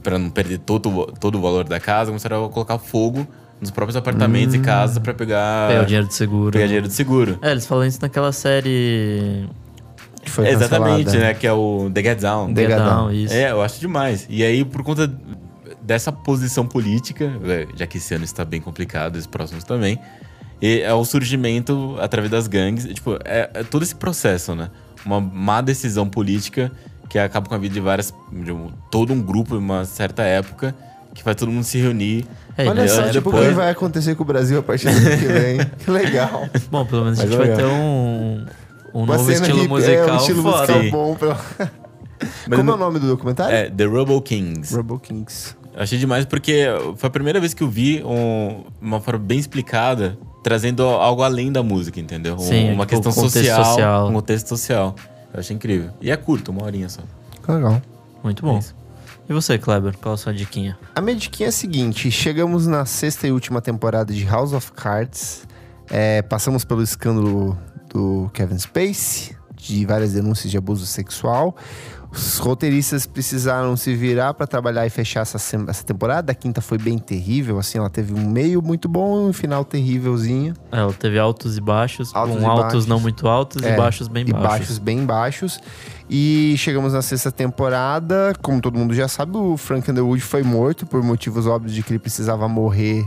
[SPEAKER 3] pra não perder todo, o- todo o valor da casa, começaram a colocar fogo nos próprios apartamentos e casas pra pegar,
[SPEAKER 2] Pegar o dinheiro do seguro.
[SPEAKER 3] pegar dinheiro do seguro.
[SPEAKER 2] É, eles falam isso naquela série
[SPEAKER 1] Que foi
[SPEAKER 3] Exatamente,
[SPEAKER 1] cancelada.
[SPEAKER 3] né? Que é o The Get Down.
[SPEAKER 2] The
[SPEAKER 1] Gadão.
[SPEAKER 2] Down, isso.
[SPEAKER 3] É, eu acho demais. E aí, por conta dessa posição política, eh, já que esse ano está bem complicado, os próximos também, e é o surgimento através das gangues. e, Tipo, é, é todo esse processo, né? Uma má decisão política que acaba com a vida de várias. de um- todo um grupo em uma certa época, que vai todo mundo se reunir.
[SPEAKER 2] É,
[SPEAKER 1] Olha
[SPEAKER 2] né?
[SPEAKER 1] só,
[SPEAKER 2] É,
[SPEAKER 1] tipo, o
[SPEAKER 3] depois-
[SPEAKER 1] que vai acontecer com o Brasil a partir do ano que vem. que legal.
[SPEAKER 2] Bom, pelo menos a
[SPEAKER 3] Mas
[SPEAKER 2] gente vai
[SPEAKER 3] legal.
[SPEAKER 2] ter um, um
[SPEAKER 1] Uma
[SPEAKER 2] novo
[SPEAKER 1] cena
[SPEAKER 2] estilo
[SPEAKER 1] hippie,
[SPEAKER 2] musical
[SPEAKER 1] É, um estilo
[SPEAKER 2] fora.
[SPEAKER 1] musical
[SPEAKER 3] Sim.
[SPEAKER 1] bom. Pra... Como é o nome do documentário?
[SPEAKER 3] É, The Rubble Kings.
[SPEAKER 1] Rebel Kings.
[SPEAKER 3] Achei demais porque foi a primeira vez que eu vi um- uma forma bem explicada, trazendo algo além da música, entendeu? Um-
[SPEAKER 2] Sim,
[SPEAKER 3] uma
[SPEAKER 2] tipo,
[SPEAKER 3] questão
[SPEAKER 2] contexto
[SPEAKER 3] social,
[SPEAKER 2] social.
[SPEAKER 3] Um contexto social. Eu achei incrível. E é curto, uma horinha só.
[SPEAKER 1] Que legal.
[SPEAKER 2] Muito bom.
[SPEAKER 3] É isso.
[SPEAKER 2] e você, Kleber, qual a sua diquinha?
[SPEAKER 1] A minha diquinha é a seguinte: chegamos na sexta e última temporada de House of Cards. É, passamos pelo escândalo do Kevin Space, de várias denúncias de abuso sexual. Os roteiristas precisaram se virar para trabalhar e fechar essa, sem- essa temporada. A quinta foi bem terrível, assim, ela teve um meio muito bom e um final terrívelzinho.
[SPEAKER 2] É, ela teve altos e baixos,
[SPEAKER 1] Altos
[SPEAKER 2] com
[SPEAKER 1] e
[SPEAKER 2] altos
[SPEAKER 1] baixos.
[SPEAKER 2] não muito altos
[SPEAKER 1] É,
[SPEAKER 2] e baixos bem
[SPEAKER 1] e
[SPEAKER 2] baixos.
[SPEAKER 1] baixos bem baixos. E chegamos na sexta temporada. Como todo mundo já sabe, o Frank Underwood foi morto por motivos óbvios de que ele precisava morrer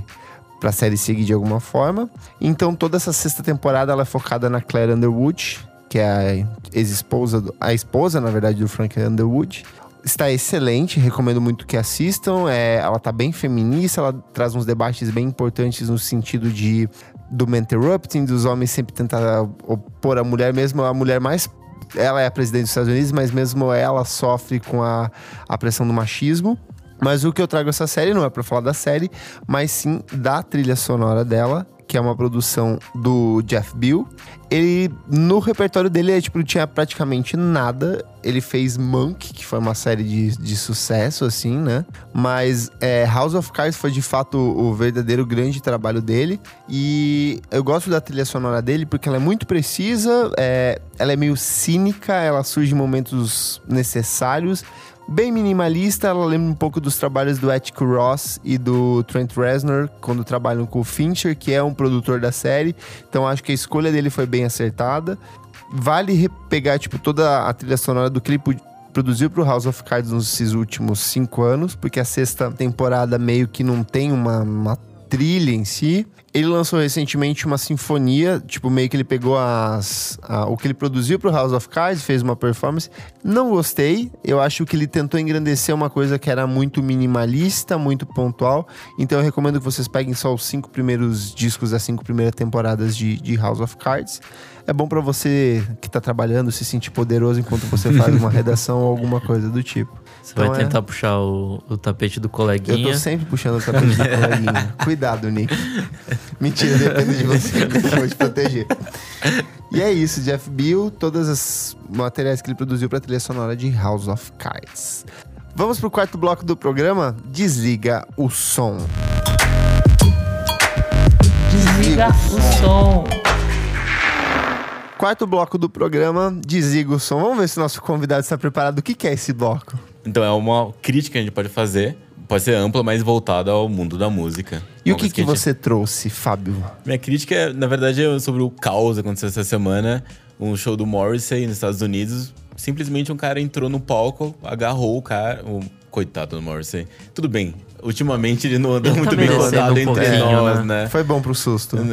[SPEAKER 1] pra série seguir de alguma forma. Então toda essa sexta temporada ela é focada na Claire Underwood, que é a ex-esposa, do- a esposa, na verdade, do Frank Underwood. Está excelente, recomendo muito que assistam. É, ela tá bem feminista, ela traz uns debates bem importantes no sentido de do man interrupting, dos homens sempre tentar opor a mulher, mesmo a mulher mais. Ela é a presidente dos Estados Unidos, mas mesmo ela sofre com a, a pressão do machismo. Mas o que eu trago essa série não é pra falar da série, mas sim da trilha sonora dela, que é uma produção do Jeff Bill. Ele, no repertório dele, é, tipo, não tinha praticamente nada. Ele fez Monk, que foi uma série de, de sucesso, assim, né? Mas é, House of Cards foi, de fato, o verdadeiro grande trabalho dele. E eu gosto da trilha sonora dele porque ela é muito precisa, é, ela é meio cínica, ela surge em momentos necessários, bem minimalista, ela lembra um pouco dos trabalhos do Atticus Ross e do Trent Reznor, quando trabalham com o Fincher, que é um produtor da série. Então acho que a escolha dele foi bem acertada. Vale re- pegar, tipo, toda a trilha sonora do clipe produziu pro House of Cards nesses últimos cinco anos, porque a sexta temporada meio que não tem uma- uma trilha em si. Ele lançou recentemente uma sinfonia, tipo, meio que ele pegou as, a- o que ele produziu pro House of Cards, fez uma performance. Não gostei, eu acho que ele tentou engrandecer uma coisa que era muito minimalista, muito pontual. Então eu recomendo que vocês peguem só os cinco primeiros discos das cinco primeiras temporadas de, de House of Cards. É bom pra você que tá trabalhando se sentir poderoso enquanto você faz uma redação ou alguma coisa do tipo.
[SPEAKER 2] Você
[SPEAKER 1] Então
[SPEAKER 2] vai
[SPEAKER 1] é-
[SPEAKER 2] tentar puxar o, o tapete do
[SPEAKER 1] eu
[SPEAKER 2] coleguinha.
[SPEAKER 1] tô sempre puxando o tapete da coleguinha. Cuidado, Nick. Mentira, depende de você. Eu vou te proteger. E é isso, Jeff Bill, todas as materiais que ele produziu pra trilha sonora de House of Cards. Vamos pro quarto bloco do programa? Desliga o som.
[SPEAKER 4] Desliga o som.
[SPEAKER 1] Quarto bloco do programa, desliga o som. Vamos ver se o nosso convidado está preparado. O que, que é esse bloco?
[SPEAKER 3] Então é uma crítica que a gente pode fazer. Pode ser ampla, mas voltada ao mundo da música.
[SPEAKER 1] E
[SPEAKER 3] Uma
[SPEAKER 1] o que,
[SPEAKER 3] coisa
[SPEAKER 1] que
[SPEAKER 3] a gente-
[SPEAKER 1] você trouxe, Fábio?
[SPEAKER 3] Minha crítica, é, na verdade, é sobre o caos que aconteceu essa semana. Um show do Morrissey nos Estados Unidos. Simplesmente um cara entrou no palco, agarrou o cara. O coitado do Morrissey. Tudo bem. Ultimamente ele não anda
[SPEAKER 2] Ele tá
[SPEAKER 3] muito bem
[SPEAKER 2] merecendo
[SPEAKER 3] rodado
[SPEAKER 2] um
[SPEAKER 3] entre
[SPEAKER 2] pouquinho,
[SPEAKER 3] nós, né?
[SPEAKER 1] É, Foi bom pro susto.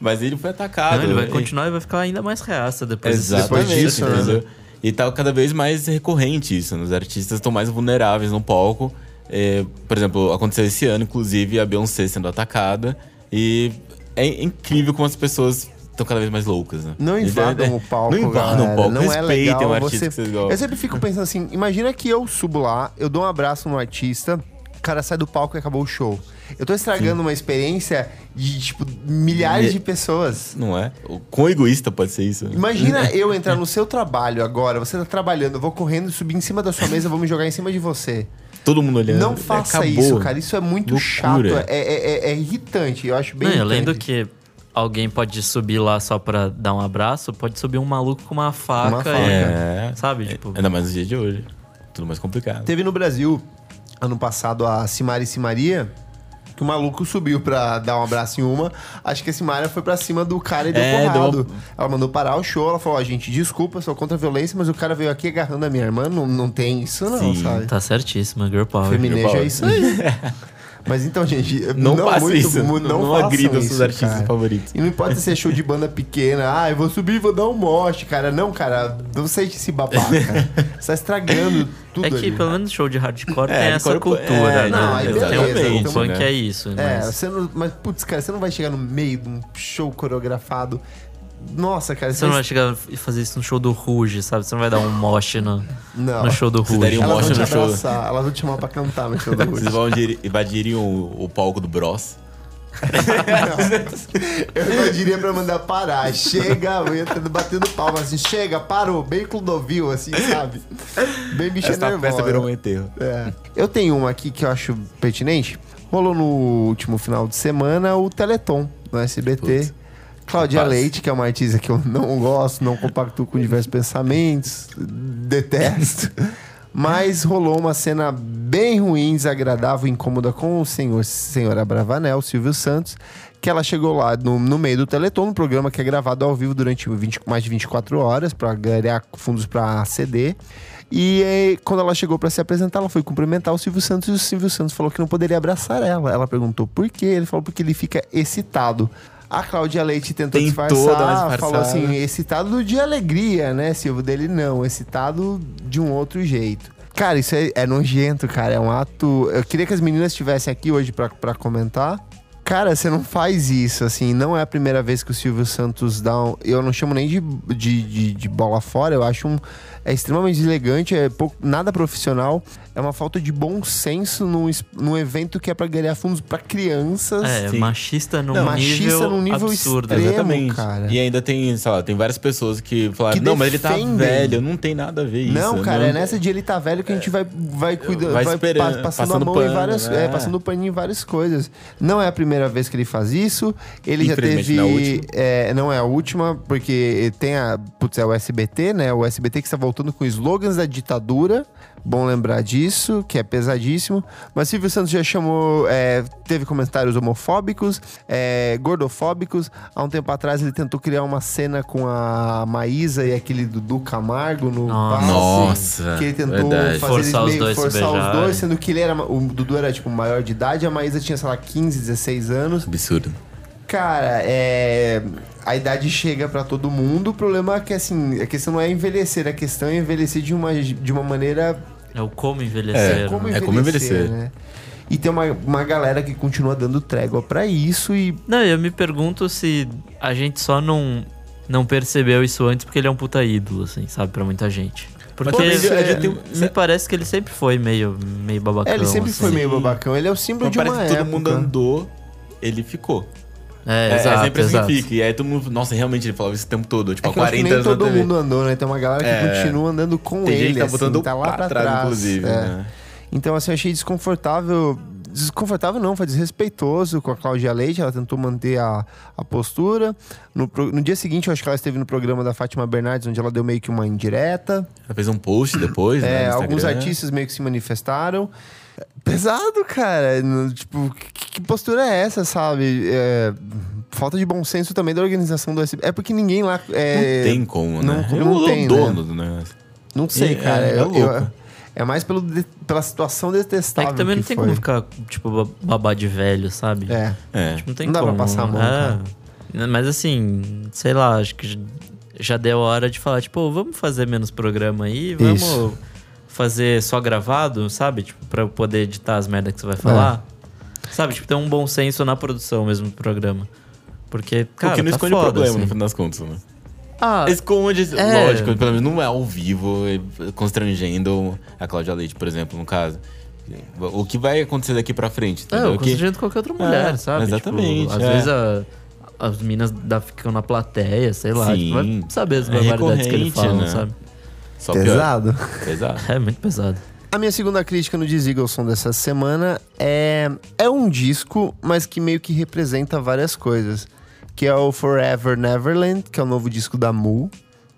[SPEAKER 3] Mas ele foi atacado.
[SPEAKER 2] Não, ele vai
[SPEAKER 3] E-
[SPEAKER 2] continuar e vai ficar ainda mais reaça depois. desse-
[SPEAKER 3] Exatamente.
[SPEAKER 1] é. Depois disso, né?
[SPEAKER 3] entendeu? E tá cada vez mais recorrente isso. Né? Os artistas estão mais vulneráveis no palco. É, por exemplo, aconteceu esse ano, inclusive, a Beyoncé sendo atacada. E é incrível como as pessoas estão cada vez mais loucas, né?
[SPEAKER 1] Não
[SPEAKER 3] E-
[SPEAKER 1] invadam
[SPEAKER 3] é-
[SPEAKER 1] o palco,
[SPEAKER 3] Não invadam
[SPEAKER 1] galera.
[SPEAKER 3] o palco.
[SPEAKER 1] Não é
[SPEAKER 3] Respeitem
[SPEAKER 1] legal.
[SPEAKER 3] o artista
[SPEAKER 1] você-
[SPEAKER 3] que vocês
[SPEAKER 1] Eu
[SPEAKER 3] gostam.
[SPEAKER 1] sempre fico pensando assim, imagina que eu subo lá, eu dou um abraço no artista, o cara sai do palco e acabou o show. Eu tô estragando uma experiência de, tipo, milhares
[SPEAKER 3] Mi-
[SPEAKER 1] de pessoas.
[SPEAKER 3] Não é? O quão egoísta pode ser isso? né?
[SPEAKER 1] Imagina eu entrar no seu trabalho agora, você tá trabalhando, eu vou correndo, subir em cima da sua mesa, vou me jogar em cima de você.
[SPEAKER 3] Todo mundo olhando.
[SPEAKER 1] Não faça
[SPEAKER 3] É, Acabou.
[SPEAKER 1] isso, cara. Isso é muito
[SPEAKER 3] Loucura.
[SPEAKER 1] chato, é, é- é- é irritante. Eu acho bem
[SPEAKER 2] Não, e além do
[SPEAKER 1] irritante.
[SPEAKER 2] que alguém pode subir lá só pra dar um abraço, pode subir um maluco com uma faca,
[SPEAKER 1] faca.
[SPEAKER 2] e-
[SPEAKER 3] É.
[SPEAKER 2] sabe? Tipo,
[SPEAKER 3] Ainda mais no dia de hoje. Tudo mais complicado.
[SPEAKER 1] Teve no Brasil, ano passado, a Simari Simaria, que o maluco subiu pra dar um abraço em uma. Acho que a Simaria foi pra cima do cara e deu
[SPEAKER 3] É,
[SPEAKER 1] porrada.
[SPEAKER 3] deu
[SPEAKER 1] Ela mandou parar o show, ela falou, ó, gente, desculpa, eu sou contra a violência, mas o cara veio aqui agarrando a minha irmã, não, não tem isso não,
[SPEAKER 3] Sim,
[SPEAKER 1] sabe?
[SPEAKER 2] tá certíssima, girl power.
[SPEAKER 1] Feminejo é
[SPEAKER 3] Paulo.
[SPEAKER 1] isso aí. Mas então, gente,
[SPEAKER 3] Não, faça
[SPEAKER 1] muito-
[SPEAKER 3] isso.
[SPEAKER 1] mu-
[SPEAKER 3] Não,
[SPEAKER 1] façam
[SPEAKER 3] agrida os
[SPEAKER 1] isso,
[SPEAKER 3] seus artistas
[SPEAKER 1] cara.
[SPEAKER 3] favoritos.
[SPEAKER 1] E não importa se é show de banda pequena, ah, eu vou subir e vou dar um mote, cara. Não, cara, não seja esse babaca. Você tá estragando tudo
[SPEAKER 2] É que
[SPEAKER 1] ali.
[SPEAKER 2] pelo menos show de hardcore
[SPEAKER 3] É,
[SPEAKER 2] tem essa
[SPEAKER 3] hardcore-
[SPEAKER 2] cultura,
[SPEAKER 3] é,
[SPEAKER 2] né?
[SPEAKER 1] não, aí
[SPEAKER 2] tem
[SPEAKER 1] beleza,
[SPEAKER 2] um o punk
[SPEAKER 3] então-
[SPEAKER 2] é isso,
[SPEAKER 1] É,
[SPEAKER 2] mas
[SPEAKER 1] você não. Mas, putz, cara, você não vai chegar no meio de um show coreografado. Nossa, cara,
[SPEAKER 2] você não vai chegar e fazer isso no show do Ruge, sabe? Você não vai dar um moche no,
[SPEAKER 1] Não.
[SPEAKER 2] no show do
[SPEAKER 3] Você
[SPEAKER 2] Ruge.
[SPEAKER 3] daria um
[SPEAKER 1] Elas vão
[SPEAKER 3] mostra
[SPEAKER 1] te
[SPEAKER 3] no show.
[SPEAKER 1] abraçar, elas vão te chamar pra cantar no show do Rush.
[SPEAKER 3] Vocês vão invadir- invadirem o, o palco do Bros.
[SPEAKER 1] Eu não diria pra mandar parar. Chega, eu ia tendo- batendo palma assim, chega, parou, bem Clodovil, assim, sabe? Bem bicho
[SPEAKER 3] Essa festa virou um
[SPEAKER 1] nervosa.
[SPEAKER 3] enterro.
[SPEAKER 1] É. Eu tenho uma aqui que eu acho pertinente. Rolou no último final de semana o Teleton no SBT.
[SPEAKER 3] Putz.
[SPEAKER 1] Cláudia
[SPEAKER 3] Rapaz.
[SPEAKER 1] Leite, que é uma artista que eu não gosto, não compactuo com diversos pensamentos, detesto. Mas rolou uma cena bem ruim, desagradável, incômoda com o senhor, senhora Bravanel, Silvio Santos, que ela chegou lá no, no meio do Teleton, um programa que é gravado ao vivo durante 20 mais de 24 horas para ganhar fundos para CD. E aí, quando ela chegou para se apresentar, ela foi cumprimentar o Silvio Santos e o Silvio Santos falou que não poderia abraçar ela. Ela perguntou por quê? Ele falou porque ele fica excitado. A Cláudia Leite tentou,
[SPEAKER 3] Tentou dar uma
[SPEAKER 1] disfarçar,
[SPEAKER 3] disfarçada.
[SPEAKER 1] falou assim, excitado de alegria, né, Silvio? Dele não, excitado de um outro jeito. Cara, isso é, é nojento, cara, é um ato... Eu queria que as meninas estivessem aqui hoje pra, pra comentar. Cara, você não faz isso, assim, não é a primeira vez que o Silvio Santos dá um... Eu não chamo nem de, de, de- de bola fora, eu acho um... É extremamente elegante, é pouco, nada profissional, é uma falta de bom senso num, es- num evento que é pra ganhar fundos pra crianças.
[SPEAKER 2] É,
[SPEAKER 3] Sim.
[SPEAKER 2] machista num
[SPEAKER 1] assim. Não, machista
[SPEAKER 2] nível
[SPEAKER 1] num nível
[SPEAKER 2] absurdo.
[SPEAKER 1] extremo.
[SPEAKER 3] Exatamente.
[SPEAKER 1] cara.
[SPEAKER 3] E ainda tem, sei lá, tem várias pessoas que falaram,
[SPEAKER 1] Que
[SPEAKER 3] não, mas ele tá
[SPEAKER 1] defendem.
[SPEAKER 3] velho, não tem nada a ver isso.
[SPEAKER 1] Não, cara,
[SPEAKER 3] não- É.
[SPEAKER 1] é nessa dia ele tá velho que a gente vai, vai cuidando, vai,
[SPEAKER 3] Vai
[SPEAKER 1] pa-
[SPEAKER 3] esperando,
[SPEAKER 1] passando, a
[SPEAKER 3] passando
[SPEAKER 1] mão em
[SPEAKER 3] pano,
[SPEAKER 1] várias,
[SPEAKER 3] né?
[SPEAKER 1] é, passando o paninho em várias coisas. Não é a primeira vez que ele faz isso. Ele já
[SPEAKER 3] Infelizmente,
[SPEAKER 1] teve, é, não
[SPEAKER 3] não é a última.
[SPEAKER 1] é a última, porque tem a, putz, é o SBT, né? O SBT que está voltando com slogans da ditadura. Bom lembrar disso, que é pesadíssimo. Mas Silvio Santos já chamou, é, teve comentários homofóbicos, é, gordofóbicos. Há um tempo atrás ele tentou criar uma cena com a Maísa e aquele Dudu Camargo no
[SPEAKER 2] Nossa.
[SPEAKER 1] passe,
[SPEAKER 3] Nossa,
[SPEAKER 1] Que ele tentou
[SPEAKER 3] verdade.
[SPEAKER 1] fazer
[SPEAKER 2] Forçar
[SPEAKER 1] eles
[SPEAKER 2] os
[SPEAKER 1] meio-
[SPEAKER 2] dois se
[SPEAKER 1] forçar os
[SPEAKER 2] beijarem.
[SPEAKER 1] dois, sendo que ele era. O Dudu era tipo maior de idade, a Maísa tinha, sei lá, 15, 16 anos.
[SPEAKER 3] um Absurdo.
[SPEAKER 1] Cara, é. A idade chega pra todo mundo, o problema é que assim, a questão não é envelhecer, a questão é envelhecer de uma, de uma maneira
[SPEAKER 2] É o como envelhecer.
[SPEAKER 3] É,
[SPEAKER 2] né?
[SPEAKER 3] É como envelhecer.
[SPEAKER 1] né? E tem uma, uma galera que continua dando trégua pra isso e.
[SPEAKER 2] Não, eu me pergunto se a gente só não, não percebeu isso antes porque ele é um puta ídolo, assim, sabe? Pra muita gente. Porque
[SPEAKER 3] talvez ele- ele tenha-
[SPEAKER 2] me parece que ele sempre foi meio, meio babacão.
[SPEAKER 1] É, ele sempre foi
[SPEAKER 2] assim.
[SPEAKER 1] meio babacão, ele é o símbolo
[SPEAKER 3] Mas
[SPEAKER 1] de uma
[SPEAKER 3] Então parece que todo
[SPEAKER 1] época.
[SPEAKER 3] mundo andou, ele ficou.
[SPEAKER 2] É,
[SPEAKER 3] É,
[SPEAKER 2] exato,
[SPEAKER 3] sempre assim
[SPEAKER 2] exato.
[SPEAKER 3] que fica. E aí todo mundo, nossa, realmente ele falava isso o tempo todo, tipo,
[SPEAKER 1] É
[SPEAKER 3] há
[SPEAKER 1] que eu acho que
[SPEAKER 3] 40
[SPEAKER 1] nem
[SPEAKER 3] anos na
[SPEAKER 1] todo
[SPEAKER 3] TV.
[SPEAKER 1] mundo andou, né? Tem uma galera que
[SPEAKER 3] É.
[SPEAKER 1] continua andando com
[SPEAKER 3] Tem
[SPEAKER 1] ele,
[SPEAKER 3] gente que tá
[SPEAKER 1] assim,
[SPEAKER 3] botando
[SPEAKER 1] tá lá pra
[SPEAKER 3] trás,
[SPEAKER 1] trás.
[SPEAKER 3] inclusive,
[SPEAKER 1] é.
[SPEAKER 3] né?
[SPEAKER 1] Então, assim, eu achei desconfortável. Desconfortável não, foi desrespeitoso com a Cláudia Leite, ela tentou manter a, a postura. No, pro- no dia seguinte, eu acho que ela esteve no programa da Fátima Bernardes, onde ela deu meio que uma indireta.
[SPEAKER 3] Ela fez um post depois, né?
[SPEAKER 1] É,
[SPEAKER 3] no
[SPEAKER 1] alguns
[SPEAKER 3] Instagram.
[SPEAKER 1] artistas meio que se manifestaram. Pesado, cara. No- Tipo, que, que postura é essa, sabe? É, falta de bom senso também da organização do SB. É porque ninguém lá.
[SPEAKER 3] Não
[SPEAKER 1] é,
[SPEAKER 3] tem como, né?
[SPEAKER 1] não-
[SPEAKER 3] Ele
[SPEAKER 1] não
[SPEAKER 3] é o
[SPEAKER 1] tem, né?
[SPEAKER 3] dono do negócio.
[SPEAKER 1] Não sei,
[SPEAKER 3] É,
[SPEAKER 1] cara.
[SPEAKER 3] é
[SPEAKER 1] eu-
[SPEAKER 3] louco.
[SPEAKER 1] eu- é mais pelo de- pela situação
[SPEAKER 2] É
[SPEAKER 1] detestável.
[SPEAKER 2] que também não tem
[SPEAKER 1] foi.
[SPEAKER 2] como ficar, tipo, ba- babá de velho, sabe?
[SPEAKER 1] É.
[SPEAKER 3] É.
[SPEAKER 2] Tipo, não tem
[SPEAKER 1] Não dá pra
[SPEAKER 2] como.
[SPEAKER 1] passar a mão, cara.
[SPEAKER 2] Né, Mas assim, sei lá, acho que j- já deu a hora de falar, tipo, "Ô, vamos fazer menos programa aí, vamos
[SPEAKER 1] Isso.
[SPEAKER 2] fazer só gravado, sabe? Tipo, pra eu poder editar as merdas que você vai falar.
[SPEAKER 3] É.
[SPEAKER 2] Sabe, tipo, ter um bom senso na produção mesmo do programa. Porque, cara,
[SPEAKER 3] o que não
[SPEAKER 2] tá
[SPEAKER 3] esconde é
[SPEAKER 2] foda,
[SPEAKER 3] problema, no
[SPEAKER 2] assim.
[SPEAKER 3] final das contas, né?
[SPEAKER 2] Ah,
[SPEAKER 3] Esconde,
[SPEAKER 2] É.
[SPEAKER 3] lógico, pelo menos não é ao vivo, é constrangendo a Cláudia Leite, por exemplo, no caso. O que vai acontecer daqui pra frente,
[SPEAKER 2] É,
[SPEAKER 3] entendeu?
[SPEAKER 2] eu
[SPEAKER 3] Que-
[SPEAKER 2] constrangendo qualquer outra mulher,
[SPEAKER 3] É,
[SPEAKER 2] sabe?
[SPEAKER 3] exatamente,
[SPEAKER 2] Tipo, às
[SPEAKER 3] é.
[SPEAKER 2] vezes a- as meninas da, ficam na plateia, sei lá.
[SPEAKER 3] Sim.
[SPEAKER 2] Tipo, vai saber as
[SPEAKER 3] É
[SPEAKER 2] barbaridades que ele
[SPEAKER 3] recorrente,
[SPEAKER 2] fala,
[SPEAKER 3] né?
[SPEAKER 2] sabe?
[SPEAKER 3] Só pior.
[SPEAKER 1] Pesado.
[SPEAKER 3] Pesado.
[SPEAKER 2] É muito pesado.
[SPEAKER 1] A minha segunda crítica no Desigual Som dessa semana é é um disco, mas que meio que representa várias coisas, que é o Forever Neverland, que é o novo disco da Mu,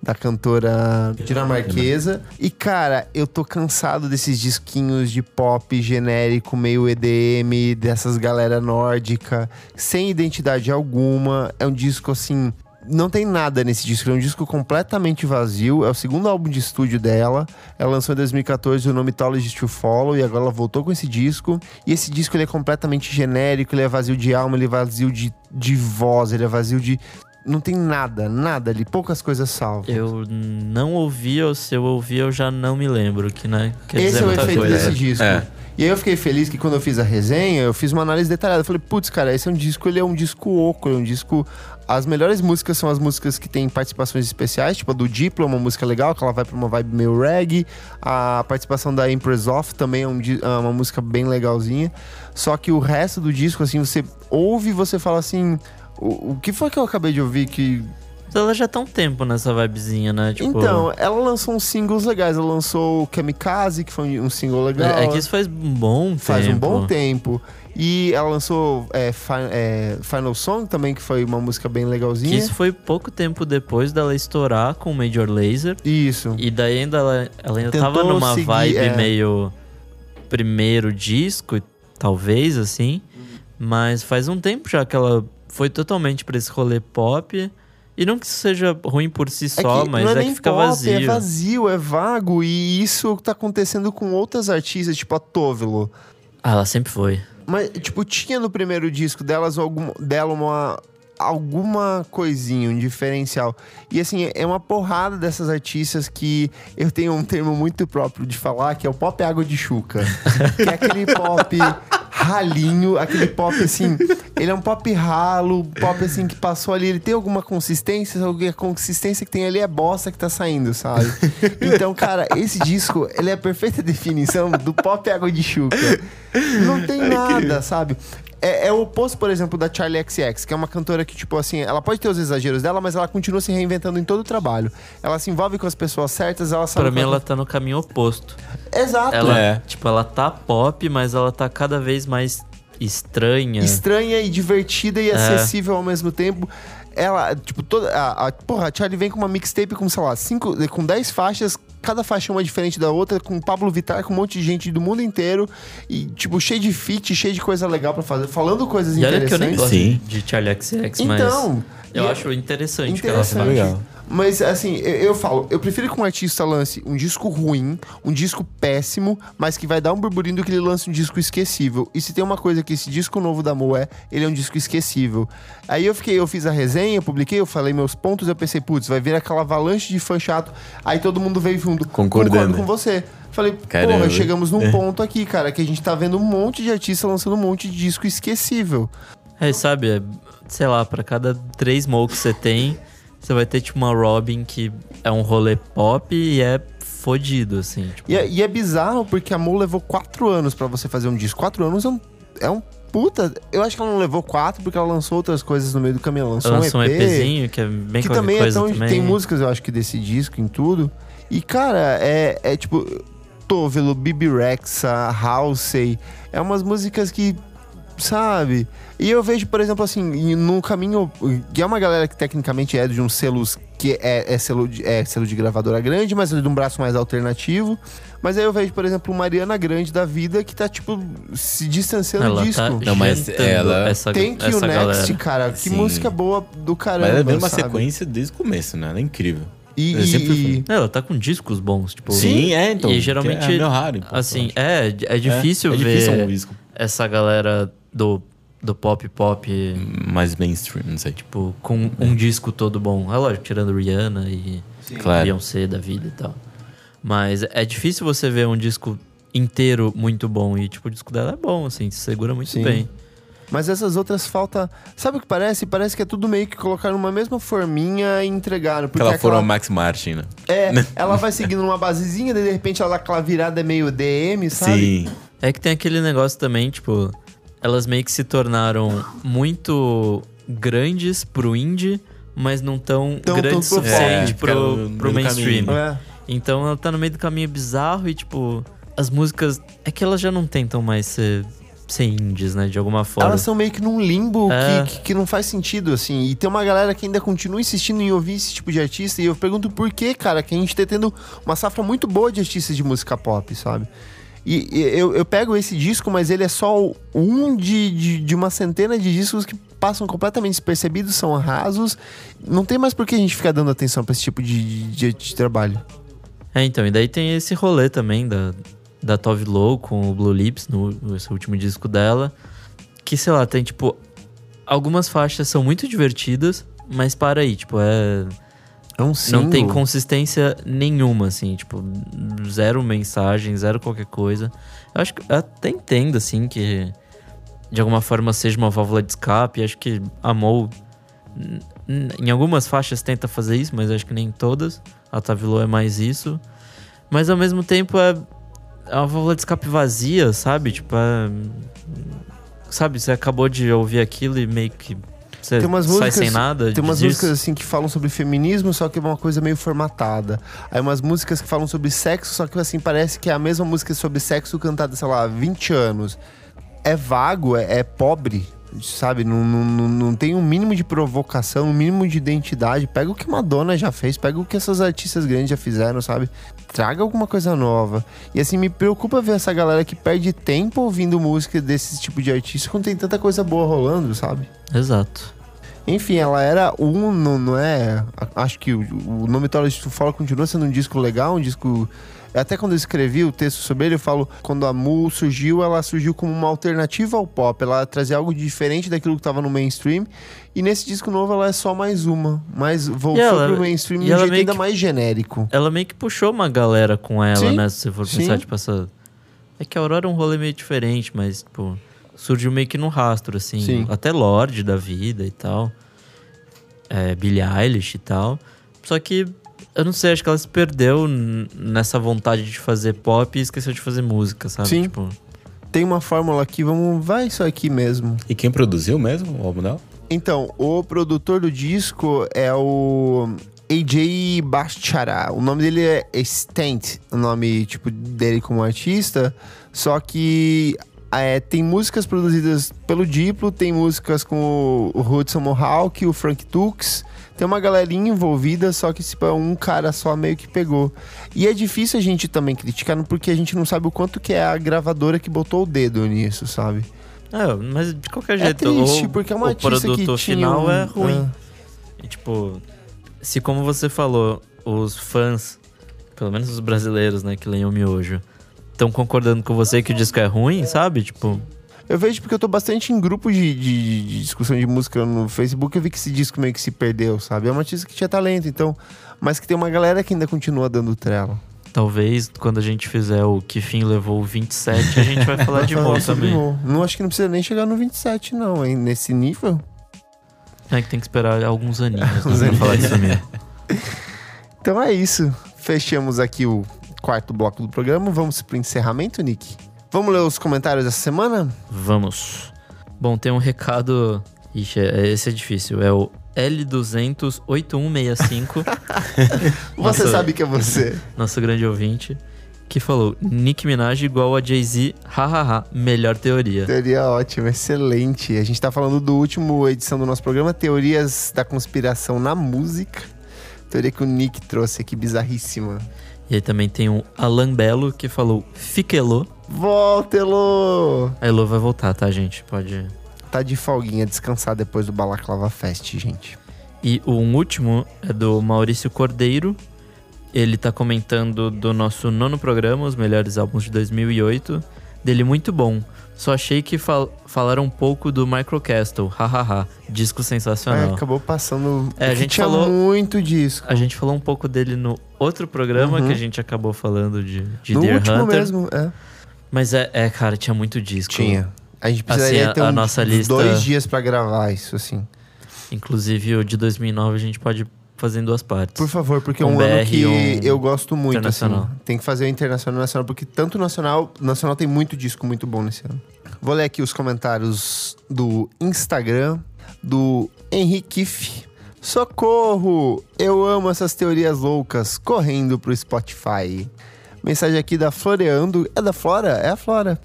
[SPEAKER 1] da cantora dinamarquesa. E cara, eu tô cansado desses disquinhos de pop genérico, meio EDM, dessas galera nórdica, sem identidade alguma. É um disco assim, não tem nada nesse disco, é um disco completamente vazio. É o segundo álbum de estúdio dela. Ela lançou em 2014 o nome Mythology to Follow e agora ela voltou com esse disco. E esse disco ele é completamente genérico, ele é vazio de alma, ele é vazio de, de voz, ele é vazio de. Não tem nada, nada ali, poucas coisas salvas.
[SPEAKER 2] Eu não ouvi, ou se eu ouvi, eu já não me lembro, que né? Quer
[SPEAKER 1] Esse
[SPEAKER 2] dizer
[SPEAKER 1] é o
[SPEAKER 2] muita
[SPEAKER 1] efeito
[SPEAKER 2] coisa.
[SPEAKER 1] desse
[SPEAKER 2] né?
[SPEAKER 1] disco.
[SPEAKER 3] É.
[SPEAKER 1] E aí eu fiquei feliz que quando eu fiz a resenha, eu fiz uma análise detalhada. Eu falei, putz, cara, esse é um disco, ele é um disco oco, ele é um disco. As melhores músicas são as músicas que têm participações especiais, tipo a do Diplo, é uma música legal, que ela vai pra uma vibe meio reggae. A participação da Empress Off também é, um di- é uma música bem legalzinha. Só que o resto do disco, assim, você ouve e você fala assim. O, o que foi que eu acabei de ouvir que
[SPEAKER 2] Ela já tá um tempo nessa vibezinha, né? Tipo,
[SPEAKER 1] então, ela lançou uns singles legais. Ela lançou o Kamikaze, que foi um single legal.
[SPEAKER 2] é que isso faz um bom
[SPEAKER 1] Faz
[SPEAKER 2] tempo.
[SPEAKER 1] um bom tempo. E ela lançou é, Fi- é, Final Song também, que foi uma música bem
[SPEAKER 2] Que
[SPEAKER 1] legalzinha.
[SPEAKER 2] isso
[SPEAKER 1] Isso.
[SPEAKER 2] foi pouco tempo depois dela estourar com o Major Laser. E daí ainda ela, ela ainda
[SPEAKER 1] Tentou
[SPEAKER 2] tava numa
[SPEAKER 1] seguir,
[SPEAKER 2] vibe
[SPEAKER 1] é.
[SPEAKER 2] meio primeiro disco, talvez assim, mas faz um tempo já que ela foi totalmente pra esse rolê pop. E não que isso seja ruim por si só,
[SPEAKER 1] que
[SPEAKER 2] mas
[SPEAKER 1] não é,
[SPEAKER 2] é,
[SPEAKER 1] nem
[SPEAKER 2] que fica
[SPEAKER 1] pop,
[SPEAKER 2] vazio.
[SPEAKER 1] É vazio, é vago. E isso tá acontecendo com outras artistas, tipo a Tovelo.
[SPEAKER 2] Ah, ela sempre foi.
[SPEAKER 1] Mas, tipo, tinha no primeiro disco delas algum, dela uma, alguma coisinha, um diferencial. E assim, é uma porrada dessas artistas que eu tenho um termo muito próprio de falar, que é o pop água de chuca. que é aquele pop ralinho, aquele pop assim. Ele é um pop ralo, pop assim que passou ali, ele tem alguma consistência, só que a consistência que tem ali é bosta que tá saindo, sabe? Então, cara, esse disco, ele é a perfeita definição do pop água de chuca. Não tem nada, sabe? É, é o oposto, por exemplo, da Charlie XX, que é uma cantora que, tipo assim, ela pode ter os exageros dela, mas ela continua se reinventando em todo o trabalho. Ela se envolve com as pessoas certas, ela sabe.
[SPEAKER 2] Pra mim,
[SPEAKER 1] qual-
[SPEAKER 2] ela tá no caminho oposto.
[SPEAKER 1] Exato.
[SPEAKER 2] Ela,
[SPEAKER 3] É.
[SPEAKER 2] tipo, ela tá pop, mas ela tá cada vez mais estranha.
[SPEAKER 1] estranha e divertida
[SPEAKER 2] É.
[SPEAKER 1] e acessível ao mesmo tempo. Ela, tipo, toda. A, a- porra, a Charlie vem com uma mixtape com, sei lá, cinco, com 10 faixas, cada faixa uma diferente da outra, com Pablo Vittar, com um monte de gente do mundo inteiro. E, tipo, cheio de feat, cheio de coisa legal pra fazer, falando coisas
[SPEAKER 2] E olha que eu nem
[SPEAKER 1] interessantes.
[SPEAKER 2] gosto
[SPEAKER 3] Sim.
[SPEAKER 2] de Charlie XX, mas
[SPEAKER 1] então.
[SPEAKER 2] eu
[SPEAKER 1] e-
[SPEAKER 2] acho interessante, que ela
[SPEAKER 1] Interessante.
[SPEAKER 2] faz.
[SPEAKER 3] legal.
[SPEAKER 1] Mas assim, eu, eu falo, eu prefiro que um artista lance um disco ruim, um disco péssimo, mas que vai dar um burburinho do que ele lance um disco esquecível. E se tem uma coisa que esse disco novo da Mo é, ele é um disco esquecível. Aí eu fiquei, eu fiz a resenha, eu publiquei, eu falei meus pontos, eu pensei, putz, vai vir aquela avalanche de fã chato. Aí todo mundo veio junto.
[SPEAKER 3] Concordando.
[SPEAKER 1] Concordo com você. Falei,
[SPEAKER 3] Caramba. É.
[SPEAKER 1] porra, chegamos num ponto aqui, cara, que a gente tá vendo um monte de artista lançando um monte de disco esquecível.
[SPEAKER 2] É, sabe, é, sei lá, pra cada três mo que você tem, você vai ter tipo uma Robin que é um rolê pop e é fodido, assim. Tipo,
[SPEAKER 1] E é, e é bizarro porque a Mo levou quatro anos pra você fazer um disco. Quatro anos é um, é um puta. Eu acho que ela não levou quatro porque ela lançou outras coisas no meio do caminho. Ela lançou
[SPEAKER 2] ela lança um,
[SPEAKER 1] um EP.
[SPEAKER 2] EPzinho que é bem
[SPEAKER 1] que
[SPEAKER 2] qualquer
[SPEAKER 1] também é
[SPEAKER 2] coisa
[SPEAKER 1] tão.
[SPEAKER 2] também.
[SPEAKER 1] Tem músicas, eu acho que desse disco em tudo. E, cara, é, é tipo. Tovelo, Bibi Rexa, Halsey. É umas músicas que. Sabe? E eu vejo, por exemplo, assim, em- num caminho. Que é uma galera que tecnicamente é de uns selos. Que é, é selo, de, é selo de gravadora grande, mas é de um braço mais alternativo. Mas aí eu vejo, por exemplo, uma Ariana Grande da vida que tá, tipo, se distanciando
[SPEAKER 2] Ela
[SPEAKER 1] do
[SPEAKER 2] tá
[SPEAKER 1] disco.
[SPEAKER 3] Não, mas
[SPEAKER 2] jantando
[SPEAKER 3] ela-
[SPEAKER 2] essa,
[SPEAKER 1] Tem que
[SPEAKER 2] essa
[SPEAKER 1] o Next,
[SPEAKER 2] galera.
[SPEAKER 1] cara. Que
[SPEAKER 3] Sim.
[SPEAKER 1] música boa do caramba.
[SPEAKER 3] Mas ela vem uma
[SPEAKER 1] sabe?
[SPEAKER 3] sequência desde o começo, né? Ela é incrível.
[SPEAKER 1] E,
[SPEAKER 3] Eu É, sempre
[SPEAKER 1] e-
[SPEAKER 3] fui.
[SPEAKER 2] Ela tá com discos bons, tipo...
[SPEAKER 3] é, então.
[SPEAKER 2] E geralmente,
[SPEAKER 3] É meio raro. então,
[SPEAKER 2] assim,
[SPEAKER 3] eu acho.
[SPEAKER 2] é, é difícil
[SPEAKER 3] é,
[SPEAKER 2] ver
[SPEAKER 3] É difícil um disco
[SPEAKER 2] essa galera do, do pop pop,
[SPEAKER 3] mais mainstream, não sei. Tipo,
[SPEAKER 2] tipo, com um disco todo bom. É lógico, tirando Rihanna e
[SPEAKER 3] Claro.
[SPEAKER 2] Beyoncé da vida e tal. Mas é difícil você ver um disco inteiro muito bom. E, tipo, o disco dela é bom, assim, se segura muito
[SPEAKER 1] Sim.
[SPEAKER 2] bem.
[SPEAKER 1] Mas essas outras falta. Sabe o que parece? Parece que é tudo meio que colocar numa mesma forminha e entregaram. Porque é
[SPEAKER 3] aquela forma
[SPEAKER 1] aquela-
[SPEAKER 3] Max Martin, né?
[SPEAKER 1] É, ela vai seguindo uma basezinha, daí de repente ela dá aquela virada meio DM, sabe?
[SPEAKER 3] Sim.
[SPEAKER 2] É que tem aquele negócio também, tipo, elas meio que se tornaram muito grandes pro indie, mas não tão,
[SPEAKER 1] Tão-
[SPEAKER 2] grandes o
[SPEAKER 1] tão pro pop.
[SPEAKER 2] suficiente
[SPEAKER 3] É, ficaram
[SPEAKER 2] pro,
[SPEAKER 3] no meio
[SPEAKER 2] pro
[SPEAKER 3] do
[SPEAKER 2] mainstream.
[SPEAKER 3] caminho.
[SPEAKER 1] É.
[SPEAKER 2] Então ela tá no meio do caminho bizarro e, tipo, as músicas. É que elas já não tentam mais ser, ser indies, né? De alguma forma.
[SPEAKER 1] Elas são meio que num limbo que-
[SPEAKER 2] É.
[SPEAKER 1] que, que não faz sentido, assim. E tem uma galera que ainda continua insistindo em ouvir esse tipo de artista. E eu pergunto por que, cara, que a gente tá tendo uma safra muito boa de artistas de música pop, sabe? E, e eu, eu pego esse disco, mas ele é só um de, de, de uma centena de discos que passam completamente despercebidos, são rasos. Não tem mais por que a gente ficar dando atenção pra esse tipo de, de- de- de trabalho.
[SPEAKER 2] É, então, e daí tem esse rolê também da, da Tove Lo com o Blue Lips, no, nesse último disco dela. Que, sei lá, tem, tipo, algumas faixas são muito divertidas, mas para aí, tipo, é...
[SPEAKER 1] É um
[SPEAKER 2] Não tem
[SPEAKER 1] single.
[SPEAKER 2] consistência nenhuma, assim, tipo, zero mensagem, zero qualquer coisa. Eu acho que eu até entendo, assim, que de alguma forma seja uma válvula de escape. Acho que a Mou, n- n- em algumas faixas, tenta fazer isso, mas acho que nem em todas. A Tavilô é mais isso. Mas ao mesmo tempo é, é uma válvula de escape vazia, sabe? Tipo, é. Sabe, você acabou de ouvir aquilo e meio que. Você
[SPEAKER 1] Tem umas
[SPEAKER 2] sai
[SPEAKER 1] músicas-
[SPEAKER 2] sem nada.
[SPEAKER 1] Tem umas
[SPEAKER 2] disso.
[SPEAKER 1] músicas assim que falam sobre feminismo, só que é uma coisa meio formatada. Aí umas músicas que falam sobre sexo, só que assim, parece que é a mesma música sobre sexo cantada, sei lá, há 20 anos. É vago, é, é pobre, sabe? Não, não, não, não tem um mínimo de provocação, um mínimo de identidade. Pega o que Madonna já fez, pega o que essas artistas grandes já fizeram, sabe? Traga alguma coisa nova. E assim, me preocupa ver essa galera que perde tempo ouvindo música desse tipo de artista quando tem tanta coisa boa rolando, sabe?
[SPEAKER 2] Exato.
[SPEAKER 1] Enfim, ela era um, não, não é? A- Acho que o, o nome Tora de Fora continua sendo um disco legal, um disco. Até quando eu escrevi o texto sobre ele, eu falo, quando a Mu surgiu, ela surgiu como uma alternativa ao pop. Ela trazia algo diferente daquilo que tava no mainstream. E nesse disco novo ela é só mais uma. Mas voltou
[SPEAKER 2] ela-
[SPEAKER 1] pro mainstream
[SPEAKER 2] e
[SPEAKER 1] de um
[SPEAKER 2] ela
[SPEAKER 1] jeito
[SPEAKER 2] meio
[SPEAKER 1] ainda
[SPEAKER 2] que-
[SPEAKER 1] mais genérico.
[SPEAKER 2] Ela meio que puxou uma galera com ela,
[SPEAKER 1] Sim,
[SPEAKER 2] né? Se você for
[SPEAKER 1] sim.
[SPEAKER 2] pensar, tipo, essa. É que a Aurora é um rolê meio diferente, mas, tipo, surgiu meio que num rastro, assim.
[SPEAKER 1] Sim.
[SPEAKER 2] Até Lorde da vida e tal. É, Billie Eilish e tal. Só que, eu não sei, acho que ela se perdeu n- nessa vontade de fazer pop e esqueceu de fazer música, sabe?
[SPEAKER 1] Sim.
[SPEAKER 2] Tipo,
[SPEAKER 1] Tem uma fórmula aqui, vamos. Vai isso aqui mesmo.
[SPEAKER 3] E quem produziu mesmo o álbum dela?
[SPEAKER 1] Então, o produtor do disco é o AJ Bachara. O nome dele é Stent, o nome tipo dele como artista. Só que é, tem músicas produzidas pelo Diplo, tem músicas com o Hudson Mohawk, o Frank Tux. Tem uma galerinha envolvida, só que tipo, é um cara só meio que pegou. E é difícil a gente também criticar, porque a gente não sabe o quanto que é a gravadora que botou o dedo nisso, sabe?
[SPEAKER 2] é, mas de qualquer
[SPEAKER 1] É
[SPEAKER 2] jeito,
[SPEAKER 1] triste,
[SPEAKER 2] o,
[SPEAKER 1] porque é uma
[SPEAKER 2] o
[SPEAKER 1] artista que
[SPEAKER 2] produto
[SPEAKER 1] tinha
[SPEAKER 2] final
[SPEAKER 1] um-
[SPEAKER 2] é ruim.
[SPEAKER 1] é.
[SPEAKER 2] E, tipo, se como você falou, os fãs, pelo menos os brasileiros, né, que leem o miojo, estão concordando com você que o disco é ruim, sabe? Tipo,
[SPEAKER 1] Eu vejo porque eu tô bastante em grupo de, de- de discussão de música no Facebook. Eu vi que esse disco meio que se perdeu, sabe? É uma artista que tinha talento, então. Mas que tem uma galera que ainda continua dando trela.
[SPEAKER 2] talvez quando a gente fizer o Que Fim Levou 27, a gente vai falar de
[SPEAKER 1] Falando
[SPEAKER 2] Mo
[SPEAKER 1] sobre
[SPEAKER 2] também.
[SPEAKER 1] Mo. Não acho que não precisa nem chegar no 27, não, hein? Nesse nível.
[SPEAKER 2] É que tem que esperar alguns aninhos né,
[SPEAKER 1] Uns
[SPEAKER 2] pra falar disso mesmo.
[SPEAKER 1] Então é isso. Fechamos aqui o quarto bloco do programa. Vamos pro encerramento, Nick? Vamos ler os comentários dessa semana?
[SPEAKER 2] Vamos. Bom, tem um recado. Ixi, é- esse é difícil. É o L2008165.
[SPEAKER 1] Você
[SPEAKER 2] Nossa.
[SPEAKER 1] sabe que é você.
[SPEAKER 2] nosso grande ouvinte, que falou: Nick Minaj igual a Jay-Z, hahaha, melhor teoria.
[SPEAKER 1] Teoria ótima, excelente. A gente tá falando do último edição do nosso programa, Teorias da Conspiração na Música. Teoria que o Nick trouxe aqui, bizarríssima.
[SPEAKER 2] E aí também tem o Alan Belo, que falou: Fica Elo.
[SPEAKER 1] Volta, Elô!
[SPEAKER 2] A Elo vai voltar, tá, gente? Pode.
[SPEAKER 1] Tá de folguinha, descansar depois do Balaclava Fest, gente.
[SPEAKER 2] E o último é do Maurício Cordeiro. Ele tá comentando do nosso nono programa, os melhores álbuns de 2008. Dele muito bom. Só achei que fal- falaram um pouco do Microcastle, hahaha, disco
[SPEAKER 1] É,
[SPEAKER 2] sensacional.
[SPEAKER 1] acabou passando...
[SPEAKER 2] Ah, É, a
[SPEAKER 1] porque
[SPEAKER 2] gente
[SPEAKER 1] tinha
[SPEAKER 2] falou-
[SPEAKER 1] muito disco.
[SPEAKER 2] A gente falou um pouco dele no outro programa
[SPEAKER 1] Uhum.
[SPEAKER 2] que a gente acabou falando de, de
[SPEAKER 1] no
[SPEAKER 2] Deer
[SPEAKER 1] último
[SPEAKER 2] Hunter.
[SPEAKER 1] mesmo, é.
[SPEAKER 2] Mas é, é, cara, tinha muito disco.
[SPEAKER 1] Tinha. A gente precisaria
[SPEAKER 2] Assim, a-
[SPEAKER 1] ter
[SPEAKER 2] a
[SPEAKER 1] uns
[SPEAKER 2] nossa lista-
[SPEAKER 1] dois dias pra gravar isso, assim.
[SPEAKER 2] Inclusive o de 2009 a gente pode fazer em duas partes.
[SPEAKER 1] Por favor, porque é
[SPEAKER 2] Um
[SPEAKER 1] um ano
[SPEAKER 2] BR
[SPEAKER 1] que
[SPEAKER 2] e um
[SPEAKER 1] eu gosto muito, assim.
[SPEAKER 2] internacional.
[SPEAKER 1] Tem que fazer o internacional e o nacional, porque tanto o nacional, o nacional tem muito disco muito bom nesse ano. Vou ler aqui os comentários do Instagram, do Henrique Kiff. Socorro! Eu amo essas teorias loucas correndo pro Spotify. Mensagem aqui da Floreando. É da Flora? É a Flora.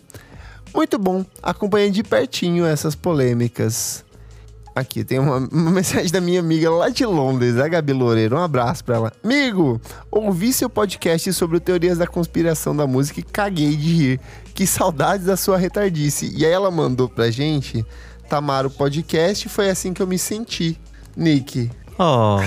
[SPEAKER 1] Muito bom. Acompanhei de pertinho essas polêmicas. Aqui tem uma, uma mensagem da minha amiga lá de Londres, a Gabi Loureiro. Um abraço pra ela. Amigo, ouvi seu podcast sobre o teorias da conspiração da música e caguei de rir. Que saudades da sua retardice. E aí ela mandou pra gente Tamara o podcast e foi assim que eu me senti. Nick,
[SPEAKER 2] Oh,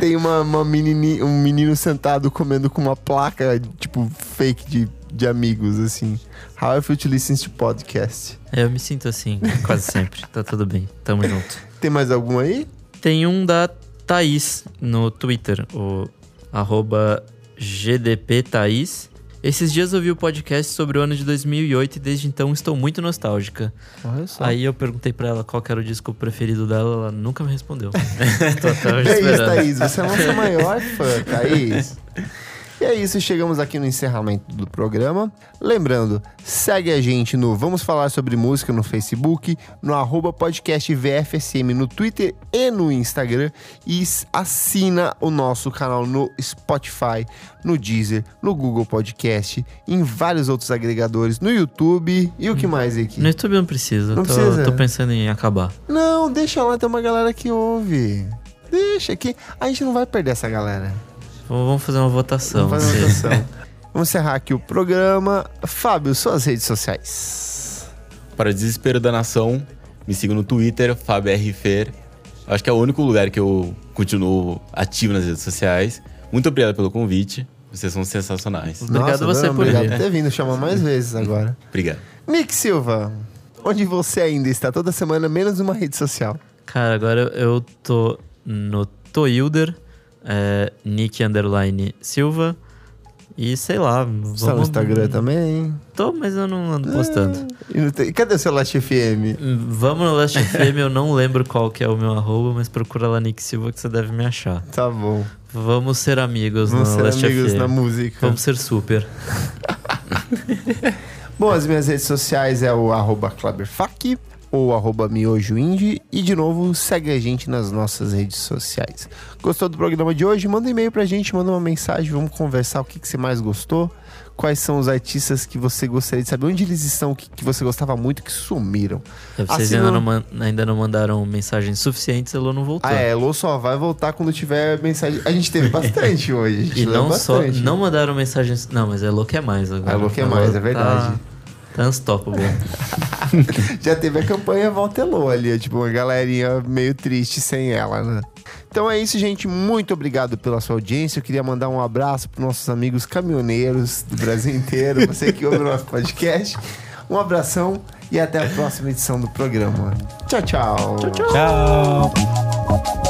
[SPEAKER 1] tem uma, uma menini- um menino sentado comendo com uma placa, tipo, fake de, de amigos, assim. How I feel to listen to podcast.
[SPEAKER 2] eu me sinto assim quase sempre. Tá tudo bem, tamo junto.
[SPEAKER 1] Tem mais algum aí?
[SPEAKER 2] Tem um da Thaís no Twitter, o arroba GDP Thaís. Esses dias ouvi o podcast sobre o ano de 2008 e desde então estou muito nostálgica.
[SPEAKER 1] Olha só.
[SPEAKER 2] Aí eu perguntei pra ela qual que era o disco preferido dela, ela nunca me respondeu. Tô até hoje
[SPEAKER 1] É isso,
[SPEAKER 2] esperando.
[SPEAKER 1] Thaís. Você é a nossa maior fã, Thaís. E é isso, chegamos aqui no encerramento do programa. Lembrando, segue a gente no Vamos Falar Sobre Música no Facebook, no arroba podcast VFSM no Twitter e no Instagram. E s- assina o nosso canal no Spotify, no Deezer, no Google Podcast, em vários outros agregadores, no YouTube. E o que mais, aqui?
[SPEAKER 2] No YouTube não precisa,
[SPEAKER 1] Não
[SPEAKER 2] tô,
[SPEAKER 1] precisa. né?
[SPEAKER 2] tô pensando em acabar.
[SPEAKER 1] Não, deixa lá, tem uma galera que ouve. Deixa que a gente não vai perder essa galera.
[SPEAKER 2] V- Vamos fazer uma votação.
[SPEAKER 1] Vamos
[SPEAKER 2] se-
[SPEAKER 1] fazer uma votação. Vamos encerrar aqui o programa. Fábio, suas redes sociais.
[SPEAKER 3] Para desespero da nação, me siga no Twitter, FabRFer, Acho que é o único lugar que eu continuo ativo nas redes sociais. Muito obrigado pelo convite. Vocês são sensacionais.
[SPEAKER 7] Obrigado
[SPEAKER 1] Nossa,
[SPEAKER 7] você
[SPEAKER 1] não,
[SPEAKER 7] por
[SPEAKER 1] Obrigado
[SPEAKER 7] vir.
[SPEAKER 1] por ter vindo, chamar mais vezes agora.
[SPEAKER 3] Obrigado.
[SPEAKER 1] Nick Silva, onde você ainda está toda semana, menos uma rede social.
[SPEAKER 2] Cara, agora eu tô no Toilder, é, Nick Underline Silva. E sei lá,
[SPEAKER 1] Você tá no
[SPEAKER 2] vamos-
[SPEAKER 1] Instagram também.
[SPEAKER 2] Tô, mas eu não ando postando.
[SPEAKER 1] E não tem- Cadê o seu Last FM?
[SPEAKER 7] Hum.
[SPEAKER 2] Vamos no Last FM, eu não lembro qual que é o meu arroba, mas procura lá Nick Silva que você deve me achar.
[SPEAKER 1] Tá bom.
[SPEAKER 2] Vamos ser amigos
[SPEAKER 1] Vamos
[SPEAKER 2] no
[SPEAKER 1] ser
[SPEAKER 2] Last
[SPEAKER 1] amigos
[SPEAKER 2] FM.
[SPEAKER 1] na música.
[SPEAKER 2] Vamos ser super.
[SPEAKER 1] Bom, as minhas redes sociais é o arroba Kleberfac ou arroba miojoindie. E, de novo, segue a gente nas nossas redes sociais. Gostou do programa de hoje? Manda um e-mail pra gente, manda uma mensagem, vamos conversar o que, que você mais gostou. Quais são os artistas que você gostaria de saber? Onde eles estão? O que, que você gostava muito que sumiram?
[SPEAKER 2] É, Vocês
[SPEAKER 1] Assim
[SPEAKER 2] ainda,
[SPEAKER 1] não-
[SPEAKER 2] não man- ainda não mandaram mensagens suficientes, Elô não voltou.
[SPEAKER 1] Ah, é, Lô só vai voltar quando tiver mensagem. A gente teve bastante hoje. A gente
[SPEAKER 2] E
[SPEAKER 1] leu
[SPEAKER 2] não só.
[SPEAKER 1] bastante.
[SPEAKER 2] Não mandaram mensagens. Não, mas Elô quer mais agora.
[SPEAKER 1] Ah, Elô quer mais, é verdade.
[SPEAKER 2] Tá, tá unstoppable.
[SPEAKER 1] Já teve a campanha Volta Elô ali, tipo, uma galerinha meio triste sem ela, né? Então é isso, gente. Muito obrigado pela sua audiência. Eu queria mandar um abraço para nossos amigos caminhoneiros do Brasil inteiro, você que ouve o nosso podcast. Um abração e até a próxima edição do programa. Tchau, tchau. Tchau, tchau.
[SPEAKER 3] Tchau.